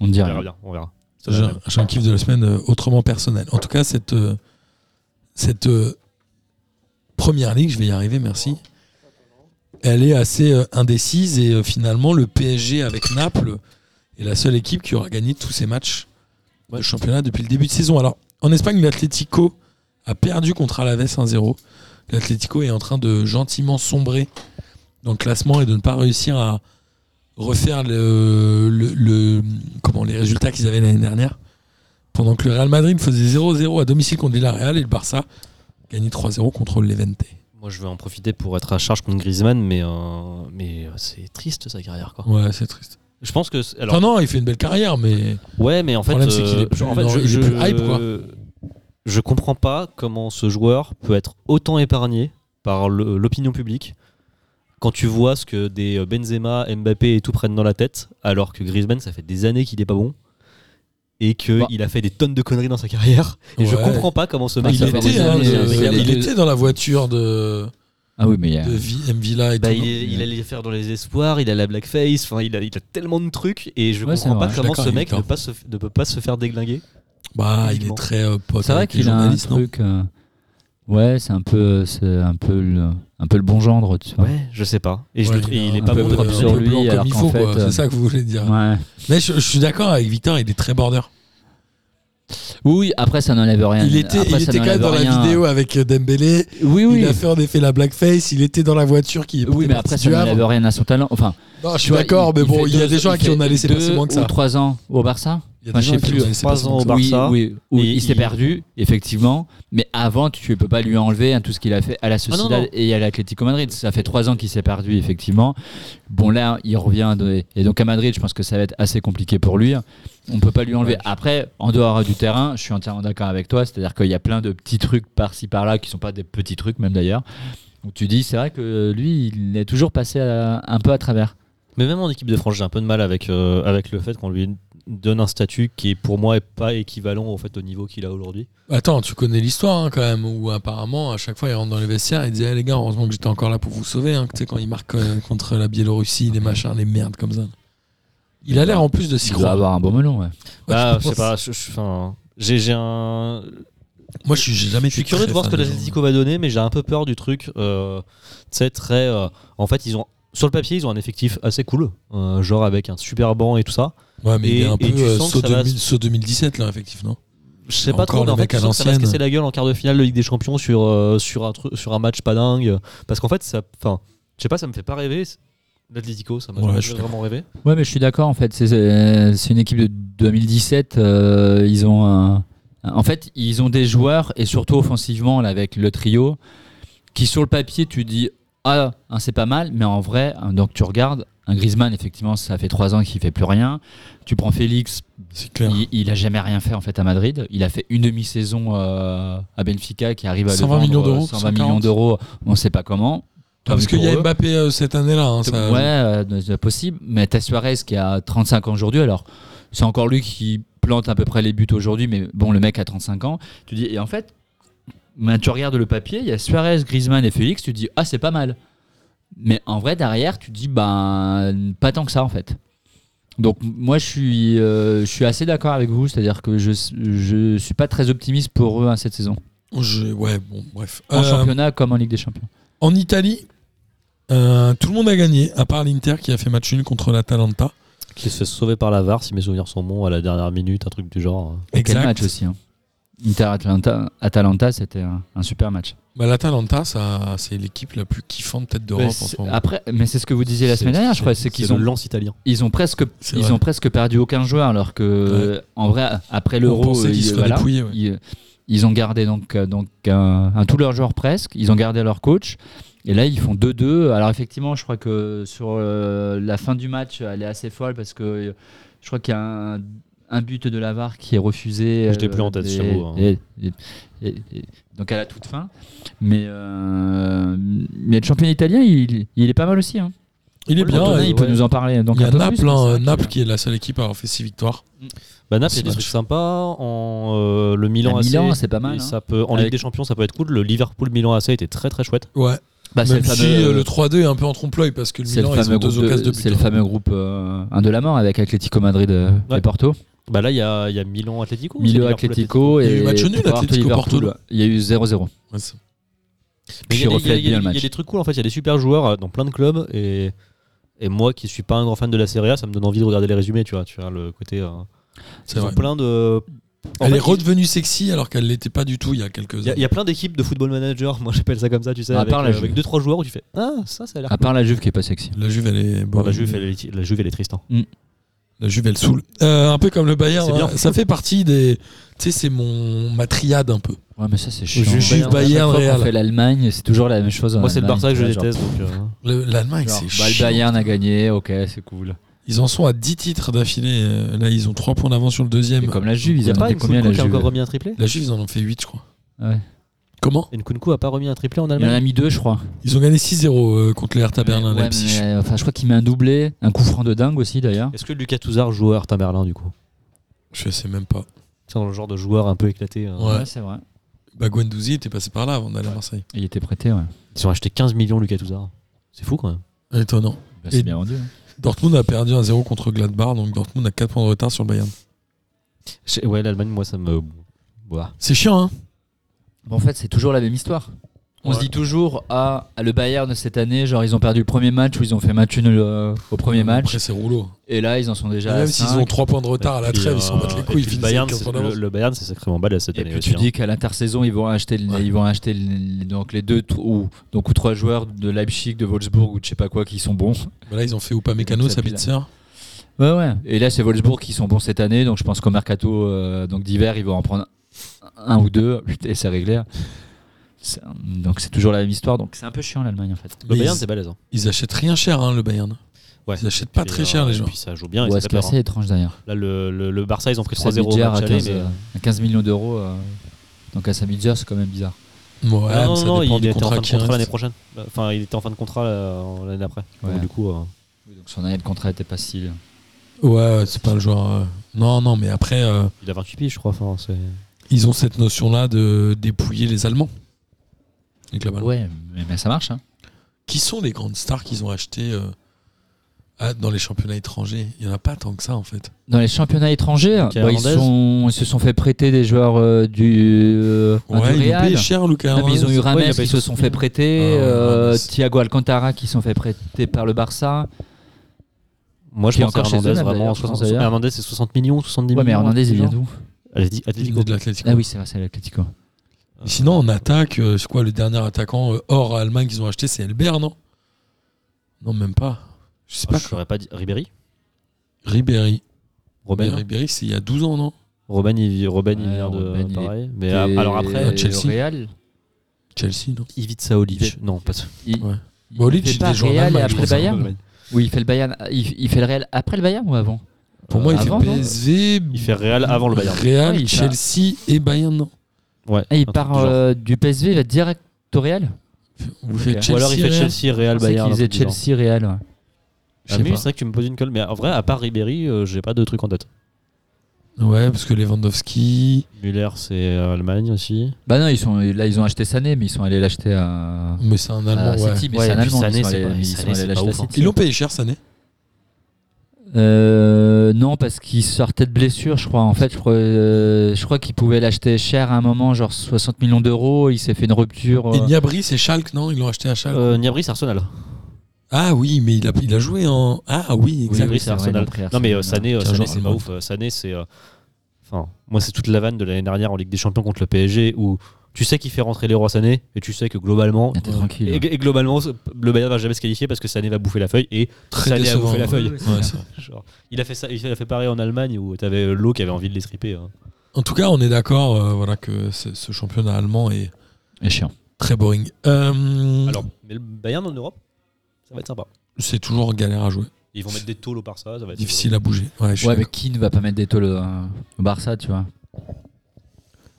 On ne dit on verra rien. bien. On verra. Ça J'ai va un- même. j'ai un kiff de la semaine euh, autrement personnel. En tout cas, cette. euh, cette euh, première ligue, je vais y arriver, merci. Elle est assez euh, indécise et euh, finalement, le PSG avec Naples est la seule équipe qui aura gagné tous ses matchs de championnat depuis le début de saison. Alors, en Espagne, l'Atlético a perdu contre Alaves 1-0. L'Atlético est en train de gentiment sombrer dans le classement et de ne pas réussir à refaire le, le- le- comment, les résultats qu'ils avaient l'année dernière. Pendant que le Real Madrid faisait 0-0 à domicile contre Villarreal et le Barça gagné 3-0 contre l'Evente. Moi, je vais en profiter pour être à charge contre Griezmann, mais, euh, mais euh, c'est triste sa carrière. Quoi. Ouais, c'est triste. Je pense que. c'est- Alors, Enfin, non, il fait une belle carrière, mais ouais, mais en fait. problème, c'est qu'il est euh, plus- en fait, non, je, il est plus je- hype, quoi. je comprends pas comment ce joueur peut être autant épargné par le- l'opinion publique quand tu vois ce que des euh, Benzema, Mbappé et tout prennent dans la tête, alors que Griezmann, ça fait des années qu'il est pas bon. Et qu'il Bah. a fait des tonnes de conneries dans sa carrière. Et je Ouais. comprends pas comment ce mec. il Ah, ça a fait euh, fait était, des hein, années, le- ça fait il des- était dans la voiture de, Ah oui, mais. euh, de Vi- M. Villa et Bah, tout. il, non est- il allait faire dans les espoirs, il a la blackface, enfin, il, a, il a tellement de trucs et je Ouais, c'est comprends pas vrai. comment Je suis ce d'accord mec ne, avec pas se- ne peut pas se faire déglinguer. Bah, il est Uniquement. très euh, pote C'est vrai avec les qu'il a un journalistes, non truc. euh, Ouais, c'est un peu, c'est un peu le, un peu le bon gendre, tu vois. Ouais, je sais pas. Et je Ouais, le tr- et il, un est pas peu- bon de un peu comme sur sur lui, euh, blanc comme alors il qu'en faut, fait, quoi. euh, C'est ça que vous voulez dire. Ouais. Mais je, je suis d'accord avec Victor, il est très border. Oui, après ça n'enlève rien. Il était, Après, il ça était quand même n'enlève dans rien. hein. la vidéo avec euh, Dembélé. Oui, oui. Il a fait en effet la blackface. Il était dans la voiture qui est Oui, mais après ça n'enlève rien à son talent. Enfin, Non, Ah, je tu suis vois, d'accord, mais bon, fait il y a deux- des gens à qui fait on a laissé passer deux moins que Ou ça. trois ans au Barça. Il y a enfin, des je gens sais à qui plus, on a laissé trois passer ans moins que au ça. bar. Oui, Barça. oui, où Et il s'est il- perdu, effectivement. Mais avant, tu peux pas lui enlever hein, tout ce qu'il a fait à la Sociedad Ah, non. et à l'Atlético Madrid. Ça fait trois ans qu'il s'est perdu, effectivement. Bon, là, il revient. de- Et donc à Madrid, je pense que ça va être assez compliqué pour lui. On peut pas lui enlever. Après, en dehors du terrain, je suis entièrement d'accord avec toi. C'est-à-dire qu'il y a plein de petits trucs par-ci par-là qui sont pas des petits trucs, même d'ailleurs. Où tu dis, c'est vrai que lui, il est toujours passé à- un peu à travers. Mais même en équipe de France, j'ai un peu de mal avec, euh, avec le fait qu'on lui donne un statut qui, est, pour moi, est pas équivalent au, fait, au niveau qu'il a aujourd'hui. Attends, tu connais l'histoire hein, quand même, où apparemment à chaque fois il rentre dans les vestiaires et il dit Eh, les gars, heureusement que j'étais encore là pour vous sauver. hein. Tu sais, quand il marque euh, contre la Biélorussie, les machins, les merdes comme ça. Il a l'air en plus de s'y Il doit croire. avoir un bon melon, ouais. Ouais, Bah, je je sais pense. pas, je- je- enfin, j'ai j'ai un. Moi, je suis j'ai jamais. Je suis curieux de voir ce que l'Atlético va donner, mais j'ai un peu peur du truc. euh, tu sais, très. euh, en fait, ils ont. Sur le papier, ils ont un effectif assez cool, euh, genre avec un super banc et tout ça. Ouais, mais il est Et- un et peu tu euh, sens saut, que ça va 2000 saut 2017 là, effectif, non Je sais pas Encore trop, mais le en fait, mec à tu sens que ça va se l'ancienne. casser la gueule en quart de finale de Ligue des Champions sur, euh, sur, un, truc- sur un match pas dingue. Parce qu'en fait, ça, enfin, je sais pas, ça me fait pas rêver. c'est- L'Atlético, ça m'a Ouais, jamais je suis vraiment rêvé. Ouais, mais je suis d'accord, en fait. C'est euh, c'est une équipe de 2017. euh, ils ont un- En fait, ils ont des joueurs, et surtout offensivement, là, avec le trio, qui sur le papier, tu dis Ah, hein, c'est pas mal, mais en vrai, hein, donc tu regardes. Un Griezmann, effectivement, ça fait trois ans qu'il fait plus rien. Tu prends Félix, C'est clair. il, il a jamais rien fait en fait à Madrid. Il a fait une demi-saison euh, à Benfica qui arrive à le 120 vendre, millions d'euros, euh, 120 millions 140. d'euros, on sait pas comment. Tant parce mieux qu'il y pour a eux. Mbappé euh, cette année-là. hein, ça- Ouais, euh, c'est possible. Mais t'as Suarez qui a 35 ans aujourd'hui. Alors, c'est encore lui qui plante à peu près les buts aujourd'hui. Mais bon, le mec a 35 ans. Tu dis, et en fait, ben, tu regardes le papier, il y a Suarez, Griezmann et Félix. Tu dis, ah, c'est pas mal. Mais en vrai, derrière, tu dis, ben, pas tant que ça, en fait. Donc, moi, je suis, euh, je suis assez d'accord avec vous. C'est-à-dire que je, je suis pas très optimiste pour eux hein, cette saison. Je- ouais, bon, bref. En Euh, championnat comme en Ligue des Champions. En Italie, euh, tout le monde a gagné, à part l'Inter qui a fait match nul contre l'Atalanta. Qui se fait sauver par la VAR, si mes souvenirs sont bons, à la dernière minute, un truc du genre. Et quel match aussi. hein. Inter-Atalanta, Atalanta, c'était un, un super match. Bah, L'Atalanta, ça, c'est l'équipe la plus kiffante tête d'Europe Mais en c'est- ce moment. après, mais c'est ce que vous disiez la semaine dernière, je crois, c'est qu'ils le ont, lance italien. ils ont presque, C'est ils vrai. ont presque perdu aucun joueur, alors que en vrai, après On l'Euro, euh, pensait qu'ils ils- seraient voilà, dépouillés, ouais. ils, ils ont gardé donc, euh, donc un, un- tous leurs joueurs presque, ils ont gardé leur coach. Et là, ils font 2-2. Alors, effectivement, je crois que sur euh, la fin du match, elle est assez folle parce que euh, je crois qu'il y a un, un but de Lavar qui est refusé. euh, Je l'ai plus en tête, et- je t'avoue, hein. et- et- et- et- donc, à la toute fin. Mais, euh, mais le championnat italien, il, il est pas mal aussi. hein. Il est Antonin, bien. euh, il peut ouais. nous en parler. Donc il y a un peu Naples, plus, mais hein, c'est vrai Naples qu'il- qui est la seule équipe à avoir fait 6 victoires. Bah, Naples, il y a des Match. trucs sympas. En, euh, le Milan À AC. Milan, c'est pas mal, et hein. Ça peut, en Avec- Ligue des Champions, ça peut être cool. Le Liverpool-Milan AC était très très chouette. Ouais. Bah, c'est Même le si fameux- euh, le 3-2 est un peu en trompe-l'œil parce que le C'est le Milan, ils fameux ont groupe, deux occasions de de, but. c'est le fameux groupe, euh, un de la mort avec Atlético Madrid euh, Ouais. et Porto. Bah là, il y a, il y a Milan-Atlético. ou c'est Milo Liverpool-Atlético Atlético et Il y a eu match nul, Porto, Atlético, Liverpool. Porto. Il y a eu 0-0. Ouais, c'est- Mais Puis il y a des- il y a- reflète il y a- bien le Il y a match. des trucs cool en fait, il y a des super joueurs euh, dans plein de clubs et, et moi qui suis pas un grand fan de la Serie A, ça me donne envie de regarder les résumés, tu vois, tu vois le côté euh, c'est ils ont vrai. plein de en Elle fait, est redevenue sexy alors qu'elle l'était pas du tout il y a quelques il y, a- il y a plein d'équipes de football manager, moi j'appelle ça comme ça, tu sais, Ah, À avec, part la euh, Juve. avec deux trois joueurs où tu fais ah ça ça a l'air. À part la Juve qui est pas sexy. La Juve, elle est. Bon, bon, la Juve elle est la Juve elle est triste. hein. La Juve, elle saoule. Euh, un peu comme le Bayern. C'est bien. hein. Ça fait partie des. Tu sais, c'est mon ma triade un peu. Ouais, mais ça c'est chiant. Juve, Bayern, Bayern, à chaque fois qu'on Real. fait l'Allemagne, c'est toujours Bah, la même chose. en Moi c'est le Allemagne, Barça que je tu vois, déteste donc euh, Le- L'Allemagne, genre, c'est bah, le chiant. Bayern a gagné, ok, c'est cool. Ils en sont à 10 titres d'affilée. euh, Là, ils ont 3 points d'avance sur le Et deuxième. comme la Juve, il ils y a en pas ont une combien la qui a Juve encore remis un triplé La Juve, ils en ont fait 8, je crois. Ouais. Comment Nkunku a pas remis un triplé en Il en Allemagne. a mis deux, je crois. Ils ont gagné 6-0 euh, contre les Hertha Berlin, Ouais, Leipzig. mais, euh, enfin, je crois qu'il met un doublé, un coup franc de dingue aussi d'ailleurs. Est-ce que Lucas Touzard joue à Hertha Berlin du coup Je sais même pas. C'est le genre de joueur un peu éclaté. hein. Ouais. c'est vrai. Bah, Guendouzi était passé par là avant d'aller à Marseille. Il était prêté, ouais. Ils ont acheté 15 millions Lucas Touzard. C'est fou quand même. Étonnant. Bah, Et- c'est bien rendu. hein. Dortmund a perdu 1-0 contre Gladbach, donc Dortmund a 4 points de retard sur le Bayern. Je- Ouais, l'Allemagne moi ça me Ouah. C'est chiant, hein Bon, en fait, c'est toujours la même histoire. On Ouais. se dit toujours, ah, le Bayern de cette année, genre, ils ont perdu le premier match où ils ont fait match nul euh, au premier match. Après, c'est rouleau. Et là, ils en sont déjà à Même s'ils cinq. ont 3 points de retard à la Et puis, trêve, ils s'en euh, battent les et couilles. puis ils le finissent Bayern, avec 15 c'est- points le, d'avance. le Bayern, c'est sacrément balèze cette Et année puis aussi. tu hein. dis qu'à l'intersaison, ils vont acheter, le- Ouais. ils vont acheter le- donc les deux tr- ou donc ou trois joueurs de Leipzig, de Wolfsburg ou de je sais pas quoi qui sont bons. Bah Là, ils ont fait Upamecano, Donc, ça sa pue, là. pizza. Ouais ouais. Et là, c'est Wolfsburg qui sont bons cette année, donc je pense qu'au mercato euh, donc d'hiver, ils vont en prendre un ou deux et c'est réglé. C'est- Donc c'est toujours la même histoire. Donc c'est un peu chiant l'Allemagne en fait. Le Mais Bayern, ils- c'est balèze. hein. Ils achètent rien cher, hein, le Bayern. Ouais. Ils achètent pas Puis, très euh, cher, les et gens. Puis ça joue bien. et Ou à ça se fait peur, classer hein. étrange d'ailleurs. Là, le, le, le Barça, ils ont pris 3-0 au 3-0 à match aller, 15, mais- euh, à 15 millions d'euros. euh, donc à Samidjer, c'est quand même bizarre. Ouais, Ah mais non, ça non, dépend il du était en contrat fin de qui contrat l'année reste. prochaine. Enfin, il était en fin de contrat euh, l'année d'après. Ouais. Donc, du coup, euh, Oui, donc son année de contrat était pas si. Ouais, ouais, c'est pas le genre. euh, Non, non, mais après, euh, Il a 28 piges, je crois. enfin, c'est- ils ont cette notion-là de dépouiller les Allemands. Et globalement. Ouais, mais, mais ça marche. hein. Qui sont les grandes stars qu'ils ont achetées euh, à- dans les championnats étrangers Il n'y en a pas tant que ça, en fait. Dans les championnats étrangers, Lucas bah, ils, Hernandez. sont- ils se sont fait prêter des joueurs euh, du, euh, du Ouais, ils ont Real. payé cher, Lucas. Non, mais ils ont eu Hernandez. Rames Ouais, il a pas qui été se sont soutenu. fait prêter, Ah ouais, euh, Rames. Thiago Alcantara qui se sont fait prêter par le Barça. Moi, je Qui est pense à encore chez Hernandez, Zidane, vraiment. d'ailleurs, je pense, 60... d'ailleurs. Hernandez, c'est 60 millions, 70 Ouais, mais millions. Hernandez, il vient genre. d'où Allez, dis- Il Atlético. est de l'Atlético. Ah oui, c'est vrai, c'est l'Atlético. Mais Sinon, en attaque, euh, c'est quoi le dernier attaquant euh, hors allemand qu'ils ont acheté C'est Elbert, non Non, même pas. Je sais Ah, pas. Je saurais pas dit Ribéry Ribéry. Mais Ben Robben Ribéry, c'est il y a 12 ans, non Robben, il, vit- Robben, il Ouais, vient de. Robben, il pareil. Mais a- alors après, euh, Chelsea. le Real. Chelsea, non Ivica Olic. Non, pas ça. Il, Ouais. Olic, fait il pas était joueur en Real et Allemagne, après je le pense. Bayern Oui, il fait le Bayern. Il, il fait le Real après le Bayern ou avant Pour moi, il Euh, avant, fait non PSV. Il fait Real avant le Bayern. Real, Ouais, il fait- Chelsea et Bayern, non Ouais, Et un Il truc part du genre. euh, du PSV, il va direct au Real Vous faites Chelsea. Ou alors il fait Real Chelsea, Real, Ah, Bayern. Il un faisait truc du genre. Chelsea, Real. ouais. Je Ah, sais mais oui, pas. c'est vrai que tu me poses une colle, mais en vrai, à part Ribéry, euh, j'ai pas de truc en tête. Ouais, parce que Lewandowski. Müller, c'est euh, Allemagne aussi. Bah non, ils sont, là, ils ont acheté Sané, mais ils sont allés l'acheter à. Mais c'est un à Allemand, ouais. Ah, City, mais Ouais, c'est un et puis Allemand. Sané, Ils sont c'est allés pas- ils Sané, sont allés c'est pas l'acheter à ouf, hein. City. Ils l'ont payé cher cette année. Euh, non, parce qu'il sortait de blessure, je crois. En fait, je crois, euh, je crois qu'il pouvait l'acheter cher à un moment, genre 60 millions d'euros. Il s'est fait une rupture. Et euh, Niabri, c'est Schalke, non Ils l'ont acheté à Schalke. Euh, Niabri, c'est Arsenal. Ah oui, mais il a, il a joué en. Ah oui, Oui, exact. oui, Niabri, c'est c'est vrai, Arsenal. d'après Non, mais euh, Arsenal, Sané, euh, Tiens, Sané, genre c'est pas allemand. ouf. Euh, Sané, c'est. euh, Enfin, moi, c'est toute la vanne de l'année dernière en Ligue des Champions contre le PSG où tu sais qu'il fait rentrer les rois Sané et tu sais que globalement. T'es tranquille. Et, et globalement, le Bayern va jamais se qualifier parce que Sané va bouffer la feuille et Très Sané décevant. a bouffé la ouais. feuille. Ouais, c'est vrai. Genre, il a fait ça, il a fait pareil en Allemagne où t'avais euh, Lowe qui avait envie de les stripper. hein. En tout cas, on est d'accord euh, voilà, que ce ce championnat allemand est Et chiant. très boring. Euh, Alors, mais le Bayern en Europe, ça va être sympa. c'est toujours galère à jouer. Ils vont mettre des tôles au Barça, ça va être Difficile à bouger. Ouais, je suis Ouais, mais d'accord. qui ne va pas mettre des tôles au, au Barça, tu vois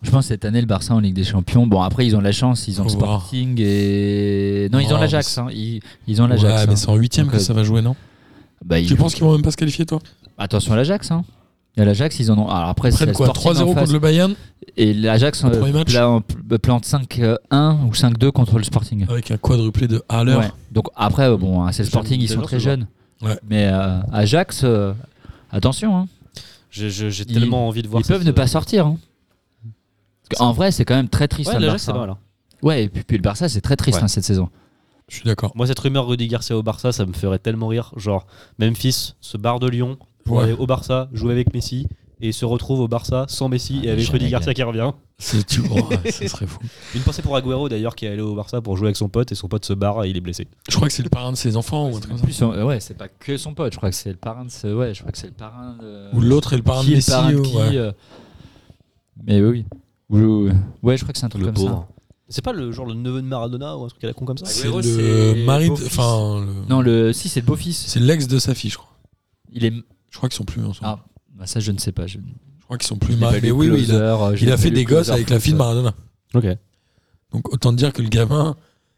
Je pense que cette année, le Barça en Ligue des Champions. Bon, après, ils ont de la chance. Ils ont le Faut voir. Sporting et. Non, ils Non, ont mais l'Ajax. c'est- hein, Ils, ils ont Ouais, l'Ajax. mais hein. c'est en huitième Donc, que euh, ça va jouer, non Bah, Tu ils- penses qu'ils vont même pas se qualifier, toi Attention à l'Ajax. Hein. Et à l'Ajax, ils en ont. Alors après, Ils c'est prennent le quoi Sporting 3-0 en face. contre le Bayern Et l'Ajax Au premier euh, match pla- euh, plante 5-1 ou 5-2 contre le Sporting. avec un quadruplé de Haller. Ouais. Donc après, euh, bon, hein, c'est le Jeune Sporting, ils sont joueur, très ce joueur. jeunes. Ouais. Mais euh, Ajax, euh, attention, hein. J'ai j'ai- j'ai Ils- tellement envie de voir. ils peuvent cette- ne pas sortir. hein. Parce qu'en vrai, c'est quand même très triste. Ouais, hein, le l'Ajax, c'est Barça. pas mal. hein. Ouais, et puis, puis le Barça, c'est très triste Ouais. hein, cette saison. Je suis d'accord. Moi, cette rumeur Rudy Garcia au Barça, ça me ferait tellement rire. Genre, Memphis se barre de Lyon pour Ouais. aller au Barça, jouer avec Messi, et se retrouve au Barça sans Messi Ah, et avec jamais, Rudy Garcia gars. qui revient. C'est tu oh, ouais, ça serait fou. Une pensée pour Agüero d'ailleurs, qui est allé au Barça pour jouer avec son pote, et son pote se barre et il est blessé. Je crois que c'est le parrain de ses enfants ou un truc En comme ça. plus, euh, ouais, c'est pas que son pote. Je crois que c'est le parrain de. ce- Ouais, je crois que c'est le parrain. de- Ou l'autre est le parrain qui de est Messi. le parrain de ou- qui, ouais. euh, Mais oui, oui. Ou- Ouais, je crois que c'est un truc comme C'est pas le genre le neveu de Maradona ou un truc à la con comme ça C'est Agüero, le c'est mari, de- beau-fils. enfin, le- ça. Non, le... si, c'est le beau-fils. c'est l'ex de sa fille, je crois. Il est. Je crois qu'ils sont plus ensemble. Ah, bah, ça, je ne sais pas. Je... Je crois qu'ils sont plus mariés. Mais oui, oui, il a, euh, il a fait des gosses avec la fille de Maradona. Ok. Donc autant dire que le gamin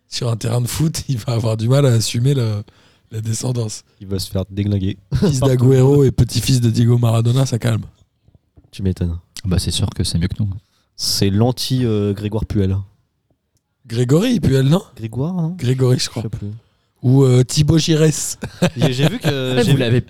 sur un terrain de foot, il va avoir du mal à assumer le- la descendance. Il va se faire déglinguer. Fils euh, d'Agüero et petit-fils de Diego Maradona, ça calme. Tu m'étonnes. Bah, c'est sûr que c'est mieux que nous. Euh, C'est l'anti euh, Grégoire Puel. Grégory, puis elle, non Grégoire hein Grégory, je crois. sais plus. Ou euh, Thibaut Giresse. J'ai j'ai vu que. j'ai vous vu- l'avez.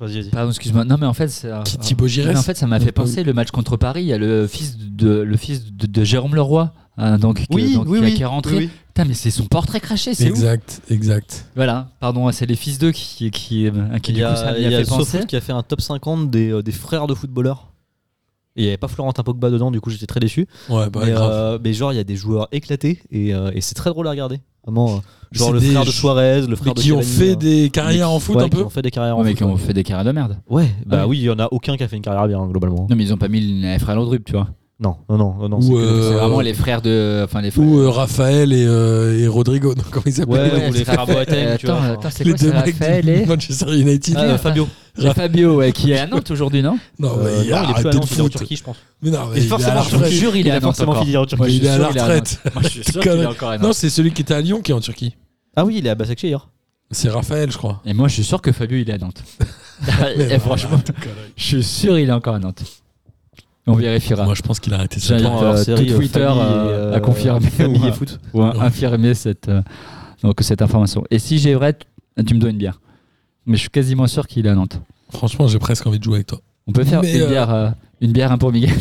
Vas-y, vas-y. Pardon, excuse-moi. Non, mais en fait, c'est. Qui Thibaut Mais en Giresse fait, ça m'a Non, fait pas penser le match contre Paris. Il y a le fils de le fils de, de Jérôme Leroy, hein, donc, qui- donc, qui, qui est rentré. oui, oui. Putain, mais c'est son portrait craché, c'est ouf. Exact, exact. Voilà. Pardon, hein, c'est les fils d'eux qui qui euh, qui Il y du coup ça a, m'y il y a a fait penser. Sofoot qui a fait un top 50 des, euh, des frères de footballeurs. Et il n'y avait pas Florentin Pogba dedans, du coup j'étais très déçu. Ouais, bah, mais, grave. euh, mais genre, il y a des joueurs éclatés et, euh, et c'est très drôle à regarder. Vraiment, euh, Mais genre c'est le des frère de jou- Suarez, le frère Mais de qui ont Cavani, fait hein. des carrières Mais qui- en foot ouais, un Qui peu ont fait des carrières Ouais, en mais foot. qui ont fait des carrières de merde. Ouais, bah Ah oui. oui, il n'y en a aucun qui a fait une carrière bien, globalement. Non, mais ils ont pas mis les frères Laudrup, tu vois. Non, non, non, non. non, Ou, c'est que- euh, C'est vraiment les frères de, enfin les frères. Ou euh, Raphaël et, euh, et Rodrigo, non, comment ils s'appellent Ouais, les- ou les frères Boateng, tu Attends, vois, attends, c'est Les quoi deux c'est mecs Raphaël de et Manchester United. Ah, euh, Fabio. et Fabio, ouais, qui est à Nantes aujourd'hui, non Non, mais Euh, il non, il a est plus à arrêté de Nantes, il est en foot. Turquie, je pense. Mais non, mais Et il est à la forcément, Je te retraite. jure, il est à a Nantes forcément encore. fini en Moi, je Turquie. suis Il est à sûr, la il est à retraite. Nantes. Moi, je suis sûr qu'il est encore à Non, Nantes. c'est celui qui était à Lyon qui est en Turquie. Ah oui, il est à Basakci hier. C'est Raphaël, je crois. Et moi, je suis sûr que Fabio, il est à Nantes. Eh, Et franchement, je suis sûr il est encore à Nantes. On vérifiera. Moi, je pense qu'il a arrêté ça. J'invite J'attends, euh, euh, série, tout euh, Twitter famille et, euh, à euh, confirmer famille ou et à- foot. ou à infirmer cette, euh, donc, cette information. Et si j'ai vrai, t- tu me donnes bien. Mais je suis quasiment sûr qu'il est à Nantes. Franchement, j'ai presque envie de jouer avec toi. On peut faire Mais, une, euh, bière, euh, une bière, un pour Miguel.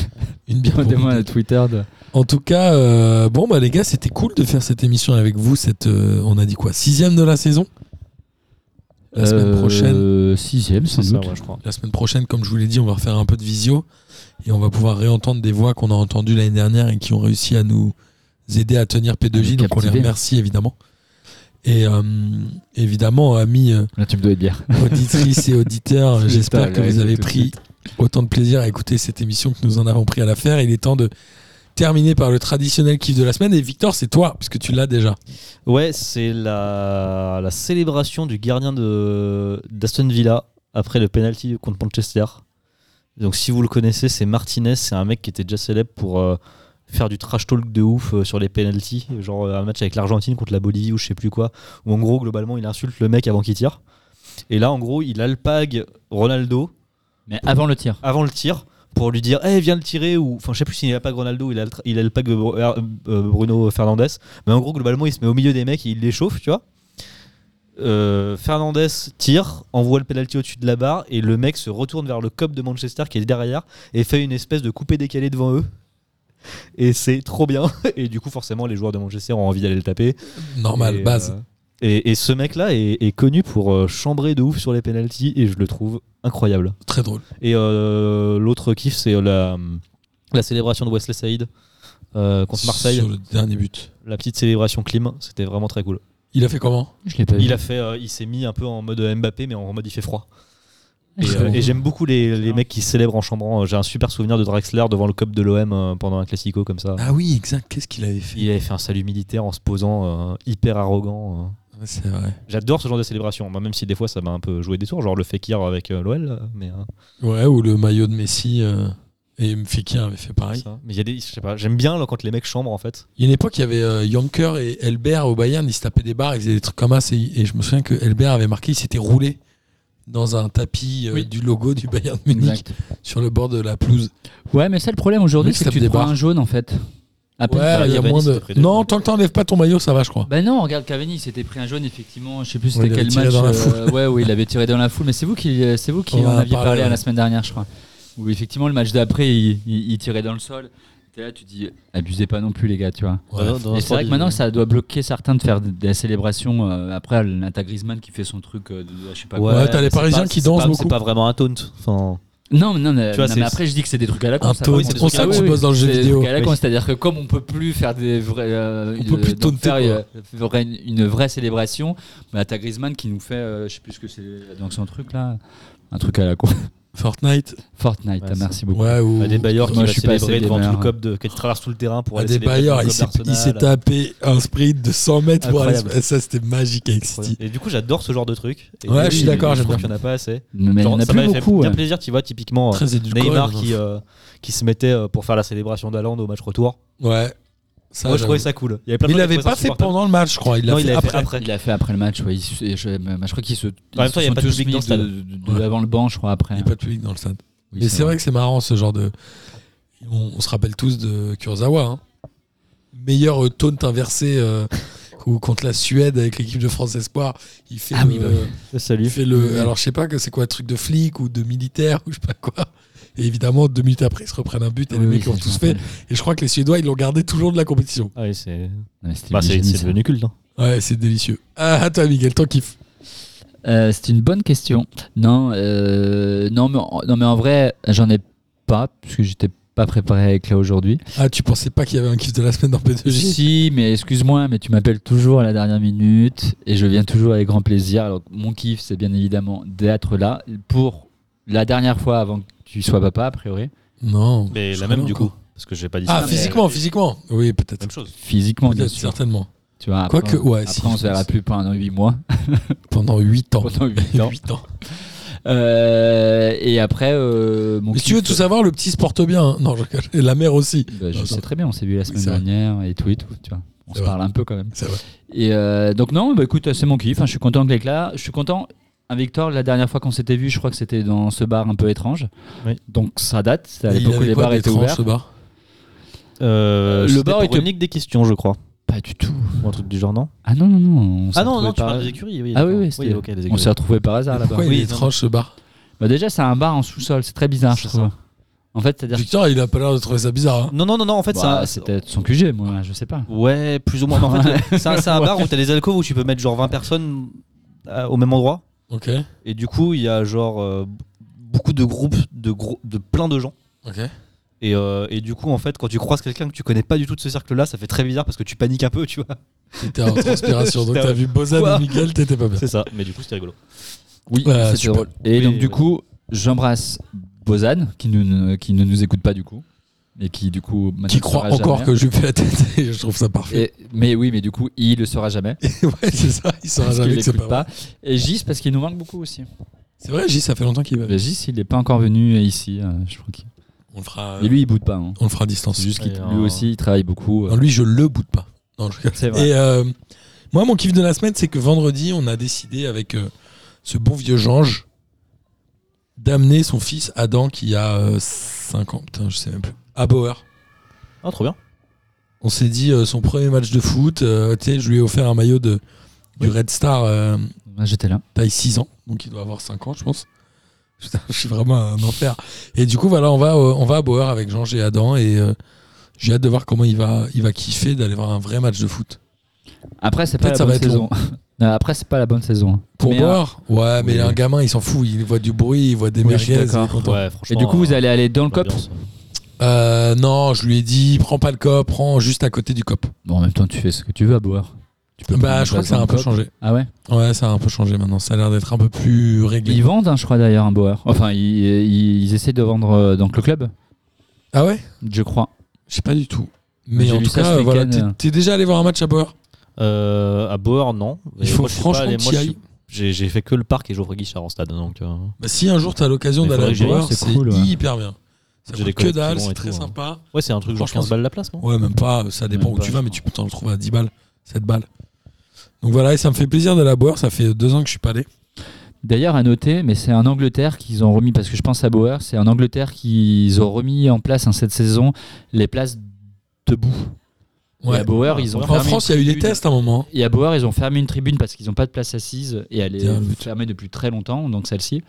Une bière. pour Demande vous. à Twitter. de- En tout cas, euh, bon bah les gars, c'était cool de faire cette émission avec vous. Cette, euh, on a dit quoi Sixième de la saison. La semaine Euh, prochaine. Sixième, sans C'est ça, doute. ouais, je crois. La semaine prochaine, comme je vous l'ai dit, on va refaire un peu de visio et on va pouvoir réentendre des voix qu'on a entendues l'année dernière et qui ont réussi à nous aider à tenir À P2J. nous Donc on les captiver. remercie évidemment. Et euh, évidemment, amis euh, Là, tu me dois une bière. auditrices et auditeurs, Je j'espère t'arrête, que vous tout avez de pris suite. autant de plaisir à écouter cette émission que nous en avons pris à la faire. Il est temps de terminer par le traditionnel kiff de la semaine. Et Victor, c'est toi, puisque tu l'as déjà. Ouais, c'est la, la célébration du gardien de- d'Aston Villa après le penalty contre Manchester. Donc, si vous le connaissez, c'est Martinez. C'est un mec qui était déjà célèbre pour euh, faire du trash talk de ouf euh, sur les penalties. Genre euh, un match avec l'Argentine contre la Bolivie ou je sais plus quoi. Où en gros, globalement, il insulte le mec avant qu'il tire. Et là, en gros, il alpague Ronaldo Mais avant le tir. avant le tir pour lui dire eh viens le tirer ou enfin je sais plus s'il a pas Ronaldo il a le tra- il a le pack de Bru- euh, euh, Bruno Fernandez mais en gros globalement il se met au milieu des mecs et il les chauffe tu vois Euh, Fernandez tire envoie le penalty au-dessus de la barre et le mec se retourne vers le cop de Manchester qui est derrière et fait une espèce de coupé décalé devant eux et c'est trop bien et du coup forcément les joueurs de Manchester ont envie d'aller le taper Normal, Et, base. euh, et, et ce mec là est, est connu pour euh, chambrer de ouf sur les penalties et je le trouve incroyable Très drôle. et euh, l'autre kiff, c'est la, la célébration de Wesley Saïd euh, contre Marseille. Sur le dernier but. La petite célébration clim, c'était vraiment très cool. Il a fait comment Je l'ai pas Il, a fait, euh, il s'est mis un peu en mode Mbappé, mais en mode il fait froid. Et, Très euh, bon. et j'aime beaucoup les, les mecs qui célèbrent en chambrant. J'ai un super souvenir de Drexler devant le COP de l'OM euh, pendant un classico comme ça. Ah oui, exact. Qu'est-ce qu'il avait fait Il avait fait un salut militaire en se posant euh, hyper arrogant. euh. Ouais, C'est vrai. J'adore ce genre de célébration, moi, même si des fois ça m'a un peu joué des tours, genre le Fekir avec euh, l'OL. là, Mais euh, Ouais, ou le maillot de Messi. euh, Et Mfekir avait fait pareil. ça. mais il y a des, je sais pas, j'aime bien là, quand les mecs chambrent en fait. Il y a une époque, il y avait euh, Jonker et Elbert au Bayern, ils se tapaient des barres, ils faisaient des trucs comme ça. Et, et je me souviens que Elbert avait marqué, il s'était roulé dans un tapis euh, Oui. du logo du Bayern de Munich sur le bord de la pelouse. Ouais, mais ça, le problème aujourd'hui, Mec, c'est ça que tu me te prends débarque. un jaune en fait. À peine. Ouais, il y a Cavani moins de. s'était pris des Non, points. tant que t'enlèves pas ton maillot, ça va, je crois. Bah non, regarde Cavani, il s'était pris un jaune effectivement, je sais plus Ouais, il avait c'était quel tiré match, dans la euh, ouais, où il avait tiré dans la foule, mais c'est vous qui, euh, c'est vous qui On en en a aviez parlé, parlé à ouais. la semaine dernière, je crois. Où effectivement le match d'après, il, il- il tirait dans le sol. T'es là, tu dis, abusez pas non plus les gars, tu vois. Ouais. Dans- dans un Et c'est sport vrai que d'hiver. maintenant ça doit bloquer certains de faire des- des célébrations. euh, après, là, t'as Griezmann qui fait son truc, euh, de- de- je sais pas quoi. Ouais, t'as les mais c'est Parisiens pas- qui c'est dansent pas- beaucoup. C'est pas vraiment un taunt. Enfin, Non, mais non, mais, Tu vois, non, c'est- mais après je dis que c'est des trucs à la con. Un ça, taunt, vraiment, c'est des pour trucs ça à- que oui, tu oui, bosses dans le jeu c'est des vidéo. trucs à la con, Oui. C'est-à-dire que comme on peut plus faire des vrais, euh, On peut plus taunter, donc faire, quoi. euh, vraie- une vraie célébration, bah t'as Griezmann qui nous fait, euh, je sais plus ce que c'est, donc son truc là, un truc à la con. Fortnite. Fortnite, Ouais, ah, c'est- merci beaucoup. Ouais, ou. à des bailleurs qui Moi, va je suis pas célébrer assez devant tout gamer, le cop de, qui traverse tout le terrain pour À aller des célébrer bailleurs, devant il le s'est cop il s'est d'Arsenal. tapé un sprint de 100 mètres pour aller. Incroyable. Ça, c'était magique avec City. Et du coup, j'adore ce genre de truc. Et Ouais, oui, je suis d'accord, Je j'aime trouve bien. qu'il n'y en a pas assez. Mais Genre, il y en a ça plus m'avait fait beaucoup. bien ouais. plaisir, tu vois, typiquement euh, Très édulcoré. Neymar dans un qui, euh, qui se mettait euh, pour faire la célébration d'Aland au match retour. Ouais. Ça, Moi, je j'avoue. trouvais ça cool. Il y avait plein de Mais il gens qui l'avait trouvaient pas ça fait insupportable. pendant le match, je crois. Il l'a Non, fait il l'avait fait après. après. Il l'a fait après le match, ouais. il se- et je, je crois qu'il se. ils même se temps, il y a sont pas de tous public mis dans le stade. de- de- Ouais. Avant le banc, je crois, après. Il n'y a pas de public dans le stade. Oui, Mais c'est vrai que c'est marrant ce genre de. On, on se rappelle tous de Kurzawa. hein. Meilleur euh, taunt inversé euh, ou contre la Suède avec l'équipe de France Espoir. Il fait Ah le. oui, bah il Salut. fait le alors je sais pas que c'est quoi, truc de flic ou de militaire ou je sais pas quoi. Et évidemment, deux minutes après, ils se reprennent un but et Oui, les oui, mecs ça, ont je tous me fait. rappelle. Et je crois que les Suédois, ils l'ont gardé tout le long de la compétition. Ah oui, c'est Ouais, c'était bah, du c'est- génie, c'est ça. devenu culte. hein. Ouais, c'est délicieux. Ah, à toi, Miguel, ton kiff. Euh, c'est une bonne question. Non, euh, non, mais en, non, mais en vrai, j'en ai pas, puisque j'étais pas préparé avec là aujourd'hui. Ah, tu pensais pas qu'il y avait un kiff de la semaine dans P2J Si, mais excuse-moi, mais tu m'appelles toujours à la dernière minute et je viens toujours avec grand plaisir. Alors, mon kiff, c'est bien évidemment d'être là pour la dernière fois avant que tu sois papa, a priori. Non. Mais je serais la même, là du encore. coup. Parce que j'ai pas dit Ah, ça, mais- physiquement, physiquement. Oui, peut-être. Même chose. Physiquement, bien Peut-être, sûr. certainement. Tu vois, après, Quoique, ouais, après, si, on je se verra pense. plus pendant 8 mois. Pendant 8 ans. Pendant huit ans. Huit ans. Euh, et après, euh, mon Mais si tu veux kiff- tout savoir, le petit se porte bien. hein. Non, je rigole. Et la mère aussi. Bah, je Non, sais non. très bien, on s'est vu la semaine c'est vrai. dernière et tout et tout. Tu vois. On C'est se vrai. parle un peu quand même. C'est vrai. Et euh, donc non, bah écoute, c'est mon kiff. hein, je suis content que l'éclat. Je suis content un Victor, la dernière fois qu'on s'était vu, je crois que c'était dans ce bar un peu étrange. Oui. Donc ça date, ça, à Il l'époque où avait les quoi bars étaient d'étrange, ouverts. ce bar Euh, le c'était bar pour était- une ligue des questions, je crois. Pas du tout. Ou un truc du genre, non Ah non, non, non. on s'est Ah non, retrouvés non, tu par- parles des écuries. Oui, Ah oui, d'accord. oui, c'était- ok, les écuries. On s'est retrouvés par hasard là-bas. Pourquoi il oui, est non. étrange ce bar Bah déjà, c'est un bar en sous-sol, c'est très bizarre, je C'est trouve. En fait, c'est-à-dire Victor, il a pas l'air de trouver ça bizarre. hein. Non, non, non, non, en fait, Bah, c'est un- c'est peut-être son QG, moi, je sais pas. Ouais, plus ou moins. Mais en fait, le- c'est un, c'est un bar où t'as les alcôves où tu peux mettre genre 20 personnes euh, au même endroit. Ok. Et du coup, il y a genre euh, beaucoup de groupes, de, gros, de plein de gens. Ok. Et, euh, et du coup, en fait, quand tu croises quelqu'un que tu connais pas du tout de ce cercle-là, ça fait très bizarre parce que tu paniques un peu, tu vois. T'étais en transpiration, donc Putain, t'as vu Bozan quoi et Miguel, t'étais pas bien. C'est ça, mais du coup, c'était rigolo. Oui, Ouais, c'était super. drôle. Et Oui, donc, du ouais. coup, j'embrasse Bozan, qui, ne- qui ne nous écoute pas du coup, et qui, du coup, maintenant Qui ne croit saura encore jamais. que je lui fais la tête et je trouve ça parfait. Et- mais oui, mais du coup, il le saura jamais. ouais, c'est ça, il saura Parce jamais qu'il que c'est l'écoute pas. vrai. Euh. pas. Et Gis, parce qu'il nous manque beaucoup aussi. C'est vrai, J, ça fait longtemps qu'il va. Mais Gis, il n'est pas encore venu ici, euh, je crois. qu'il- On le fera, Mais lui, il boude pas. hein. on le fera à distance. C'est juste qu'il Et lui en- aussi, il travaille beaucoup. euh. Non, lui, je le boude pas. Non, je rigole. C'est vrai. Et euh, moi, mon kiff de la semaine, c'est que vendredi, on a décidé avec euh, ce bon vieux Jange d'amener son fils Adam, qui a 5 ans, putain, je sais même plus, à Bauer. Ah, trop bien. On s'est dit euh, son premier match de foot. euh, tu sais, je lui ai offert un maillot de, du Red Star euh, Ah, J'étais là. taille 6 ans, donc il doit avoir 5 ans, je pense. Putain, je suis vraiment un enfer. Et du coup, voilà, on va, euh, on va à Bauer avec Jean et Adam et euh, j'ai hâte de voir comment il va, il va kiffer d'aller voir un vrai match de foot. Après, c'est pas Peut-être la ça va bonne être saison. Non, Après, c'est pas la bonne saison. Pour Mais, euh, Bauer Ouais, mais oui. un gamin, il s'en fout. Il voit du bruit, il voit des Oui, je suis merguez. il est d'accord. content. Ouais, Et franchement. du coup, vous allez aller dans le cop l'ambiance. Euh, non, je lui ai dit, prends pas le cop, prends juste à côté du cop. Bon, en même temps, tu fais ce que tu veux à boire. Tu peux Bah, prendre je crois une que ça a place un peu dans le changé. cop. Ah ouais Ouais, ça a un peu changé maintenant. Ça a l'air d'être un peu plus réglé. Ils vendent, hein, je crois d'ailleurs, un boire. Enfin, ils, ils- ils essaient de vendre euh, donc le club, Ah ouais je crois. Je sais pas du tout. Mais J'ai en vu tout ça ce cas, voilà, t'es week-end. t'es déjà allé voir un match à Bauer Euh, à Bauer, non. Il Et faut moi, je suis pas franchement allé- que moi, t'y je suis- ailles. J'ai j'ai fait que le parc et Geoffrey Guichard en stade. Donc, euh, Bah, si un jour t'as l'occasion Mais d'aller faudrait que à j'y Bauer, aille, c'est c'est cool, ouais. hyper bien. Ça J'ai coûte des que collègues qui dalle, vont c'est et très tout, hein. sympa. Ouais, c'est un truc genre Franchement, 15 balles la place, non Ouais, même pas, ça dépend Même où pas, tu vas, je mais tu peux t'en retrouver à 10 balles, 7 balles. Donc voilà, et ça me fait plaisir d'aller à Bauer, ça fait deux ans que je suis pas allé. D'ailleurs, à noter, mais c'est en Angleterre qu'ils ont remis, parce que je pense à Bauer, c'est en Angleterre qu'ils ont remis en place hein, cette saison les places debout. Et à Bauer, ils ont En fermé France, une il y a eu des tribune. tests à un moment. Et à Bauer, ils ont fermé une tribune parce qu'ils n'ont pas de place assise et elle est Tiens, but. fermée depuis très longtemps, donc celle-ci.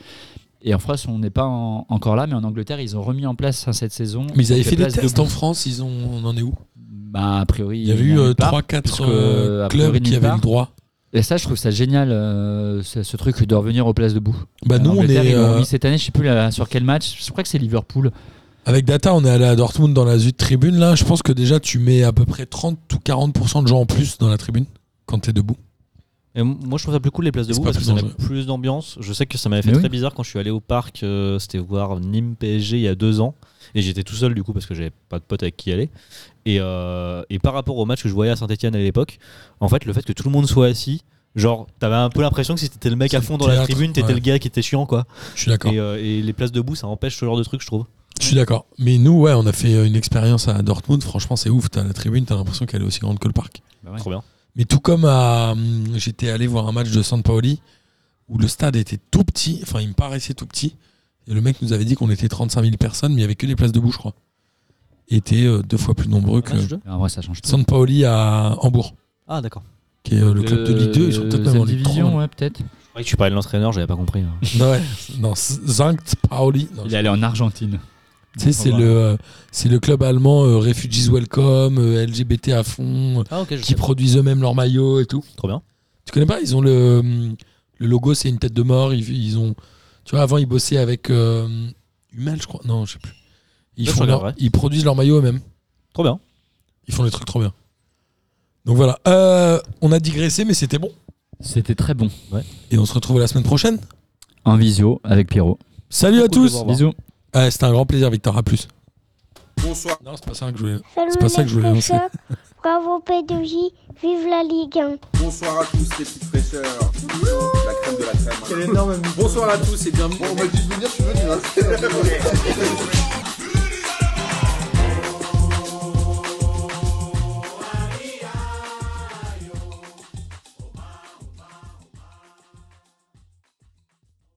Et en France, on n'est pas en- encore là, mais en Angleterre, ils ont remis en place hein, cette saison. Mais ils avaient les fait des places tests debout. en France, ils ont, on en est où Bah, a priori, Il y avait ils eu ont euh, part. 3-4 puisque, euh, a priori, clubs qui nulle avaient part. le droit. Et ça, je trouve ça génial, euh, ce, ce truc de revenir aux places debout. Bah En nous, on Angleterre, est ils l'ont euh, remis cette année, je sais plus là, sur quel match. Je crois que c'est Liverpool. avec Data, on est allé à Dortmund dans la Zut tribune là. Je pense que déjà tu mets à peu près 30 ou 40% de gens en plus dans la tribune quand t'es debout. Et m- moi, je trouve ça plus cool les places C'est debout pas parce que plus ça met dangereux. plus d'ambiance. Je sais que ça m'avait fait Mais très oui. bizarre quand je suis allé au parc. euh, C'était voir Nîmes PSG il y a deux ans. Et j'étais tout seul du coup parce que j'avais pas de pote avec qui aller. Et, euh, et par rapport au match que je voyais à Saint-Etienne à l'époque, en fait, le fait que tout le monde soit assis, genre, t'avais un peu l'impression que si t'étais le mec C'est à le fond dans la théâtre, tribune, t'étais ouais. le gars qui était chiant quoi. Je suis d'accord. Et, euh, et les places debout, ça empêche ce genre de truc, je trouve. Je suis d'accord. Mais nous, ouais, on a fait euh, une expérience à Dortmund. Franchement, c'est ouf. T'as la tribune, t'as l'impression qu'elle est aussi grande que le parc. Ouais. Trop bien. Mais tout comme à, hum, j'étais allé voir un match de San Paoli où le stade était tout petit. Enfin, il me paraissait tout petit. Et le mec nous avait dit qu'on était 35 000 personnes, mais il n'y avait que des places debout, je crois. Et était euh, deux fois plus nombreux que Match de- Ah, En vrai, ça change tout. San Paoli à Hambourg, Ah, d'accord. qui est euh, le club de Ligue 2. Ils sont peut-être Euh, même en Ligue hein. 3. division, ouais, peut-être. Je croyais que tu parlais de l'entraîneur, j'avais pas compris. hein. Non, ouais. non Zankt Paoli. Non, Il est allé en Argentine. Tu sais, c'est Voilà. le, euh, c'est le club allemand euh, Refugees Welcome, euh, LGBT à fond, euh, Ah, ok, je qui produisent eux-mêmes leurs maillots et tout. Trop bien. Tu connais pas Ils ont le, hum, le logo, c'est une tête de mort. Ils, ils ont, tu vois, avant ils bossaient avec euh, Hummel, je crois. Non, je sais plus. Ils, Ouais, je font leur- regarderai. ils produisent leurs maillots eux-mêmes. Trop bien. Ils font des trucs trop bien. Donc voilà. Euh, on a digressé, mais c'était bon. C'était très bon. Et on se retrouve la semaine prochaine. En visio avec Pierrot. Salut à Cool de tous. vous revoir. Bisous. Ah, c'était un grand plaisir, Victor. À plus. Bonsoir. Non, c'est pas ça que je voulais. Salut C'est pas ça les que je voulais fraîcheurs. Bravo P2J, vive la Ligue 1. Bonsoir à tous les petites fraîcheurs. La crème hein. de la crème. énorme Bonsoir à tous et bienvenue. On m'a dit de venir, je suis venu. hein.